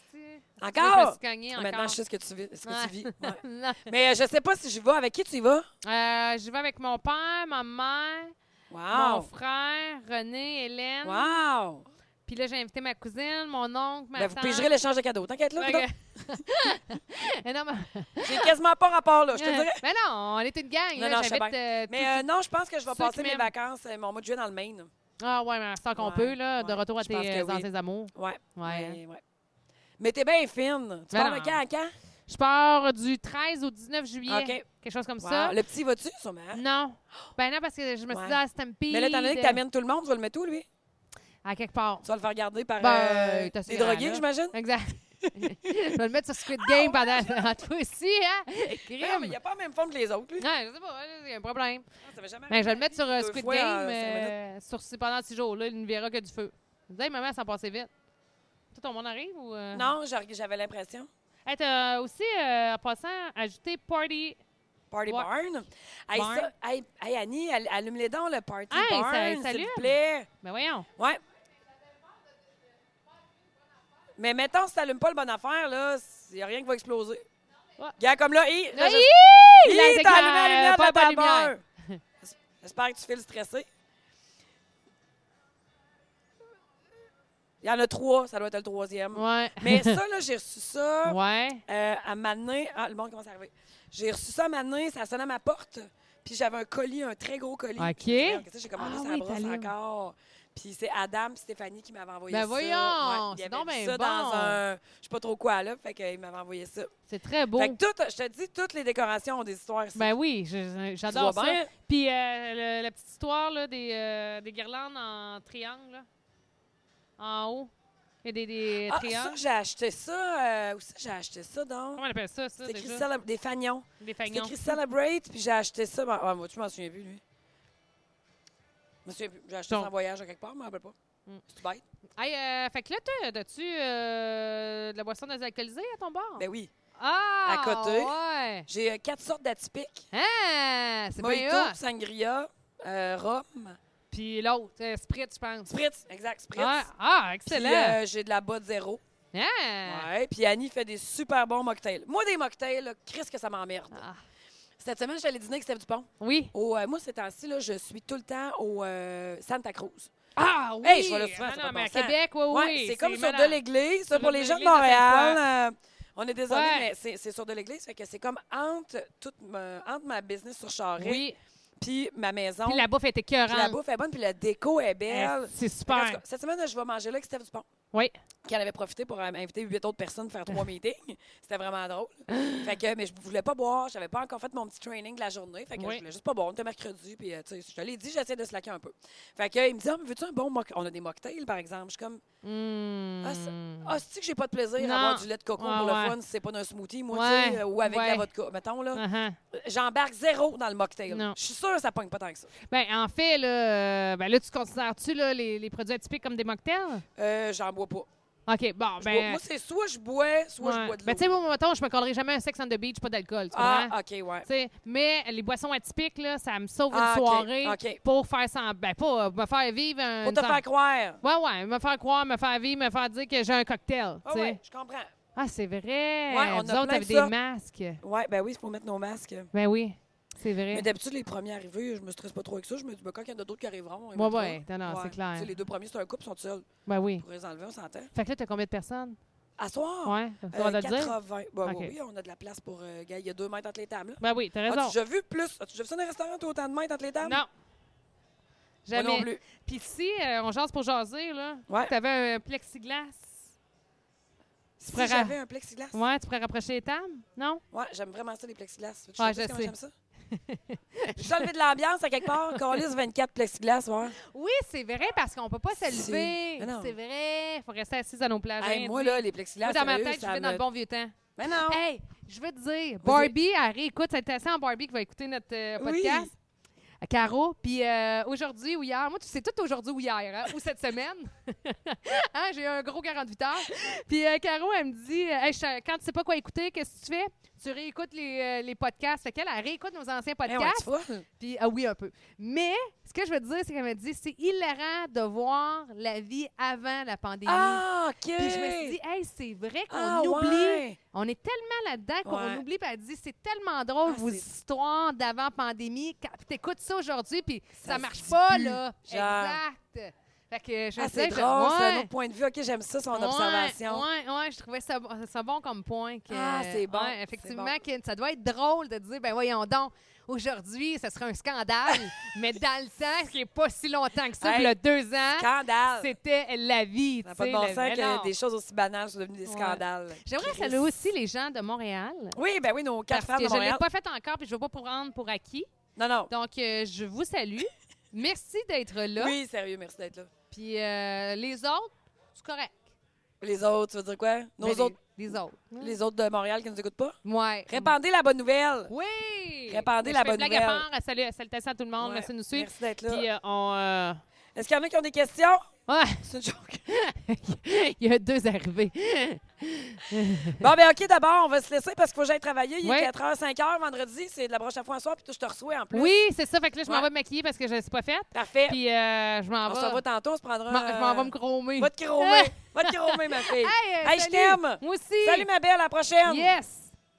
[SPEAKER 2] Je me
[SPEAKER 1] Encore?
[SPEAKER 2] suis gagnée
[SPEAKER 1] Maintenant,
[SPEAKER 2] [LAUGHS] encore.
[SPEAKER 1] je sais ce que tu vis. ce que
[SPEAKER 2] Ouais.
[SPEAKER 1] tu
[SPEAKER 2] [LAUGHS]
[SPEAKER 1] vis. ouais.
[SPEAKER 2] Non.
[SPEAKER 1] Mais euh, je sais pas si je vais. Avec qui tu y vas?
[SPEAKER 2] Euh, je vais avec mon père, ma mère, mon
[SPEAKER 1] Wow!
[SPEAKER 2] frère, René, Hélène,
[SPEAKER 1] Wow!
[SPEAKER 2] Puis là, j'ai invité ma cousine, mon oncle, ma
[SPEAKER 1] Ben, vous
[SPEAKER 2] tante.
[SPEAKER 1] pigerez l'échange de cadeaux. T'inquiète, là.
[SPEAKER 2] Fait
[SPEAKER 1] coudonc.
[SPEAKER 2] que- Mais [LAUGHS] non, mais...
[SPEAKER 1] J'ai quasiment pas rapport, là, je te dirais.
[SPEAKER 2] mais non, on est une gang.
[SPEAKER 1] Non,
[SPEAKER 2] là,
[SPEAKER 1] non, je sais
[SPEAKER 2] j'invite, euh, tout-
[SPEAKER 1] Mais euh, non, je pense que je vais
[SPEAKER 2] Ceux qui
[SPEAKER 1] passer mes
[SPEAKER 2] m'aiment.
[SPEAKER 1] vacances, euh, mon mois de juillet dans le Maine.
[SPEAKER 2] Ah ouais, mais tant qu'on
[SPEAKER 1] Ouais,
[SPEAKER 2] peut, là, de
[SPEAKER 1] ouais,
[SPEAKER 2] retour à
[SPEAKER 1] je pense
[SPEAKER 2] tes euh,
[SPEAKER 1] que oui.
[SPEAKER 2] anciens amours.
[SPEAKER 1] Ouais.
[SPEAKER 2] Ouais.
[SPEAKER 1] Mais, ouais. Mais t'es bien fine. Tu
[SPEAKER 2] Ben
[SPEAKER 1] parles de
[SPEAKER 2] non.
[SPEAKER 1] quand à quand?
[SPEAKER 2] Je pars du 13 au 19 juillet.
[SPEAKER 1] OK.
[SPEAKER 2] Quelque chose comme
[SPEAKER 1] Wow.
[SPEAKER 2] ça.
[SPEAKER 1] Le petit va-tu, sûrement? hein?
[SPEAKER 2] Non. Ben non, parce que je me suis
[SPEAKER 1] Ouais.
[SPEAKER 2] dit, ah, Stampede.
[SPEAKER 1] Mais là, étant donné que
[SPEAKER 2] euh,
[SPEAKER 1] t'amènes tout le monde, tu vas le mettre où, lui?
[SPEAKER 2] À quelque part.
[SPEAKER 1] Tu vas le faire garder par
[SPEAKER 2] Ben,
[SPEAKER 1] euh,
[SPEAKER 2] t'as
[SPEAKER 1] des
[SPEAKER 2] ces Ben,
[SPEAKER 1] drogués,
[SPEAKER 2] rangs-là.
[SPEAKER 1] j'imagine?
[SPEAKER 2] Exact.
[SPEAKER 1] [LAUGHS]
[SPEAKER 2] [LAUGHS] je vais le mettre sur Squid Game pendant toi aussi, hein? Crime.
[SPEAKER 1] Ben, Non, mais il a pas la même forme que les autres, lui.
[SPEAKER 2] Ouais, je sais pas, il y a un problème.
[SPEAKER 1] Non, ça m'est jamais
[SPEAKER 2] Ben, je vais le
[SPEAKER 1] arrivé.
[SPEAKER 2] mettre sur euh,
[SPEAKER 1] Deux
[SPEAKER 2] Squid
[SPEAKER 1] fois en
[SPEAKER 2] Game
[SPEAKER 1] cinq
[SPEAKER 2] euh, sur, six- pendant six jours. Là, il ne verra que du feu. Vous hey, maman, ça passait vite. Tout ton monde arrive ou. euh?
[SPEAKER 1] Non, j'a- j'avais l'impression.
[SPEAKER 2] Hey, t'as aussi, euh, en passant, ajouté Party.
[SPEAKER 1] Party
[SPEAKER 2] Ouais.
[SPEAKER 1] Barn. Hey,
[SPEAKER 2] Barn.
[SPEAKER 1] ça- hey, hey, Annie, all- allume les dents, le Party
[SPEAKER 2] Hey, ça-
[SPEAKER 1] Barn,
[SPEAKER 2] ça
[SPEAKER 1] s'il
[SPEAKER 2] allume.
[SPEAKER 1] te plaît.
[SPEAKER 2] Ben voyons.
[SPEAKER 1] Ouais. Mais mettons, si t'allumes pas le bonne affaire, là, il n'y a rien qui va exploser.
[SPEAKER 2] Ouais.
[SPEAKER 1] Gars, comme là, hi, là,
[SPEAKER 2] Hey,
[SPEAKER 1] je-
[SPEAKER 2] hi!
[SPEAKER 1] hi,
[SPEAKER 2] Là, c'est
[SPEAKER 1] t'as
[SPEAKER 2] que
[SPEAKER 1] allumé la
[SPEAKER 2] la-
[SPEAKER 1] lumière de
[SPEAKER 2] pas
[SPEAKER 1] la
[SPEAKER 2] bonne
[SPEAKER 1] table
[SPEAKER 2] lumière.
[SPEAKER 1] beurre. [LAUGHS] J'espère que tu files stressé. Il y en a trois, ça doit être le troisième.
[SPEAKER 2] Ouais. [LAUGHS]
[SPEAKER 1] Mais ça, là, j'ai reçu ça
[SPEAKER 2] ouais.
[SPEAKER 1] euh, à Mané. Ah, le monde commence à arriver. J'ai reçu ça à Mané, ça sonne à ma porte. Puis j'avais un colis, un très gros colis.
[SPEAKER 2] OK.
[SPEAKER 1] Puis je me suis dit, Ah, qu'est-ce que j'ai commandé
[SPEAKER 2] Ah
[SPEAKER 1] ça
[SPEAKER 2] oui,
[SPEAKER 1] brosse
[SPEAKER 2] t'allumes.
[SPEAKER 1] encore. Puis c'est Adam et Stéphanie qui m'avaient envoyé
[SPEAKER 2] Ben
[SPEAKER 1] ça.
[SPEAKER 2] voyons,
[SPEAKER 1] Ouais, il
[SPEAKER 2] c'est
[SPEAKER 1] avait
[SPEAKER 2] donc
[SPEAKER 1] mis
[SPEAKER 2] ben
[SPEAKER 1] ça dans
[SPEAKER 2] bon.
[SPEAKER 1] un. Je sais pas trop quoi, là. Fait qu'ils m'avaient envoyé ça.
[SPEAKER 2] C'est très beau.
[SPEAKER 1] Fait que tout, je te dis, toutes les décorations ont des histoires ici.
[SPEAKER 2] Ben oui, je- je- j'adore
[SPEAKER 1] vois
[SPEAKER 2] ça.
[SPEAKER 1] bien.
[SPEAKER 2] Puis euh, le- la petite histoire là, des, euh, des guirlandes en triangle, là. en haut. Il y a des, des
[SPEAKER 1] ah, ça,
[SPEAKER 2] triangles.
[SPEAKER 1] j'ai acheté ça. Euh, où ça, j'ai acheté ça, donc?
[SPEAKER 2] Comment on appelle ça, ça,
[SPEAKER 1] C'est écrit
[SPEAKER 2] déjà?
[SPEAKER 1] Celeb- des fagnons.
[SPEAKER 2] Des
[SPEAKER 1] C'est
[SPEAKER 2] fagnons.
[SPEAKER 1] écrit Celebrate, puis j'ai acheté ça. Ben, ah, moi, tu m'en souviens plus, lui. Je me souviens plus. J'ai acheté
[SPEAKER 2] Non.
[SPEAKER 1] ça en voyage à quelque part, mais je me rappelle pas.
[SPEAKER 2] Mm.
[SPEAKER 1] C'est bête.
[SPEAKER 2] Hey, euh, fait que là, t'as- as-tu euh, de la boisson désalcoolisée à ton bar?
[SPEAKER 1] Ben oui.
[SPEAKER 2] ah!
[SPEAKER 1] à côté.
[SPEAKER 2] Ouais!
[SPEAKER 1] J'ai euh, quatre sortes d'atypiques.
[SPEAKER 2] Hein, c'est bien
[SPEAKER 1] Mojito,
[SPEAKER 2] là.
[SPEAKER 1] sangria, euh, rhum,
[SPEAKER 2] Puis l'autre, euh, Spritz, je pense.
[SPEAKER 1] spritz. Exact, spritz.
[SPEAKER 2] Ouais. Ah,
[SPEAKER 1] Puis,
[SPEAKER 2] excellent!
[SPEAKER 1] euh, j'ai de la bas de zéro.
[SPEAKER 2] Hein?
[SPEAKER 1] Ouais. Puis Annie fait des super bons mocktails. Moi, des mocktails, là, Chris, que ça m'emmerde.
[SPEAKER 2] Ah.
[SPEAKER 1] Cette semaine, j'allais dîner avec Steph Dupont.
[SPEAKER 2] Oui.
[SPEAKER 1] Au, euh, moi, ces temps-ci, là, je suis tout le temps au euh, Santa Cruz.
[SPEAKER 2] Ah oui!
[SPEAKER 1] Hey, je vois le souvent,
[SPEAKER 2] Ah,
[SPEAKER 1] ça n'a
[SPEAKER 2] non,
[SPEAKER 1] pas de
[SPEAKER 2] mais à
[SPEAKER 1] bon sens.
[SPEAKER 2] Québec, oui,
[SPEAKER 1] Ouais,
[SPEAKER 2] oui.
[SPEAKER 1] c'est comme sur
[SPEAKER 2] malade.
[SPEAKER 1] de l'église. Ça,
[SPEAKER 2] Sur
[SPEAKER 1] pour
[SPEAKER 2] le
[SPEAKER 1] les
[SPEAKER 2] de
[SPEAKER 1] gens de
[SPEAKER 2] l'Église à
[SPEAKER 1] Montréal, euh, on est désolé,
[SPEAKER 2] Ouais.
[SPEAKER 1] mais c'est c'est sur de l'église. Fait que c'est comme entre, toute ma, entre ma business sur Charest
[SPEAKER 2] Oui.
[SPEAKER 1] puis ma maison.
[SPEAKER 2] Puis la bouffe était
[SPEAKER 1] Puis la
[SPEAKER 2] écœurante. Ah,
[SPEAKER 1] bouffe est bonne, puis la déco est belle.
[SPEAKER 2] C'est
[SPEAKER 1] Fait qu'en tout
[SPEAKER 2] super.
[SPEAKER 1] cas, Cette semaine, je vais manger là avec Steph Dupont,
[SPEAKER 2] Oui.
[SPEAKER 1] qui en avait profité pour euh, inviter huit autres personnes faire
[SPEAKER 2] [LAUGHS]
[SPEAKER 1] trois meetings. C'était vraiment drôle. Fait que, mais je voulais pas boire. J'avais pas encore fait mon petit training de la journée. Fait que
[SPEAKER 2] Oui.
[SPEAKER 1] je voulais juste pas boire. On était mercredi, puis euh, tu sais, je te l'ai dit, j'essaie de slacker un peu. Fait que, euh, il me dit, Ah, mais veux-tu un bon mocktail? On a des mocktails, par exemple. Je suis comme,
[SPEAKER 2] Mm.
[SPEAKER 1] ah, c'est- ah, c'est-tu que j'ai pas de plaisir
[SPEAKER 2] Non.
[SPEAKER 1] à boire du lait de coco
[SPEAKER 2] Ouais,
[SPEAKER 1] pour le
[SPEAKER 2] ouais.
[SPEAKER 1] fun si c'est pas d'un smoothie, moi,
[SPEAKER 2] Ouais,
[SPEAKER 1] tu sais, euh, ou avec de la
[SPEAKER 2] ouais.
[SPEAKER 1] vodka. Mettons, là,
[SPEAKER 2] Uh-huh.
[SPEAKER 1] j'embarque zéro dans le mocktail.
[SPEAKER 2] Non.
[SPEAKER 1] Je suis sûre que ça pogne pas tant que ça.
[SPEAKER 2] Ben, en fait, là, euh, ben, là tu considères-tu là, les, les produits atypiques comme des mocktails?
[SPEAKER 1] Euh, J'en bois pas.
[SPEAKER 2] OK, bon,
[SPEAKER 1] Je
[SPEAKER 2] ben.
[SPEAKER 1] bois- moi, c'est soit je bois, soit je
[SPEAKER 2] ouais.
[SPEAKER 1] bois de l'eau.
[SPEAKER 2] Ben, tu sais, moi, mettons, je me collerai jamais un sex on the beach, pas d'alcool. Tu
[SPEAKER 1] ah,
[SPEAKER 2] comprends?
[SPEAKER 1] OK, ouais.
[SPEAKER 2] Tu sais, mais les boissons atypiques, là, ça me sauve
[SPEAKER 1] Ah,
[SPEAKER 2] une
[SPEAKER 1] ok,
[SPEAKER 2] soirée
[SPEAKER 1] ok.
[SPEAKER 2] pour faire sans. Ben, pas euh, me faire vivre un.
[SPEAKER 1] Pour te
[SPEAKER 2] sans-
[SPEAKER 1] faire croire.
[SPEAKER 2] Ouais, ouais, me faire croire, me faire vivre, me faire dire que j'ai un cocktail.
[SPEAKER 1] Ah
[SPEAKER 2] tu sais.
[SPEAKER 1] ouais, je comprends.
[SPEAKER 2] Ah, c'est vrai.
[SPEAKER 1] Ouais, on
[SPEAKER 2] Vous
[SPEAKER 1] a
[SPEAKER 2] autres
[SPEAKER 1] plein
[SPEAKER 2] avez
[SPEAKER 1] de ça.
[SPEAKER 2] des masques.
[SPEAKER 1] Ouais, ben oui, il faut mettre nos masques.
[SPEAKER 2] Ben oui, c'est vrai.
[SPEAKER 1] Mais d'habitude, les premiers arrivés, je me stresse pas trop avec ça. Je me dis, ben, quand il y en a d'autres qui arriveront. ils
[SPEAKER 2] Ouais,
[SPEAKER 1] mettront.
[SPEAKER 2] ouais, non, non, c'est clair.
[SPEAKER 1] Tu sais, les deux premiers, c'est un couple, sont seuls.
[SPEAKER 2] Ben oui.
[SPEAKER 1] Pour les enlever, on s'entend.
[SPEAKER 2] Fait que là, t'as combien de personnes?
[SPEAKER 1] À soir,
[SPEAKER 2] Ouais, t'as le
[SPEAKER 1] euh,
[SPEAKER 2] droit de le dire?
[SPEAKER 1] 80. Ben,
[SPEAKER 2] Ok.
[SPEAKER 1] oui, oui, on a de la place pour. euh, gars, il y a deux mètres entre les tables. là.
[SPEAKER 2] Ben oui, t'as raison.
[SPEAKER 1] As-tu déjà vu plus? As-tu déjà vu ça dans un restaurant, toi, autant de mètres entre les tables?
[SPEAKER 2] Non.
[SPEAKER 1] Moi
[SPEAKER 2] Jamais.
[SPEAKER 1] non plus.
[SPEAKER 2] Puis si euh, on jase pour jaser, là,
[SPEAKER 1] Ouais.
[SPEAKER 2] t'avais un plexiglas.
[SPEAKER 1] Si
[SPEAKER 2] pourrais ra-
[SPEAKER 1] j'avais un plexiglas. Ouais,
[SPEAKER 2] Ouais, tu pourrais rapprocher les tables, non?
[SPEAKER 1] j'aime vraiment ça, les plexiglas.
[SPEAKER 2] Ouais,
[SPEAKER 1] je sais.
[SPEAKER 2] je
[SPEAKER 1] comment
[SPEAKER 2] sais.
[SPEAKER 1] j'aime ça? J'ai enlevé de l'ambiance à quelque
[SPEAKER 2] [LAUGHS]
[SPEAKER 1] part. Colis 24 plexiglas, ouais.
[SPEAKER 2] Oui, c'est vrai, parce qu'on peut pas se
[SPEAKER 1] Si.
[SPEAKER 2] lever.
[SPEAKER 1] Mais non.
[SPEAKER 2] C'est vrai. faut rester assis à nos plages.
[SPEAKER 1] Hey,
[SPEAKER 2] Rien
[SPEAKER 1] moi,
[SPEAKER 2] dit.
[SPEAKER 1] là, les plexiglas,
[SPEAKER 2] Moi, dans ma
[SPEAKER 1] sérieux,
[SPEAKER 2] tête, je
[SPEAKER 1] ça
[SPEAKER 2] vais dans
[SPEAKER 1] me-
[SPEAKER 2] le bon vieux temps.
[SPEAKER 1] Mais non!
[SPEAKER 2] Hey, je veux te dire, Barbie, elle réécoute. Salutations à Barbie qui va écouter notre euh,
[SPEAKER 1] Oui.
[SPEAKER 2] podcast. À Caro, puis euh, aujourd'hui ou hier, moi, tu sais tout aujourd'hui ou hier, hein, ou cette semaine. [LAUGHS] Hein, J'ai eu un gros 48 heures. Puis euh, Caro, elle me dit, euh, Hey, je sais- quand tu sais pas quoi écouter, qu'est-ce que tu fais? Tu réécoutes les, euh, les podcasts. Fait qu'elle, elle réécoute nos anciens
[SPEAKER 1] Eh
[SPEAKER 2] podcasts.
[SPEAKER 1] ouais, tu vois?
[SPEAKER 2] Puis, ah oui, un peu. Mais ce que je veux te dire, c'est qu'elle me dit, c'est hilarant de voir la vie avant la pandémie.
[SPEAKER 1] Ah, OK!
[SPEAKER 2] Puis je me suis dit, hey, c'est vrai qu'on
[SPEAKER 1] Ah,
[SPEAKER 2] oublie.
[SPEAKER 1] ouais.
[SPEAKER 2] On est tellement là-dedans qu'on
[SPEAKER 1] Ouais.
[SPEAKER 2] oublie. Puis elle dit, c'est tellement drôle,
[SPEAKER 1] Ah,
[SPEAKER 2] vos
[SPEAKER 1] c'est-
[SPEAKER 2] histoires d'avant pandémie. Quand- puis T'écoutes ça aujourd'hui, puis ça,
[SPEAKER 1] Ça se
[SPEAKER 2] marche
[SPEAKER 1] dit
[SPEAKER 2] pas,
[SPEAKER 1] plus,
[SPEAKER 2] là.
[SPEAKER 1] genre.
[SPEAKER 2] Exact. Fait Fait que je
[SPEAKER 1] Ah,
[SPEAKER 2] sais,
[SPEAKER 1] c'est
[SPEAKER 2] je-
[SPEAKER 1] drôle, c'est un
[SPEAKER 2] ouais.
[SPEAKER 1] autre point de vue. OK, j'aime ça, son
[SPEAKER 2] Ouais,
[SPEAKER 1] observation.
[SPEAKER 2] Ouais, ouais, je trouvais ça, bon- ça bon comme point. que-
[SPEAKER 1] Ah, c'est bon,
[SPEAKER 2] ouais,
[SPEAKER 1] c'est
[SPEAKER 2] effectivement,
[SPEAKER 1] bon.
[SPEAKER 2] que ça doit être drôle de dire, ben voyons donc, aujourd'hui, ce serait
[SPEAKER 1] [LAUGHS]
[SPEAKER 2] un scandale, mais dans le temps, ce qui n'est pas si longtemps que ça,
[SPEAKER 1] Hey,
[SPEAKER 2] il y a deux ans,
[SPEAKER 1] Scandale!
[SPEAKER 2] c'était la vie.
[SPEAKER 1] Ça n'a
[SPEAKER 2] tu
[SPEAKER 1] pas de
[SPEAKER 2] sais,
[SPEAKER 1] bon
[SPEAKER 2] le-
[SPEAKER 1] sens
[SPEAKER 2] mais non.
[SPEAKER 1] que des choses aussi banales sont devenues des
[SPEAKER 2] Ouais.
[SPEAKER 1] scandales.
[SPEAKER 2] J'aimerais
[SPEAKER 1] Christ.
[SPEAKER 2] saluer aussi les gens de Montréal.
[SPEAKER 1] Oui, ben oui, nos quatre
[SPEAKER 2] Parce
[SPEAKER 1] femmes
[SPEAKER 2] que
[SPEAKER 1] de
[SPEAKER 2] je ne
[SPEAKER 1] Montréal.
[SPEAKER 2] l'ai pas fait encore, puis je ne vais pas prendre pour acquis.
[SPEAKER 1] Non, non.
[SPEAKER 2] Donc, euh, je vous salue. Merci d'être là.
[SPEAKER 1] Oui, sérieux, merci d'être là.
[SPEAKER 2] Puis euh, les autres, c'est correct.
[SPEAKER 1] Les autres, tu veux dire quoi? Nos
[SPEAKER 2] Ben, les-
[SPEAKER 1] autres,
[SPEAKER 2] Les, autres. Mm.
[SPEAKER 1] les autres de Montréal qui ne nous écoutent pas?
[SPEAKER 2] Ouais.
[SPEAKER 1] Répandez la bonne nouvelle!
[SPEAKER 2] Oui!
[SPEAKER 1] Répandez
[SPEAKER 2] Mais
[SPEAKER 1] la
[SPEAKER 2] je fais
[SPEAKER 1] bonne
[SPEAKER 2] blague
[SPEAKER 1] nouvelle.
[SPEAKER 2] à part. Salut, salutations à tout le monde.
[SPEAKER 1] Ouais,
[SPEAKER 2] Merci de nous suivre.
[SPEAKER 1] Merci d'être là.
[SPEAKER 2] Puis euh, on... euh,
[SPEAKER 1] Est-ce qu'il y en a qui ont des
[SPEAKER 2] [LAUGHS]
[SPEAKER 1] questions?
[SPEAKER 2] ouais,
[SPEAKER 1] C'est une joke.
[SPEAKER 2] [LAUGHS] il y a deux arrivées.
[SPEAKER 1] Bon, ben OK, d'abord, on va se laisser parce qu'il faut que j'aille travailler. Il
[SPEAKER 2] Ouais.
[SPEAKER 1] est 4h, 5h vendredi. C'est de la broche à foin soir, puis toi, je te reçois en plus.
[SPEAKER 2] Oui, c'est ça. Fait que là, je m'en
[SPEAKER 1] Ouais.
[SPEAKER 2] vais me maquiller parce que je ne suis pas faite.
[SPEAKER 1] Parfait.
[SPEAKER 2] Puis euh, je m'en
[SPEAKER 1] on se revoit
[SPEAKER 2] vais.
[SPEAKER 1] tantôt, on se prendra.
[SPEAKER 2] Je m'en- je m'en vais me
[SPEAKER 1] euh,
[SPEAKER 2] gromer. [LAUGHS]
[SPEAKER 1] Va te chromer. Va te chromer, ma fille.
[SPEAKER 2] Hey, euh,
[SPEAKER 1] Hey, je
[SPEAKER 2] salut.
[SPEAKER 1] t'aime.
[SPEAKER 2] Moi aussi.
[SPEAKER 1] Salut, ma belle. À la prochaine.
[SPEAKER 2] Yes!